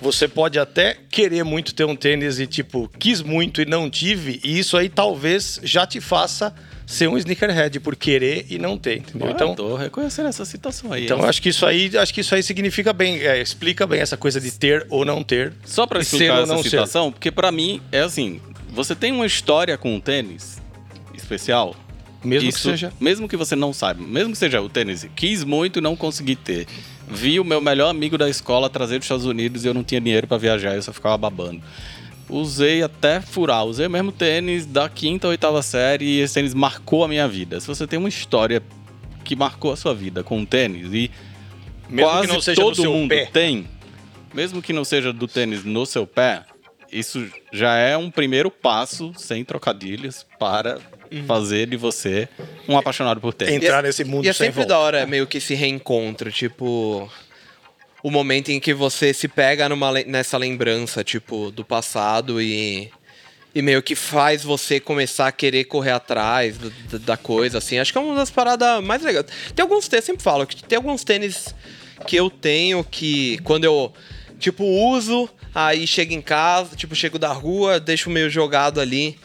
[SPEAKER 4] você pode até querer muito ter um tênis e tipo, quis muito e não tive, e isso aí talvez já te faça ser um sneakerhead por querer e não ter, entendeu?
[SPEAKER 1] Então,
[SPEAKER 4] então,
[SPEAKER 1] tô reconhecendo essa citação aí.
[SPEAKER 4] então acho que isso aí, acho que isso aí significa bem, é, explica bem essa coisa de ter ou não ter.
[SPEAKER 1] Só para
[SPEAKER 4] E ser
[SPEAKER 1] explicar
[SPEAKER 4] ou
[SPEAKER 1] essa
[SPEAKER 4] não ser.
[SPEAKER 1] situação, porque para mim é assim, você tem uma história com um tênis especial,
[SPEAKER 4] Mesmo
[SPEAKER 1] Isso,
[SPEAKER 4] que seja.
[SPEAKER 1] mesmo que você não saiba, mesmo que seja o tênis, quis muito e não consegui ter. Vi o meu melhor amigo da escola trazer dos Estados Unidos e eu não tinha dinheiro para viajar, eu só ficava babando. Usei até furar, usei o mesmo tênis da quinta ou oitava série e esse tênis marcou a minha vida. Se você tem uma história que marcou a sua vida com um tênis e
[SPEAKER 4] Mesmo
[SPEAKER 1] quase
[SPEAKER 4] que não seja
[SPEAKER 1] todo
[SPEAKER 4] no seu
[SPEAKER 1] mundo
[SPEAKER 4] pé.
[SPEAKER 1] tem, mesmo que não seja do tênis no seu pé, isso já é um primeiro passo, sem trocadilhos, para
[SPEAKER 4] Uhum.
[SPEAKER 1] fazer de você um apaixonado por tênis.
[SPEAKER 4] Entrar nesse mundo
[SPEAKER 5] E é
[SPEAKER 4] sem
[SPEAKER 5] sempre
[SPEAKER 4] volta.
[SPEAKER 5] da hora meio que esse reencontro, tipo. O momento em que você se pega numa, le- nessa lembrança, tipo, do passado e. E meio que faz você começar a querer correr atrás do- do- da coisa, assim. Acho que é uma das paradas mais legais. Tem alguns tênis, sempre falo, que tem alguns tênis que eu tenho que quando eu, tipo, uso, aí chego em casa, tipo, chego da rua, deixo meio jogado ali.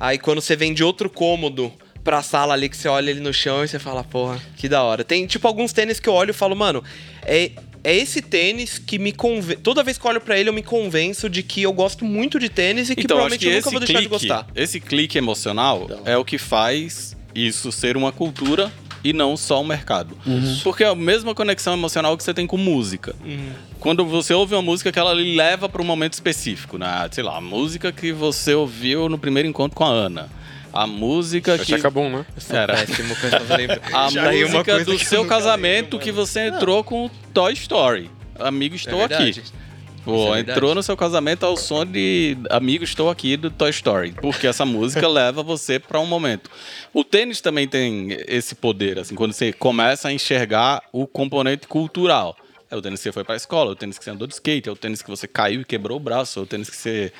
[SPEAKER 5] Aí quando você vem de outro cômodo pra sala ali, que você olha ele no chão e você fala, porra, que da hora. Tem, tipo, alguns tênis que eu olho e falo, mano, é, é esse tênis que me convence. Toda vez que eu olho pra ele, eu me convenço de que eu gosto muito de tênis e que
[SPEAKER 1] então, acho
[SPEAKER 5] provavelmente
[SPEAKER 1] que
[SPEAKER 5] eu nunca
[SPEAKER 1] esse
[SPEAKER 5] vou
[SPEAKER 1] clique,
[SPEAKER 5] deixar de gostar.
[SPEAKER 1] esse clique emocional
[SPEAKER 5] Então.
[SPEAKER 1] é o que faz isso ser uma cultura e não só um mercado.
[SPEAKER 5] Uhum.
[SPEAKER 1] Porque é a mesma conexão emocional que você tem com música.
[SPEAKER 5] Uhum.
[SPEAKER 1] Quando você ouve uma música que ela lhe leva para um momento específico, né? Sei lá, a música que você ouviu no primeiro encontro com a Ana. A música que...
[SPEAKER 2] Já acabou, né?
[SPEAKER 1] Era.
[SPEAKER 5] Péssimo, que É, eu só lembro.
[SPEAKER 1] A
[SPEAKER 5] Já é uma
[SPEAKER 1] música
[SPEAKER 5] coisa
[SPEAKER 1] do
[SPEAKER 5] que eu
[SPEAKER 1] seu
[SPEAKER 5] nunca
[SPEAKER 1] casamento
[SPEAKER 5] lembro,
[SPEAKER 1] que
[SPEAKER 5] mano.
[SPEAKER 1] você entrou com o Toy Story. Amigo, estou
[SPEAKER 5] É
[SPEAKER 1] aqui.
[SPEAKER 5] verdade.
[SPEAKER 1] Pô,
[SPEAKER 5] Isso é
[SPEAKER 1] entrou
[SPEAKER 5] verdade.
[SPEAKER 1] no seu casamento ao som de Amigo, estou aqui do Toy Story. Porque essa música leva você para um momento. O tênis também tem esse poder, assim, quando você começa a enxergar o componente cultural. É o tênis que você foi pra escola, é o tênis que você andou de skate, é o tênis que você caiu e quebrou o braço, é o tênis que você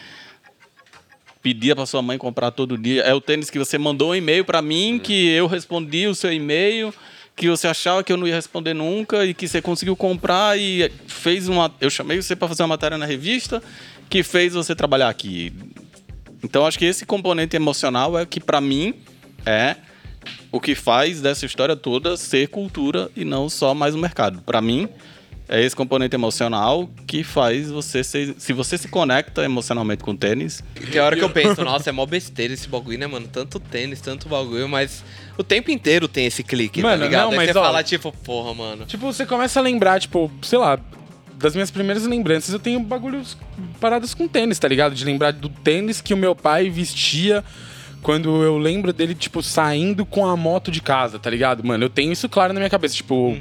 [SPEAKER 1] pedia pra sua mãe comprar todo dia. É o tênis que você mandou um e-mail pra mim, que eu respondi o seu e-mail, que você achava que eu não ia responder nunca e que você conseguiu comprar e fez uma. Eu chamei você pra fazer uma matéria na revista que fez você trabalhar aqui. Então acho que esse componente emocional é o que pra mim é o que faz dessa história toda ser cultura e não só mais um mercado. Pra mim é esse componente emocional que faz você ser, se você se conecta emocionalmente com o tênis,
[SPEAKER 5] Tem hora que eu penso, nossa, é mó besteira esse bagulho, né, mano? Tanto tênis, tanto bagulho, mas o tempo inteiro tem esse clique,
[SPEAKER 3] Mano,
[SPEAKER 5] tá ligado?
[SPEAKER 3] não,
[SPEAKER 5] Aí
[SPEAKER 3] mas,
[SPEAKER 5] você
[SPEAKER 3] ó,
[SPEAKER 5] fala, tipo, porra, mano.
[SPEAKER 3] Tipo, você começa a lembrar, tipo, sei lá, das minhas primeiras lembranças, eu tenho bagulhos paradas com tênis, tá ligado? De lembrar do tênis que o meu pai vestia quando eu lembro dele, tipo, saindo com a moto de casa, tá ligado? Mano, eu tenho isso claro na minha cabeça, tipo,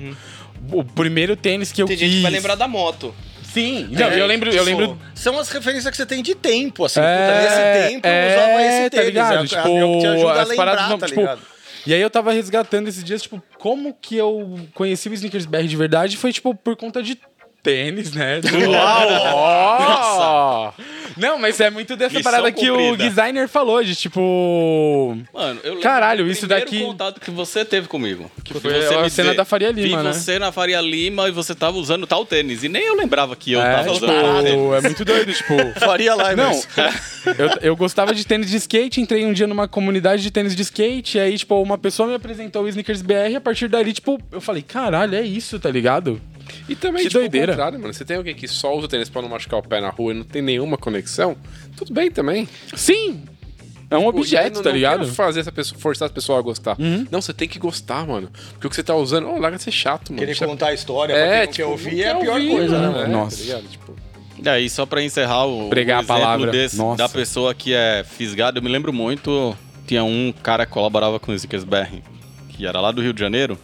[SPEAKER 3] o primeiro tênis que eu
[SPEAKER 5] Uhum. Tem
[SPEAKER 3] quis.
[SPEAKER 5] gente que vai lembrar É da moto.
[SPEAKER 3] Sim, não, eu lembro, eu lembro
[SPEAKER 4] É, tipo, São as referências que você tem de tempo, assim.
[SPEAKER 3] É,
[SPEAKER 4] puta, nesse tempo eu usava esse
[SPEAKER 3] é, tá
[SPEAKER 4] tênis.
[SPEAKER 3] ligado?
[SPEAKER 4] É, o-
[SPEAKER 3] Tipo,
[SPEAKER 4] é o que te ajuda a
[SPEAKER 3] as paradas
[SPEAKER 4] lembrar,
[SPEAKER 3] não,
[SPEAKER 4] tá
[SPEAKER 3] tipo,
[SPEAKER 4] ligado?
[SPEAKER 3] E aí eu tava resgatando esses dias, tipo, como que eu conheci o Snickers BR de verdade foi, tipo, por conta de tênis, né? Uau! Não, mas é muito dessa
[SPEAKER 1] Missão
[SPEAKER 3] parada que o
[SPEAKER 1] cumprida.
[SPEAKER 3] designer falou, de tipo...
[SPEAKER 1] Mano, eu lembro
[SPEAKER 3] Caralho,
[SPEAKER 1] do
[SPEAKER 3] isso
[SPEAKER 1] primeiro
[SPEAKER 3] daqui-
[SPEAKER 1] contato que você teve comigo. Que
[SPEAKER 3] foi a cena da Faria Lima,
[SPEAKER 1] vi
[SPEAKER 3] né?
[SPEAKER 1] você na Faria Lima e você tava usando tal tênis. E nem eu lembrava que eu
[SPEAKER 3] É,
[SPEAKER 1] tava
[SPEAKER 3] tipo,
[SPEAKER 1] usando tal tênis.
[SPEAKER 3] é muito doido, tipo...
[SPEAKER 4] Faria lá,
[SPEAKER 3] Não,
[SPEAKER 4] mas...
[SPEAKER 3] eu, eu gostava de tênis de skate, entrei um dia numa comunidade de tênis de skate, e aí, tipo, uma pessoa me apresentou o Snickers BR, e a partir dali, tipo, eu falei, caralho, é isso, tá ligado?
[SPEAKER 2] E também,
[SPEAKER 3] Que
[SPEAKER 2] tipo,
[SPEAKER 3] doideira.
[SPEAKER 2] o contrário, mano. Você tem alguém que só usa tênis pra não machucar o pé na rua e não tem nenhuma conexão, tudo bem também.
[SPEAKER 3] Sim! É um
[SPEAKER 2] Pô,
[SPEAKER 3] objeto,
[SPEAKER 2] Tipo, não-
[SPEAKER 3] tá
[SPEAKER 2] não
[SPEAKER 3] ligado?
[SPEAKER 2] quero fazer essa pessoa, forçar as pessoas a gostar. Não, você tem que gostar, mano. Porque o que você tá usando, oh, larga de ser chato, mano.
[SPEAKER 4] Querer
[SPEAKER 2] Isso é-
[SPEAKER 4] contar a história pra quem
[SPEAKER 2] é,
[SPEAKER 4] não
[SPEAKER 2] tipo,
[SPEAKER 4] quer ouvir
[SPEAKER 2] não
[SPEAKER 4] é a
[SPEAKER 2] quer
[SPEAKER 4] pior
[SPEAKER 2] ouvir,
[SPEAKER 4] coisa, né?
[SPEAKER 3] mano?
[SPEAKER 2] É,
[SPEAKER 3] Nossa.
[SPEAKER 2] tá ligado? Tipo,
[SPEAKER 1] E aí, só pra encerrar o,
[SPEAKER 3] Pregar
[SPEAKER 1] o
[SPEAKER 3] a palavra.
[SPEAKER 1] desse,
[SPEAKER 3] Nossa.
[SPEAKER 1] da pessoa que é fisgada, eu me lembro muito, tinha um cara que colaborava com o Zickers BR, que era lá do Rio de Janeiro,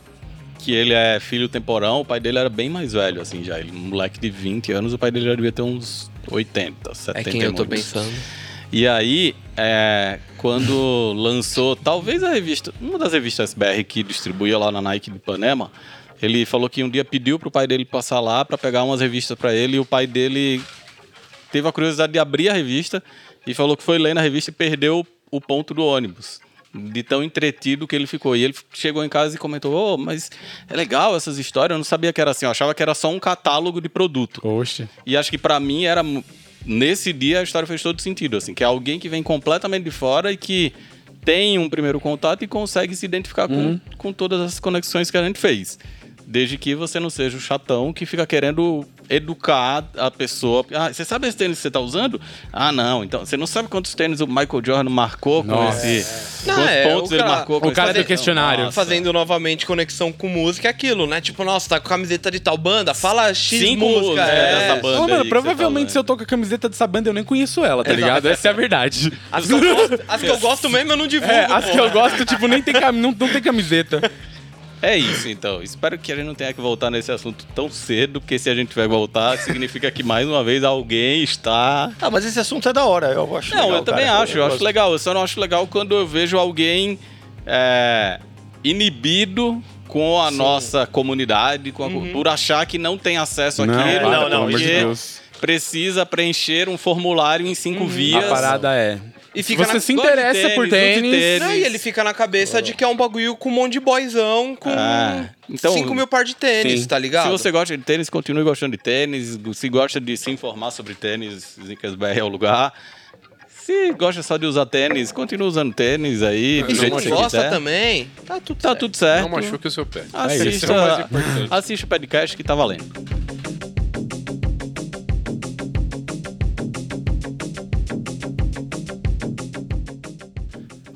[SPEAKER 1] que ele é filho temporão, o pai dele era bem mais velho, assim, já. Ele, um moleque de 20 anos, o pai dele já devia ter uns 80,
[SPEAKER 5] É
[SPEAKER 1] 70
[SPEAKER 5] quem eu tô
[SPEAKER 1] muitos.
[SPEAKER 5] pensando.
[SPEAKER 1] E aí, é, quando lançou, talvez a revista, uma das revistas BR que distribuía lá na Nike de Ipanema, ele falou que um dia pediu pro pai dele passar lá para pegar umas revistas para ele e o pai dele teve a curiosidade de abrir a revista e falou que foi lendo a revista e perdeu o ponto do ônibus. De tão entretido que ele ficou. E ele chegou em casa e comentou: Ô, mas é legal essas histórias. Eu não sabia que era assim. Eu achava que era só um catálogo de produto.
[SPEAKER 3] Oxe.
[SPEAKER 1] E acho que pra mim era. mu- Nesse dia a história fez todo sentido, assim, que é alguém que vem completamente de fora e que tem um primeiro contato e consegue se identificar com,
[SPEAKER 3] Uhum.
[SPEAKER 1] com todas as conexões que a gente fez. Desde que você não seja o chatão que fica querendo educar a pessoa. Ah, você sabe esse tênis que você tá usando? Ah, não. Então, você não sabe quantos tênis o Michael Jordan marcou
[SPEAKER 3] Nossa.
[SPEAKER 1] com esse.
[SPEAKER 5] Não,
[SPEAKER 1] quantos
[SPEAKER 5] é,
[SPEAKER 1] pontos
[SPEAKER 5] o
[SPEAKER 1] ele
[SPEAKER 5] cara-
[SPEAKER 1] marcou
[SPEAKER 5] o
[SPEAKER 1] com esse
[SPEAKER 3] cara do
[SPEAKER 1] tênis?
[SPEAKER 3] questionário.
[SPEAKER 1] Nossa.
[SPEAKER 5] Fazendo novamente conexão com música, é aquilo, né? Tipo, nossa, tá com camiseta de tal banda, fala X
[SPEAKER 1] Cinco
[SPEAKER 5] música.
[SPEAKER 1] músicas né,
[SPEAKER 5] é.
[SPEAKER 1] dessa banda.
[SPEAKER 3] Ô,
[SPEAKER 1] aí
[SPEAKER 3] mano,
[SPEAKER 1] que
[SPEAKER 3] provavelmente se
[SPEAKER 1] você
[SPEAKER 3] eu tô com a camiseta dessa banda, eu nem conheço ela, tá ligado? Essa é a verdade.
[SPEAKER 5] As que, eu gosto, as que eu gosto mesmo, eu não divulgo.
[SPEAKER 3] É, as que
[SPEAKER 5] pô.
[SPEAKER 3] eu gosto, tipo, nem tem cam... não, não tem camiseta.
[SPEAKER 1] É isso, então. Espero que a gente não tenha que voltar nesse assunto tão cedo, porque se a gente tiver que voltar, significa que mais uma vez alguém está.
[SPEAKER 4] Ah, mas esse assunto é da hora, eu acho.
[SPEAKER 1] Não,
[SPEAKER 4] legal,
[SPEAKER 1] eu também
[SPEAKER 4] cara.
[SPEAKER 1] acho, eu acho
[SPEAKER 4] gosto.
[SPEAKER 1] legal. Eu só não acho legal quando eu vejo alguém é, inibido com a nossa comunidade, com a cultura, achar que não tem acesso
[SPEAKER 3] Não,
[SPEAKER 1] àquilo,
[SPEAKER 4] para, pelo amor de
[SPEAKER 1] porque
[SPEAKER 3] Deus.
[SPEAKER 1] precisa preencher um formulário em cinco vias.
[SPEAKER 3] A parada é.
[SPEAKER 5] E fica
[SPEAKER 3] Você
[SPEAKER 5] na-
[SPEAKER 3] se
[SPEAKER 1] gosto de
[SPEAKER 3] interessa por
[SPEAKER 1] tênis, gosto de
[SPEAKER 3] tênis.
[SPEAKER 1] tênis.
[SPEAKER 5] Não, e ele fica na cabeça de que é um bagulho com um monte de boyzão, com
[SPEAKER 1] Ah, então-
[SPEAKER 5] 5 mil par de tênis,
[SPEAKER 3] Sim.
[SPEAKER 5] tá ligado?
[SPEAKER 1] Se você gosta de tênis, continue gostando de tênis. Se gosta de se informar sobre tênis, Zincas BR é o lugar. Se gosta só de usar tênis, continue usando tênis aí, do
[SPEAKER 5] E se
[SPEAKER 1] jeito
[SPEAKER 5] não
[SPEAKER 1] que você
[SPEAKER 5] gosta
[SPEAKER 1] quiser.
[SPEAKER 5] também,
[SPEAKER 1] Tá tudo, tá tudo certo.
[SPEAKER 2] Não machuque o seu pé. Esse é o mais
[SPEAKER 1] Assista,
[SPEAKER 2] importante.
[SPEAKER 1] assista o podcast que tá valendo.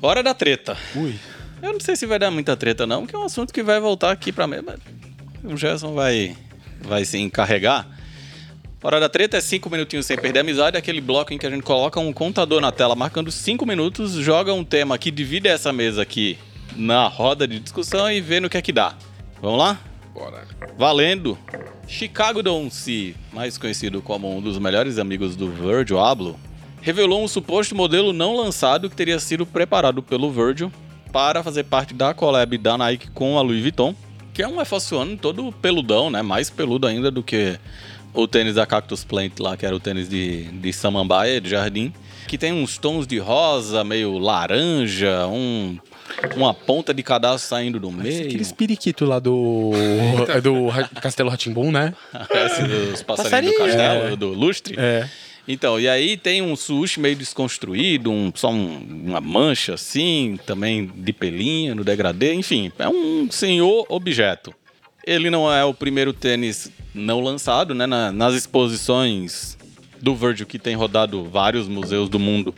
[SPEAKER 1] Hora da treta.
[SPEAKER 3] Ui.
[SPEAKER 1] Eu não sei se vai dar muita treta, não, que é um assunto que vai voltar aqui pra mim. mas O Gerson vai, vai se encarregar. Hora da treta é 5 minutinhos sem perder a amizade, é aquele bloco em que a gente coloca um contador na tela marcando 5 minutos, joga um tema que divide essa mesa aqui na roda de discussão e vê no que é que dá. Vamos lá?
[SPEAKER 2] Bora.
[SPEAKER 1] Valendo! Chicago Donce, mais conhecido como um dos melhores amigos do Virgil Abloh, revelou um suposto modelo não lançado que teria sido preparado pelo Virgil para fazer parte da collab da Nike com a Louis Vuitton, que é um Air Force One todo peludão, né? Mais peludo ainda do que o tênis da Cactus Plant lá, que era o tênis de, de samambaia, de jardim, que tem uns tons de rosa, meio laranja, um, uma ponta de cadastro saindo do meio.
[SPEAKER 3] Aqueles periquito lá do. é do Ra- Castelo Ratimbum, né?
[SPEAKER 1] Esse dos passarinhos do castelo, do lustre.
[SPEAKER 3] É.
[SPEAKER 1] Então, e aí tem um sushi meio desconstruído, um, só um- uma mancha assim, também de pelinha no degradê, enfim, é um senhor objeto. Ele não é o primeiro tênis não lançado, né? na- nas exposições do Virgil, que tem rodado vários museus do mundo,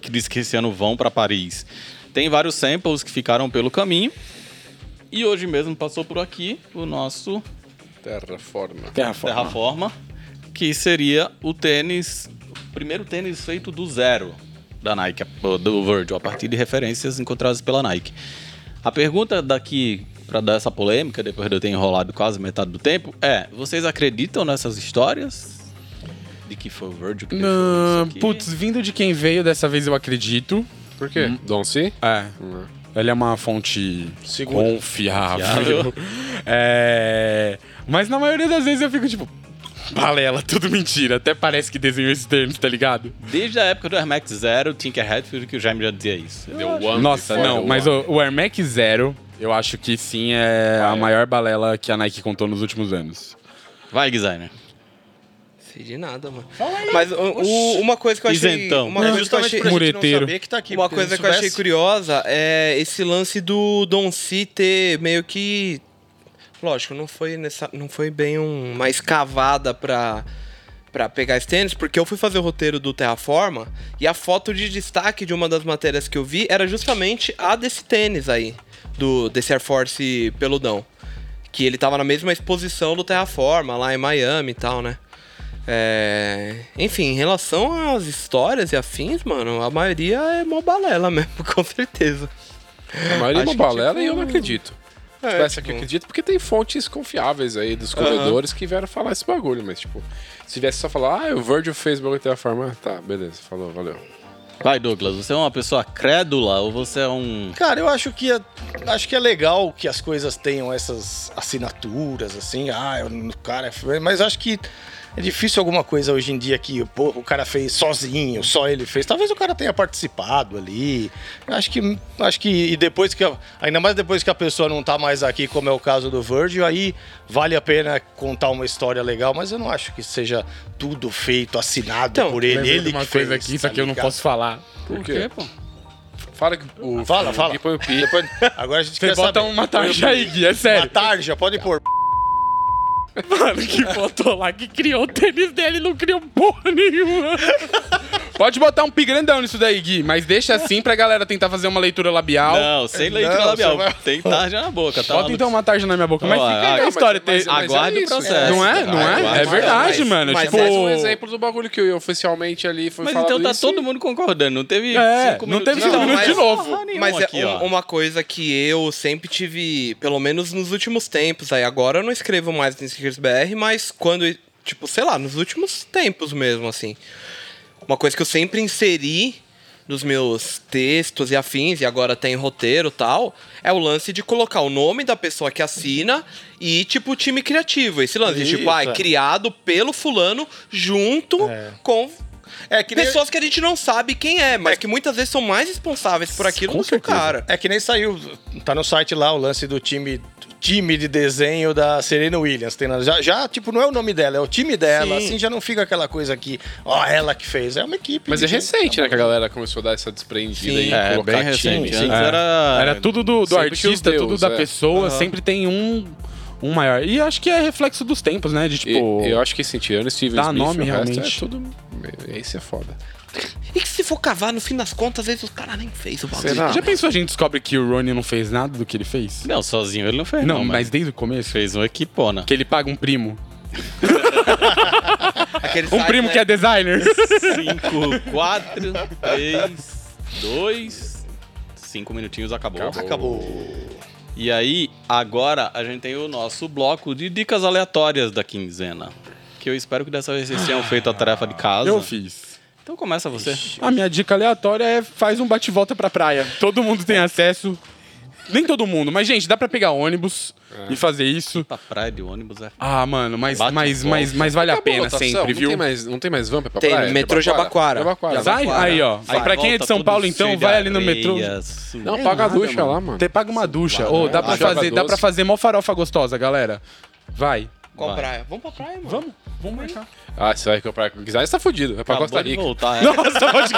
[SPEAKER 1] que diz que esse ano vão para Paris. Tem vários samples que ficaram pelo caminho. E hoje mesmo passou por aqui o nosso
[SPEAKER 2] Terraforma.
[SPEAKER 3] Terraforma.
[SPEAKER 1] Terraforma, que seria o tênis, o primeiro tênis feito do zero da Nike, ou do Virgil, a partir de referências encontradas pela Nike. A pergunta daqui, para dar essa polêmica, depois de eu ter enrolado quase metade do tempo, é: vocês acreditam nessas histórias? De que foi o Virgil que deixou isso
[SPEAKER 3] Não,
[SPEAKER 1] aqui?
[SPEAKER 3] Ah, putz, vindo de quem veio, dessa vez eu acredito.
[SPEAKER 2] Por quê? Don C?
[SPEAKER 3] É. Ela é uma fonte
[SPEAKER 4] Segura.
[SPEAKER 3] confiável. É, Mas na maioria das vezes eu fico tipo. Balela, tudo mentira. Até parece que desenhou esse termo, tá ligado?
[SPEAKER 1] Desde a época do Air Max Zero, Tinker Hatfield, que o Jaime já dizia isso.
[SPEAKER 3] Ah.
[SPEAKER 2] The One
[SPEAKER 3] Nossa,
[SPEAKER 2] before
[SPEAKER 3] não,
[SPEAKER 2] the
[SPEAKER 3] mas
[SPEAKER 2] one.
[SPEAKER 3] o, o Air Max Zero, eu acho que sim é a maior balela que a Nike contou nos últimos anos.
[SPEAKER 1] Vai, designer.
[SPEAKER 5] Sei de nada, mano. Mas o- o- uma coisa que eu achei...
[SPEAKER 1] Isentão.
[SPEAKER 5] Uma
[SPEAKER 1] É
[SPEAKER 5] coisa que eu
[SPEAKER 4] Justamente
[SPEAKER 5] achei...
[SPEAKER 4] pra gente não
[SPEAKER 3] Mureteiro.
[SPEAKER 4] saber que tá aqui.
[SPEAKER 5] Uma
[SPEAKER 4] porque se
[SPEAKER 5] coisa que eu achei
[SPEAKER 4] soubesse-
[SPEAKER 5] curiosa é esse lance do Don C ter meio que. Lógico, não foi, nessa, não foi bem um- uma escavada pra, pra pegar esse tênis, porque eu fui fazer o roteiro do Terraforma e a foto de destaque de uma das matérias que eu vi era justamente a desse tênis aí, do, desse Air Force peludão. Que ele tava na mesma exposição do Terraforma, lá em Miami e tal, né? É, Enfim, em relação às histórias e afins, mano, a maioria é mó balela mesmo, com certeza.
[SPEAKER 2] A maioria é uma
[SPEAKER 5] Acho que,
[SPEAKER 2] balela
[SPEAKER 5] tipo,
[SPEAKER 2] e eu não acredito.
[SPEAKER 5] é,
[SPEAKER 2] Essa que
[SPEAKER 5] tipo-
[SPEAKER 2] eu acredito, porque tem fontes confiáveis aí dos corredores que vieram falar esse bagulho, mas tipo, se viesse só falar, ah, o Virgil fez o bagulho de Terraforma, ah, tá, beleza, falou, valeu.
[SPEAKER 1] Vai, Douglas, você é uma pessoa crédula ou você é um.
[SPEAKER 4] Cara, eu acho que é, acho que é legal que as coisas tenham essas assinaturas, assim, ah, eu- o cara é. f- Mas acho que é difícil alguma coisa hoje em dia que pô, o cara fez sozinho, só ele fez. Talvez o cara tenha participado ali. Eu Acho que. Acho que. E depois que. a- Ainda mais depois que a pessoa não tá mais aqui, como é o caso do Virgil, aí vale a pena contar uma história legal, mas eu não acho que seja tudo feito, assinado
[SPEAKER 5] Então,
[SPEAKER 4] por ele.
[SPEAKER 3] Lembrei
[SPEAKER 4] Ele
[SPEAKER 3] de uma
[SPEAKER 4] que
[SPEAKER 3] coisa
[SPEAKER 4] fez,
[SPEAKER 3] aqui, isso
[SPEAKER 4] tá
[SPEAKER 3] aqui eu não
[SPEAKER 4] ligado?
[SPEAKER 3] posso falar.
[SPEAKER 2] Por quê?
[SPEAKER 1] pô?
[SPEAKER 2] Fala que o.
[SPEAKER 4] Fala,
[SPEAKER 2] o-
[SPEAKER 4] fala.
[SPEAKER 2] E põe o pi.
[SPEAKER 4] Depois- agora a gente
[SPEAKER 3] Você
[SPEAKER 4] quer
[SPEAKER 3] bota
[SPEAKER 4] saber.
[SPEAKER 3] uma tarja aí, Gui, é
[SPEAKER 4] Uma
[SPEAKER 3] sério.
[SPEAKER 4] tarja, pode pôr.
[SPEAKER 3] Mano, que botou lá, que criou o tênis dele, não criou porra nenhuma. Pode botar um pi grandão nisso daí, Gui, mas deixa assim pra galera tentar fazer uma leitura labial.
[SPEAKER 1] Não, tá sem leitura
[SPEAKER 4] Não,
[SPEAKER 1] labial.
[SPEAKER 4] você vai-
[SPEAKER 1] Tem tarja na boca, tá?
[SPEAKER 3] Bota então uma tarja na minha boca, mas
[SPEAKER 1] Ó,
[SPEAKER 3] fica aí
[SPEAKER 1] ah,
[SPEAKER 3] a história.
[SPEAKER 2] mas-
[SPEAKER 3] ter-
[SPEAKER 2] mas-
[SPEAKER 1] Aguarde
[SPEAKER 2] é
[SPEAKER 1] o
[SPEAKER 2] isso,
[SPEAKER 1] processo.
[SPEAKER 3] Não é? Não
[SPEAKER 1] Aguarde.
[SPEAKER 3] é? É verdade,
[SPEAKER 5] mas-
[SPEAKER 3] mano.
[SPEAKER 5] mas
[SPEAKER 3] Tipo,
[SPEAKER 2] Mais um exemplo do bagulho que eu oficialmente ali foi
[SPEAKER 1] Mas
[SPEAKER 2] falado
[SPEAKER 1] então tá
[SPEAKER 2] isso
[SPEAKER 1] todo
[SPEAKER 2] e-
[SPEAKER 1] mundo concordando, não teve
[SPEAKER 3] É,
[SPEAKER 1] cinco
[SPEAKER 3] não
[SPEAKER 1] minutos.
[SPEAKER 3] teve
[SPEAKER 5] cinco minutos de
[SPEAKER 3] novo.
[SPEAKER 1] porra nenhuma
[SPEAKER 5] Mas é
[SPEAKER 1] aqui,
[SPEAKER 5] um-
[SPEAKER 1] ó.
[SPEAKER 5] uma coisa que eu sempre tive, pelo menos nos últimos tempos, aí agora eu não escrevo mais no Stickers BR, mas quando, tipo, sei lá, nos últimos tempos mesmo, assim. Uma coisa que eu sempre inseri nos meus textos e afins, e agora tem roteiro e tal, é o lance de colocar o nome da pessoa que assina e, tipo, o time criativo. Esse lance, de, tipo,
[SPEAKER 4] Isso,
[SPEAKER 5] ah,
[SPEAKER 4] é.
[SPEAKER 5] é criado pelo fulano junto com
[SPEAKER 4] É que nem-
[SPEAKER 5] pessoas que a gente não sabe quem é, mas que muitas vezes são mais responsáveis por aquilo
[SPEAKER 3] Com
[SPEAKER 5] do que o
[SPEAKER 3] certeza.
[SPEAKER 5] cara.
[SPEAKER 4] É que nem saiu. Tá no site lá o lance do time do time de desenho da Serena Williams. Tem lá- já, já, tipo, não é o nome dela, é o time dela.
[SPEAKER 5] Sim.
[SPEAKER 4] Assim já não fica aquela coisa que, ó, ela que fez. É uma equipe.
[SPEAKER 2] Mas
[SPEAKER 4] de
[SPEAKER 2] é
[SPEAKER 4] gente.
[SPEAKER 2] recente, né? Que a galera começou a dar essa desprendida
[SPEAKER 5] Sim.
[SPEAKER 2] e
[SPEAKER 1] É,
[SPEAKER 2] colocar
[SPEAKER 1] bem
[SPEAKER 2] time. assim.
[SPEAKER 1] recente.
[SPEAKER 2] Sim.
[SPEAKER 1] Antes era...
[SPEAKER 3] É, Era tudo do, do
[SPEAKER 2] Sempre que os
[SPEAKER 3] artista,
[SPEAKER 2] deus,
[SPEAKER 3] tudo da
[SPEAKER 2] é.
[SPEAKER 3] pessoa, sempre tem um, um maior. E acho que é reflexo dos tempos, né? De
[SPEAKER 2] E-
[SPEAKER 3] tipo.
[SPEAKER 2] eu acho que sim, tirando Steven
[SPEAKER 3] Dá
[SPEAKER 2] Smith,
[SPEAKER 3] nome,
[SPEAKER 2] o resto
[SPEAKER 3] realmente.
[SPEAKER 2] é tudo... Esse é foda.
[SPEAKER 5] E que se for cavar, no fim das contas, às vezes o cara nem fez o bagulho.
[SPEAKER 2] Será?
[SPEAKER 3] Já pensou a gente descobre que o Rony não fez nada do que ele fez?
[SPEAKER 1] Não, sozinho ele não fez,
[SPEAKER 3] Não,
[SPEAKER 1] não,
[SPEAKER 3] mas desde o começo.
[SPEAKER 1] fez uma equipona.
[SPEAKER 3] Que ele paga um primo.
[SPEAKER 5] Aquele
[SPEAKER 3] Um
[SPEAKER 5] site,
[SPEAKER 3] primo
[SPEAKER 5] né?
[SPEAKER 3] que é designer.
[SPEAKER 1] 5, 4, 3, 2. 5 minutinhos acabou.
[SPEAKER 4] Acabou.
[SPEAKER 1] E aí, agora a gente tem o nosso bloco de dicas aleatórias da quinzena. Que eu espero que dessa vez vocês tenham feito a tarefa de casa.
[SPEAKER 3] Eu fiz.
[SPEAKER 1] Então começa você.
[SPEAKER 3] A minha dica aleatória é faz um bate-volta pra praia. Todo mundo tem acesso. Nem todo mundo, mas gente, dá pra pegar ônibus e fazer isso.
[SPEAKER 1] Pra praia de ônibus é.
[SPEAKER 3] Ah, mano, mas,
[SPEAKER 1] Bate-volta.
[SPEAKER 3] mas, mas, mas vale a
[SPEAKER 2] Acabou
[SPEAKER 3] pena assim,
[SPEAKER 2] lotação,
[SPEAKER 3] sempre,
[SPEAKER 2] não
[SPEAKER 3] viu?
[SPEAKER 2] Tem mais, não tem mais van pra
[SPEAKER 5] Tem,
[SPEAKER 2] praia?
[SPEAKER 5] metrô Jabaquara.
[SPEAKER 2] Jabaquara.
[SPEAKER 3] Vai, aí, ó.
[SPEAKER 1] Aí
[SPEAKER 3] pra quem é
[SPEAKER 1] volta
[SPEAKER 3] de São
[SPEAKER 1] tudo
[SPEAKER 3] Paulo, então,
[SPEAKER 1] cheio de
[SPEAKER 3] vai ali no metrô.
[SPEAKER 1] areia, assim. sujo.
[SPEAKER 2] Não, paga a ducha lá, mano.
[SPEAKER 3] Você paga uma ducha. Ô, dá, pra
[SPEAKER 2] Ah, joga
[SPEAKER 3] fazer, dá
[SPEAKER 2] doce.
[SPEAKER 3] pra fazer mó farofa gostosa, galera. Vai.
[SPEAKER 5] Qual
[SPEAKER 1] Vai.
[SPEAKER 5] praia? Vamos pra praia, mano.
[SPEAKER 3] Vamos, vamos marcar.
[SPEAKER 2] Ah, você vai comprar com o Guizar, você tá fudido. Vai pra
[SPEAKER 1] Acabou
[SPEAKER 2] Costa
[SPEAKER 1] de
[SPEAKER 2] Rica.
[SPEAKER 1] voltar, é.
[SPEAKER 3] Nossa, pode...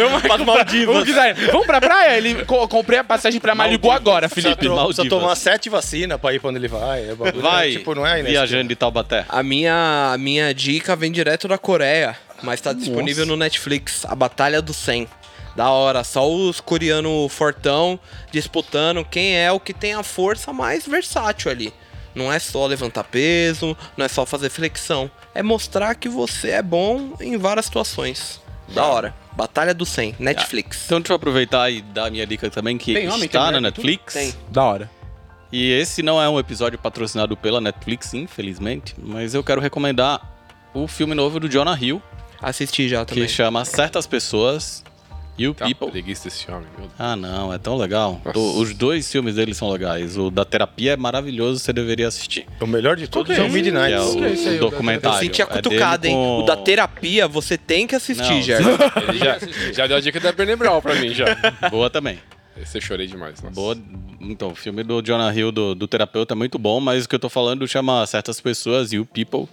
[SPEAKER 3] Eu marco Maldivas. O designer. Vamos pra praia? Ele co- comprei a passagem pra Malibu agora,
[SPEAKER 4] Precisa,
[SPEAKER 3] Felipe.
[SPEAKER 4] to- precisa
[SPEAKER 1] Maldivas.
[SPEAKER 4] tomar sete vacinas pra ir quando ele vai. É bagulho,
[SPEAKER 1] Vai,
[SPEAKER 4] Tipo, não é, né?
[SPEAKER 1] viajando de Taubaté.
[SPEAKER 5] A minha, a minha dica vem direto da Coreia, mas tá disponível no Netflix, A Batalha do 100. Da hora, só os coreanos fortão disputando quem é o que tem a força mais versátil ali. Não é só levantar peso, não é só fazer flexão. É mostrar que você é bom em várias situações. Da hora. Batalha do 100, Netflix.
[SPEAKER 1] Então deixa eu aproveitar e dar a minha dica também, que
[SPEAKER 3] Tem homem, tem
[SPEAKER 1] está
[SPEAKER 3] mulher,
[SPEAKER 1] na
[SPEAKER 3] tem tudo?
[SPEAKER 1] Netflix.
[SPEAKER 5] Tem.
[SPEAKER 3] Da hora.
[SPEAKER 1] E esse não é um episódio patrocinado pela Netflix, infelizmente, mas eu quero recomendar o filme novo do Jonah Hill,
[SPEAKER 5] Assisti já também.
[SPEAKER 1] que chama Certas Pessoas e o
[SPEAKER 2] Tá,
[SPEAKER 1] People.
[SPEAKER 2] preguiça desse homem, meu Deus.
[SPEAKER 1] Ah, não, é tão legal.
[SPEAKER 2] Nossa.
[SPEAKER 1] O- os dois filmes dele são legais. O da terapia é maravilhoso, você deveria assistir.
[SPEAKER 4] O melhor de todos
[SPEAKER 3] Qual que
[SPEAKER 4] é
[SPEAKER 3] é
[SPEAKER 4] o
[SPEAKER 3] esse?
[SPEAKER 1] Que
[SPEAKER 4] Midnight.
[SPEAKER 1] é
[SPEAKER 3] que é esse aí,
[SPEAKER 1] o
[SPEAKER 3] o da
[SPEAKER 5] Eu
[SPEAKER 1] documentário.
[SPEAKER 5] senti a
[SPEAKER 1] É dele
[SPEAKER 5] cutucada, hein?
[SPEAKER 1] com-
[SPEAKER 5] O da terapia você tem que assistir,
[SPEAKER 1] Não,
[SPEAKER 5] Gerson.
[SPEAKER 2] Ele já, já deu a dica da Bernebral pra mim, já.
[SPEAKER 1] Boa também.
[SPEAKER 2] Esse eu chorei demais. Nossa.
[SPEAKER 1] Boa. Então, o filme do Jonah Hill, do, do terapeuta, é muito bom, mas o que eu tô falando chama Certas Pessoas e o People.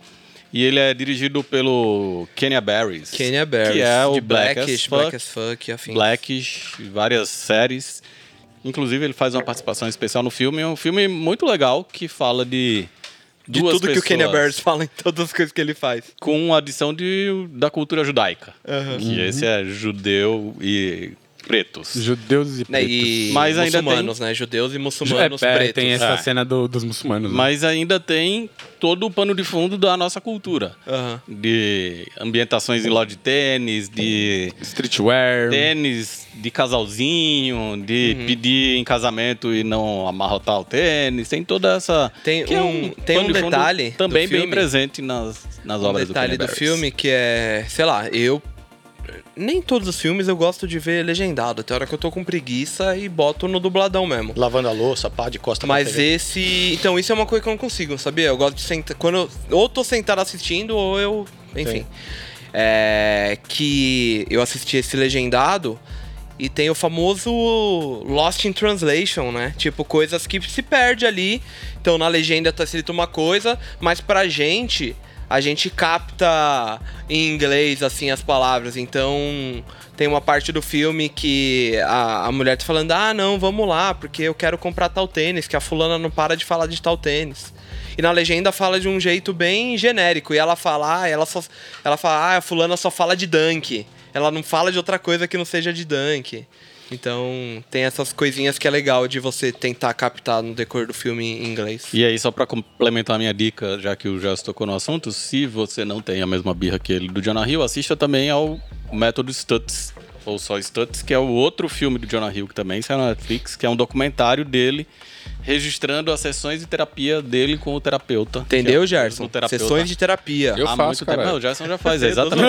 [SPEAKER 1] E ele é dirigido pelo Kenya Barris.
[SPEAKER 5] Kenya Barris.
[SPEAKER 1] Que é o
[SPEAKER 5] de
[SPEAKER 1] Black, as
[SPEAKER 5] Blackish,
[SPEAKER 1] Fuck,
[SPEAKER 5] Black as Fuck, afim.
[SPEAKER 1] Blackish, várias séries. Inclusive, ele faz uma participação especial no filme. É um filme muito legal que fala de.
[SPEAKER 5] De
[SPEAKER 1] duas
[SPEAKER 5] tudo que o Kenya
[SPEAKER 1] pessoas
[SPEAKER 5] Barris fala em todas as coisas que ele faz.
[SPEAKER 1] Com a adição de, da cultura judaica. Que esse é judeu e pretos.
[SPEAKER 3] Judeus e
[SPEAKER 5] Né?
[SPEAKER 3] pretos.
[SPEAKER 5] E
[SPEAKER 1] Mas ainda
[SPEAKER 5] muçulmanos, né? Judeus e
[SPEAKER 3] É,
[SPEAKER 5] muçulmanos
[SPEAKER 3] é,
[SPEAKER 5] pretos.
[SPEAKER 3] tem essa
[SPEAKER 1] É.
[SPEAKER 3] cena do- dos muçulmanos. né?
[SPEAKER 1] Mas ainda tem todo o pano de fundo da nossa cultura.
[SPEAKER 5] Aham.
[SPEAKER 1] De ambientações em loja de tênis, de
[SPEAKER 3] Streetwear.
[SPEAKER 1] tênis de casalzinho, de
[SPEAKER 5] Uhum.
[SPEAKER 1] pedir em casamento e não amarrotar o tênis. Tem toda essa.
[SPEAKER 5] Tem
[SPEAKER 1] que é
[SPEAKER 5] um- tem
[SPEAKER 1] pano
[SPEAKER 5] um
[SPEAKER 1] de fundo
[SPEAKER 5] detalhe do
[SPEAKER 1] Também bem
[SPEAKER 5] filme.
[SPEAKER 1] presente nas, nas
[SPEAKER 5] Um
[SPEAKER 1] obras do, Kanye
[SPEAKER 5] detalhe do
[SPEAKER 1] Barris.
[SPEAKER 5] filme que é, sei lá, eu nem todos os filmes eu gosto de ver legendado. Tem hora que eu tô com preguiça e boto no dubladão mesmo.
[SPEAKER 4] Lavando a louça, pá, de costa pra
[SPEAKER 5] Mas
[SPEAKER 4] TV.
[SPEAKER 5] esse. Então, isso é uma coisa que eu não consigo, sabia? Eu gosto de sentar. Quando eu, ou tô sentado assistindo, ou eu. Enfim. É, que eu assisti esse legendado e tem o famoso Lost in Translation, né? Tipo, coisas que se perde ali. Então, na legenda tá escrito uma coisa, mas pra gente, a gente capta em inglês, assim, as palavras. Então, tem uma parte do filme que a, a mulher tá falando: ah, não, vamos lá, porque eu quero comprar tal tênis, que a fulana não para de falar de tal tênis. E na legenda fala de um jeito bem genérico. E ela fala, ah, ela só. Ela fala, ah, a fulana só fala de dunk. Ela não fala de outra coisa que não seja de dunk. Então tem essas coisinhas que é legal de você tentar captar no decorrer do filme em inglês.
[SPEAKER 1] E aí, só pra complementar a minha dica, já que o Gesso tocou no assunto, se você não tem a mesma birra que ele do Jonah Hill, assista também ao Método Stutz, ou só Stutz, que é o outro filme do Jonah Hill que também saiu na Netflix, que é um documentário dele registrando as sessões de terapia dele com o terapeuta.
[SPEAKER 5] Entendeu,
[SPEAKER 1] Que é o
[SPEAKER 5] Gerson?
[SPEAKER 1] terapeuta.
[SPEAKER 5] Sessões de terapia.
[SPEAKER 2] Eu
[SPEAKER 1] Há
[SPEAKER 2] faço,
[SPEAKER 1] muito
[SPEAKER 2] caralho.
[SPEAKER 1] tempo. Não, o Gerson já faz, é exatamente.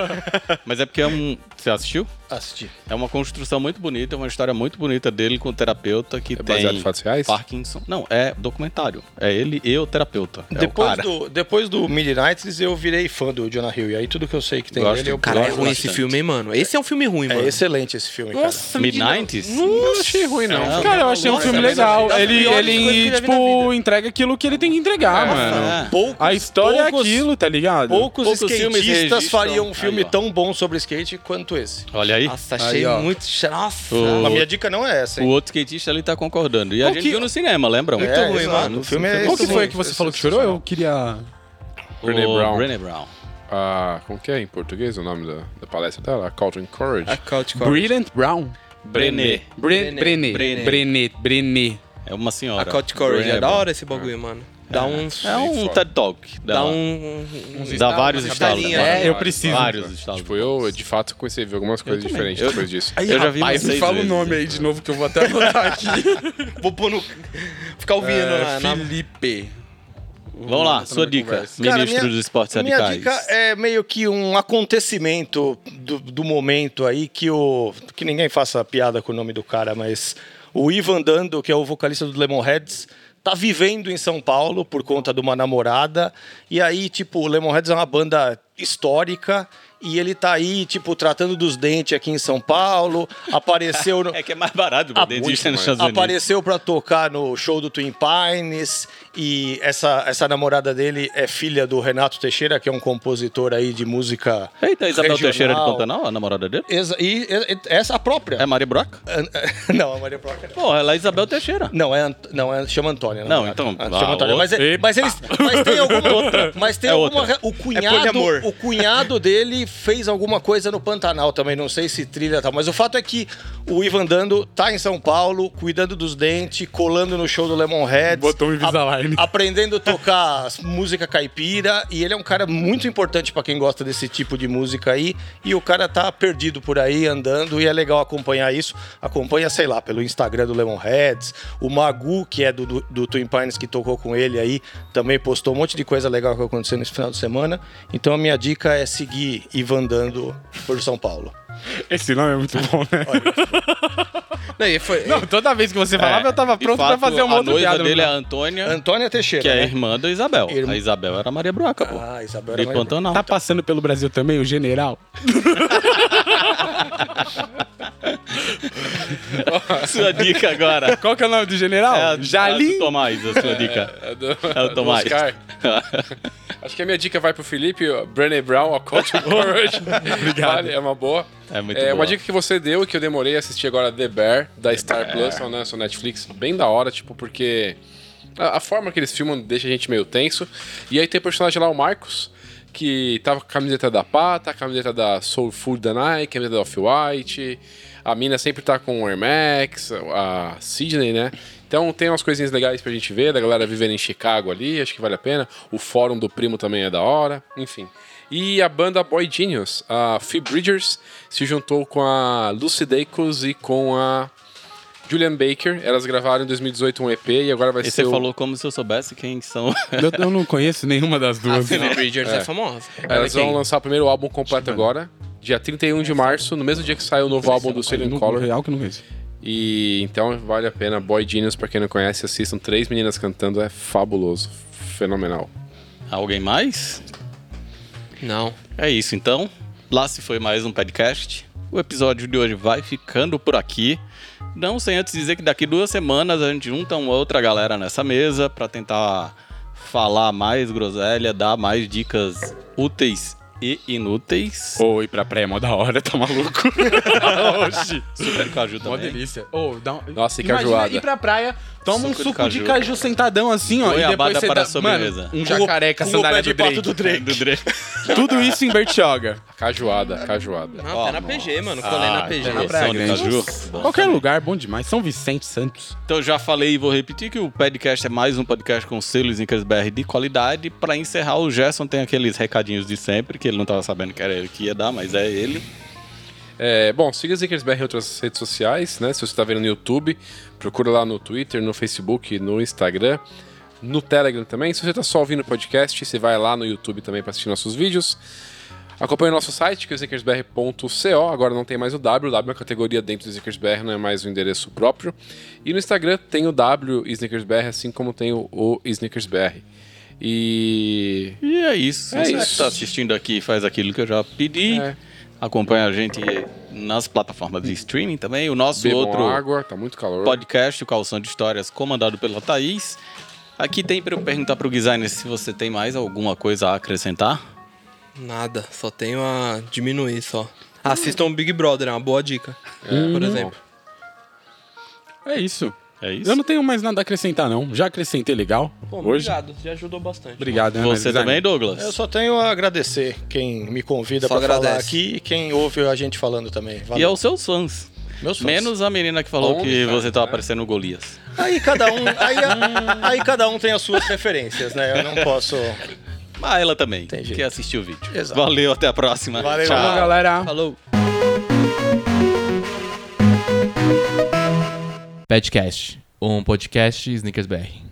[SPEAKER 1] Mas é porque é um. Você assistiu?
[SPEAKER 4] Assisti.
[SPEAKER 1] É uma construção muito bonita, é uma história muito bonita dele com o terapeuta que
[SPEAKER 2] É
[SPEAKER 1] tem.
[SPEAKER 2] baseado em fatos reais?
[SPEAKER 1] Parkinson. Não, é documentário. É ele e o terapeuta. É o
[SPEAKER 4] Depois
[SPEAKER 1] cara.
[SPEAKER 4] do, depois do Midnights, eu virei fã do Jonah Hill. E aí tudo que eu sei que tem
[SPEAKER 1] Gosto.
[SPEAKER 4] dele, eu
[SPEAKER 5] Cara, é
[SPEAKER 4] gosto.
[SPEAKER 5] ruim esse
[SPEAKER 1] bastante.
[SPEAKER 5] filme, hein, mano? Esse é um filme ruim,
[SPEAKER 4] É
[SPEAKER 5] mano.
[SPEAKER 4] excelente esse filme,
[SPEAKER 5] Nossa,
[SPEAKER 1] Midnights?
[SPEAKER 2] Não achei ruim, não.
[SPEAKER 1] Não.
[SPEAKER 3] Cara, eu achei um
[SPEAKER 5] Nossa,
[SPEAKER 3] filme
[SPEAKER 5] mas
[SPEAKER 3] legal.
[SPEAKER 5] é a
[SPEAKER 3] Ele,
[SPEAKER 5] pior coisa que eu
[SPEAKER 3] ele
[SPEAKER 5] já vi na
[SPEAKER 3] tipo, entrega aquilo que ele tem que entregar, mano.
[SPEAKER 1] é.
[SPEAKER 4] Poucos,
[SPEAKER 3] A história
[SPEAKER 4] poucos-
[SPEAKER 3] é aquilo, tá ligado?
[SPEAKER 4] Poucos,
[SPEAKER 1] Poucos filmes
[SPEAKER 4] skatistas
[SPEAKER 1] registram-
[SPEAKER 4] fariam um filme
[SPEAKER 1] Aí, ó.
[SPEAKER 4] tão bom sobre skate quanto esse.
[SPEAKER 1] Olha aí.
[SPEAKER 5] Nossa, achei
[SPEAKER 3] ó.
[SPEAKER 5] muito. ch- Nossa.
[SPEAKER 1] O-
[SPEAKER 4] A minha dica não é essa,
[SPEAKER 1] o
[SPEAKER 4] hein?
[SPEAKER 1] outro skatista ele tá concordando. E a
[SPEAKER 3] Qual
[SPEAKER 1] gente
[SPEAKER 3] que-
[SPEAKER 1] viu no cinema, lembram?
[SPEAKER 4] É,
[SPEAKER 5] muito ruim,
[SPEAKER 4] exato.
[SPEAKER 5] mano.
[SPEAKER 4] O filme é
[SPEAKER 3] Qual que
[SPEAKER 4] esse
[SPEAKER 3] foi
[SPEAKER 4] ruim.
[SPEAKER 3] que você falou que chorou? Eu queria.
[SPEAKER 1] O
[SPEAKER 2] Brené Brown.
[SPEAKER 1] Brené Brown.
[SPEAKER 2] Ah, como que é em português o nome da, da palestra dela? A Call to Encourage.
[SPEAKER 5] É A Couch Corner.
[SPEAKER 3] Brilliant Brown.
[SPEAKER 1] Brené.
[SPEAKER 3] Bre- Brené.
[SPEAKER 5] Brené.
[SPEAKER 3] Brené.
[SPEAKER 5] Brené.
[SPEAKER 3] Brené.
[SPEAKER 1] É uma senhora.
[SPEAKER 5] A Couch Corner.
[SPEAKER 1] Brené
[SPEAKER 5] É da
[SPEAKER 1] Brown.
[SPEAKER 5] hora esse bagulho, mano. Dá uns.
[SPEAKER 1] É um
[SPEAKER 2] Foda.
[SPEAKER 1] TED Talk.
[SPEAKER 5] Dá
[SPEAKER 1] Dá,
[SPEAKER 5] um.
[SPEAKER 1] dá vários
[SPEAKER 5] umas
[SPEAKER 1] estalos.
[SPEAKER 5] estalinhas,
[SPEAKER 1] né?
[SPEAKER 3] É, eu preciso.
[SPEAKER 1] Vários estalos.
[SPEAKER 2] Tipo, eu de fato comecei a ver algumas coisas
[SPEAKER 1] também.
[SPEAKER 2] diferentes
[SPEAKER 1] Eu-
[SPEAKER 2] depois disso.
[SPEAKER 1] Eu já vi umas
[SPEAKER 3] Rapaz, me
[SPEAKER 1] seis
[SPEAKER 3] fala
[SPEAKER 1] vezes.
[SPEAKER 3] o nome aí de novo que eu vou até anotar aqui.
[SPEAKER 5] Vou pôr no. Ficar ouvindo
[SPEAKER 3] É,
[SPEAKER 5] na, na-
[SPEAKER 3] Felipe.
[SPEAKER 1] Vamos lá, sua dica,
[SPEAKER 4] Cara,
[SPEAKER 1] ministro
[SPEAKER 4] minha-
[SPEAKER 1] dos esportes
[SPEAKER 4] minha
[SPEAKER 1] radicais.
[SPEAKER 4] dica é meio que um acontecimento do, do momento aí que o. Que ninguém faça piada com o nome do cara, mas o Ivan Dando, que é o vocalista do Lemonheads, tá vivendo em São Paulo por conta de uma namorada. E aí, tipo, o Lemonheads é uma banda histórica. E ele tá aí, tipo, tratando dos dentes aqui em São Paulo. Apareceu. no-
[SPEAKER 1] É que é mais barato
[SPEAKER 4] Ah,
[SPEAKER 1] o dentista nos
[SPEAKER 2] muito
[SPEAKER 1] Estados Unidos.
[SPEAKER 4] Apareceu pra tocar no show do Twin Pines e essa, essa namorada dele é filha do Renato Teixeira, que é um compositor aí de música.
[SPEAKER 1] Eita, Isabel
[SPEAKER 4] regional.
[SPEAKER 1] Teixeira de Pantanal, a namorada dele?
[SPEAKER 4] Exa- e, e- e- essa a própria.
[SPEAKER 1] É Maria Broca? É
[SPEAKER 4] não, a Maria Própria. não.
[SPEAKER 1] Pô, ela é Isabel Teixeira.
[SPEAKER 4] Não, é, Ant- não, é chama Antônia. na
[SPEAKER 1] Não,
[SPEAKER 4] verdade.
[SPEAKER 1] então,
[SPEAKER 4] Ah,
[SPEAKER 1] ah,
[SPEAKER 4] chama Antônia. Mas, é-
[SPEAKER 3] outra.
[SPEAKER 4] mas eles, mas tem alguma outra. Mas tem
[SPEAKER 1] É
[SPEAKER 4] alguma.
[SPEAKER 1] outra.
[SPEAKER 4] re- O cunhado,
[SPEAKER 5] poliamor.
[SPEAKER 4] o cunhado dele fez alguma coisa no Pantanal também. Não sei se trilha e tal. Mas o fato é que o Ivan Dando tá em São Paulo, cuidando dos dentes, colando no show do Lemonheads.
[SPEAKER 3] Botou um Invisalign.
[SPEAKER 4] a- Aprendendo a tocar as- música caipira. E ele é um cara muito importante pra quem gosta desse tipo de música aí. E o cara tá perdido por aí, andando. E é legal acompanhar isso. Acompanha, sei lá, pelo Instagram do Lemonheads. O Magu, que é do, do, do Twin Pines, que tocou com ele aí, também postou um monte de coisa legal que aconteceu nesse final de semana. Então a minha dica é seguir Ivan Dando por São Paulo.
[SPEAKER 3] Esse nome é muito bom, né?
[SPEAKER 5] Não, e foi.
[SPEAKER 3] Não, toda vez que você falava, eu tava
[SPEAKER 1] É, De
[SPEAKER 3] pronto pra
[SPEAKER 1] fato,
[SPEAKER 3] fazer uma
[SPEAKER 1] a
[SPEAKER 3] outra
[SPEAKER 1] noiva
[SPEAKER 3] piada. né?
[SPEAKER 1] dele é a
[SPEAKER 3] mano.
[SPEAKER 1] Antônia,
[SPEAKER 4] Antônia Teixeira.
[SPEAKER 1] que é a
[SPEAKER 4] né?
[SPEAKER 1] irmã da Isabel.
[SPEAKER 4] Irmã.
[SPEAKER 1] A Isabel era Maria Broca, pô.
[SPEAKER 4] Ah, Isabel
[SPEAKER 1] de
[SPEAKER 4] era mais-
[SPEAKER 1] Pantanal.
[SPEAKER 3] Tá passando pelo Brasil também o general?
[SPEAKER 1] Sua dica agora.
[SPEAKER 3] Qual que é o nome do general?
[SPEAKER 1] É a, a do
[SPEAKER 3] Jalim.
[SPEAKER 1] Tomás, a sua dica.
[SPEAKER 2] É do,
[SPEAKER 1] É o
[SPEAKER 2] do
[SPEAKER 1] Tomás.
[SPEAKER 2] Oscar. Acho que a minha dica vai pro Felipe, ó, Brené Brown, a Cult Courage. Obrigado. é uma boa.
[SPEAKER 1] É muito
[SPEAKER 2] uma
[SPEAKER 1] boa.
[SPEAKER 2] dica que você deu e que eu demorei a assistir agora, The Bear, da Star Plus, na na sua Netflix. Bem da hora, tipo, porque a, a forma que eles filmam deixa a gente meio tenso. E aí tem o personagem lá, o Marcos, que tava com a camiseta da Pata, a camiseta da Soul Food da Nike, a camiseta da Off-White. A mina sempre tá com o Air Max, a Sidney, né? Então tem umas coisinhas legais pra gente ver, da galera vivendo em Chicago ali, acho que vale a pena. O fórum do primo também é da hora, enfim. E a banda Boy Genius, a Phoebe Bridgers, se juntou com a Lucy Dacus e com a Julian Baker. Elas gravaram em 2018 um EP e agora vai
[SPEAKER 1] E
[SPEAKER 2] ser
[SPEAKER 1] você
[SPEAKER 2] o-
[SPEAKER 1] falou como se eu soubesse quem são.
[SPEAKER 3] Eu, eu não conheço nenhuma das
[SPEAKER 5] A
[SPEAKER 3] duas.
[SPEAKER 1] Ah, né?
[SPEAKER 5] Phoebe Bridgers é, famosa. Ela é
[SPEAKER 2] Elas vão
[SPEAKER 5] quem?
[SPEAKER 2] lançar o primeiro álbum completo agora. Dia 31 de março, no mesmo dia que sai o novo álbum do Serial Color.
[SPEAKER 6] real que não conheço.
[SPEAKER 2] E então vale a pena. Boy Genius, pra quem não conhece, assistam. Três meninas cantando, é fabuloso. Fenomenal.
[SPEAKER 1] Alguém mais?
[SPEAKER 5] Não.
[SPEAKER 1] É isso então. Lá se foi mais um podcast. O episódio de hoje vai ficando por aqui. Não sem antes dizer que daqui duas semanas a gente junta uma outra galera nessa mesa para tentar falar mais groselha, dar mais dicas úteis e inúteis.
[SPEAKER 3] Ou ir pra praia é mó da hora, tá maluco? Oxi.
[SPEAKER 1] Super Caju
[SPEAKER 3] Mó
[SPEAKER 1] também.
[SPEAKER 3] delícia. Ô, dá um...
[SPEAKER 2] Nossa, e
[SPEAKER 3] Imagina
[SPEAKER 2] cajuada.
[SPEAKER 3] ir pra praia, toma um
[SPEAKER 1] Suco de
[SPEAKER 3] suco de
[SPEAKER 1] caju.
[SPEAKER 3] caju sentadão assim, ó. e
[SPEAKER 1] Goiabada
[SPEAKER 3] depois você
[SPEAKER 1] para
[SPEAKER 3] dá...
[SPEAKER 1] a sobremesa.
[SPEAKER 3] Mano, um jacaré com a sandália do Drake.
[SPEAKER 1] Do Drake.
[SPEAKER 3] Tudo isso em Bertioga.
[SPEAKER 2] Cajuada, cajuada.
[SPEAKER 5] Não, até na PG, mano. Colei na PG.
[SPEAKER 1] Ah,
[SPEAKER 3] praia,
[SPEAKER 1] então,
[SPEAKER 3] gente.
[SPEAKER 1] Caju. Bom.
[SPEAKER 3] Qualquer lugar, bom demais. São Vicente, Santos.
[SPEAKER 1] Então eu já falei e vou repetir que o podcast é mais um podcast com selo Snickers BR de qualidade. Pra encerrar, o Gerson tem aqueles recadinhos de sempre, que ele não tava sabendo que era ele que ia dar, mas é ele.
[SPEAKER 2] É, bom, siga Zickersberg em outras redes sociais, né? Se você tá vendo no YouTube, procura lá no Twitter, no Facebook, no Instagram, no Telegram também. Se você tá só ouvindo o podcast, você vai lá no YouTube também para assistir nossos vídeos. Acompanhe o nosso site, que é o zickersbr.co. Agora não tem mais o W, o W é uma categoria dentro do Zickersberg, não é mais o endereço próprio. E no Instagram tem o W Snickersbr, assim como tem o, o Snickersbr. E
[SPEAKER 1] E é isso.
[SPEAKER 2] É
[SPEAKER 1] Se você
[SPEAKER 2] isso.
[SPEAKER 1] que tá assistindo aqui faz aquilo que eu já pedi.
[SPEAKER 2] É.
[SPEAKER 1] Acompanha a gente nas plataformas de streaming também. O nosso
[SPEAKER 2] bebam
[SPEAKER 1] outro
[SPEAKER 2] água, tá muito calor.
[SPEAKER 1] podcast, o Calção de Histórias, comandado pela Thaís. Aqui tem pra eu perguntar pro designer se você tem mais alguma coisa a acrescentar.
[SPEAKER 5] Nada. Só tenho a diminuir só. Assistam Big Brother, é uma boa dica. por exemplo.
[SPEAKER 3] É isso.
[SPEAKER 1] É isso.
[SPEAKER 3] Eu não tenho mais nada a acrescentar, não. Já acrescentei legal. Hoje.
[SPEAKER 5] obrigado. Já ajudou bastante.
[SPEAKER 3] Obrigado, né,
[SPEAKER 1] Você
[SPEAKER 3] design?
[SPEAKER 1] também, Douglas?
[SPEAKER 4] Eu só tenho a agradecer quem me convida
[SPEAKER 5] Só
[SPEAKER 4] pra falar
[SPEAKER 5] agradece.
[SPEAKER 4] aqui e quem ouve a gente falando também.
[SPEAKER 1] E
[SPEAKER 4] Valeu.
[SPEAKER 1] aos seus fãs.
[SPEAKER 4] Meus fãs.
[SPEAKER 1] Menos a menina que falou
[SPEAKER 2] Homem,
[SPEAKER 1] que
[SPEAKER 2] cara,
[SPEAKER 1] você tava
[SPEAKER 2] né?
[SPEAKER 1] parecendo o Golias.
[SPEAKER 4] Aí cada um, aí, a- aí cada um tem as suas referências, né? Eu não posso.
[SPEAKER 1] Ah, ela também,
[SPEAKER 4] Entendi.
[SPEAKER 1] que assistiu o vídeo.
[SPEAKER 4] Exato.
[SPEAKER 1] Valeu, até a próxima.
[SPEAKER 4] Valeu,
[SPEAKER 1] Tchau.
[SPEAKER 3] Falou, galera.
[SPEAKER 5] Falou.
[SPEAKER 7] Petcast, um podcast Snickers BR.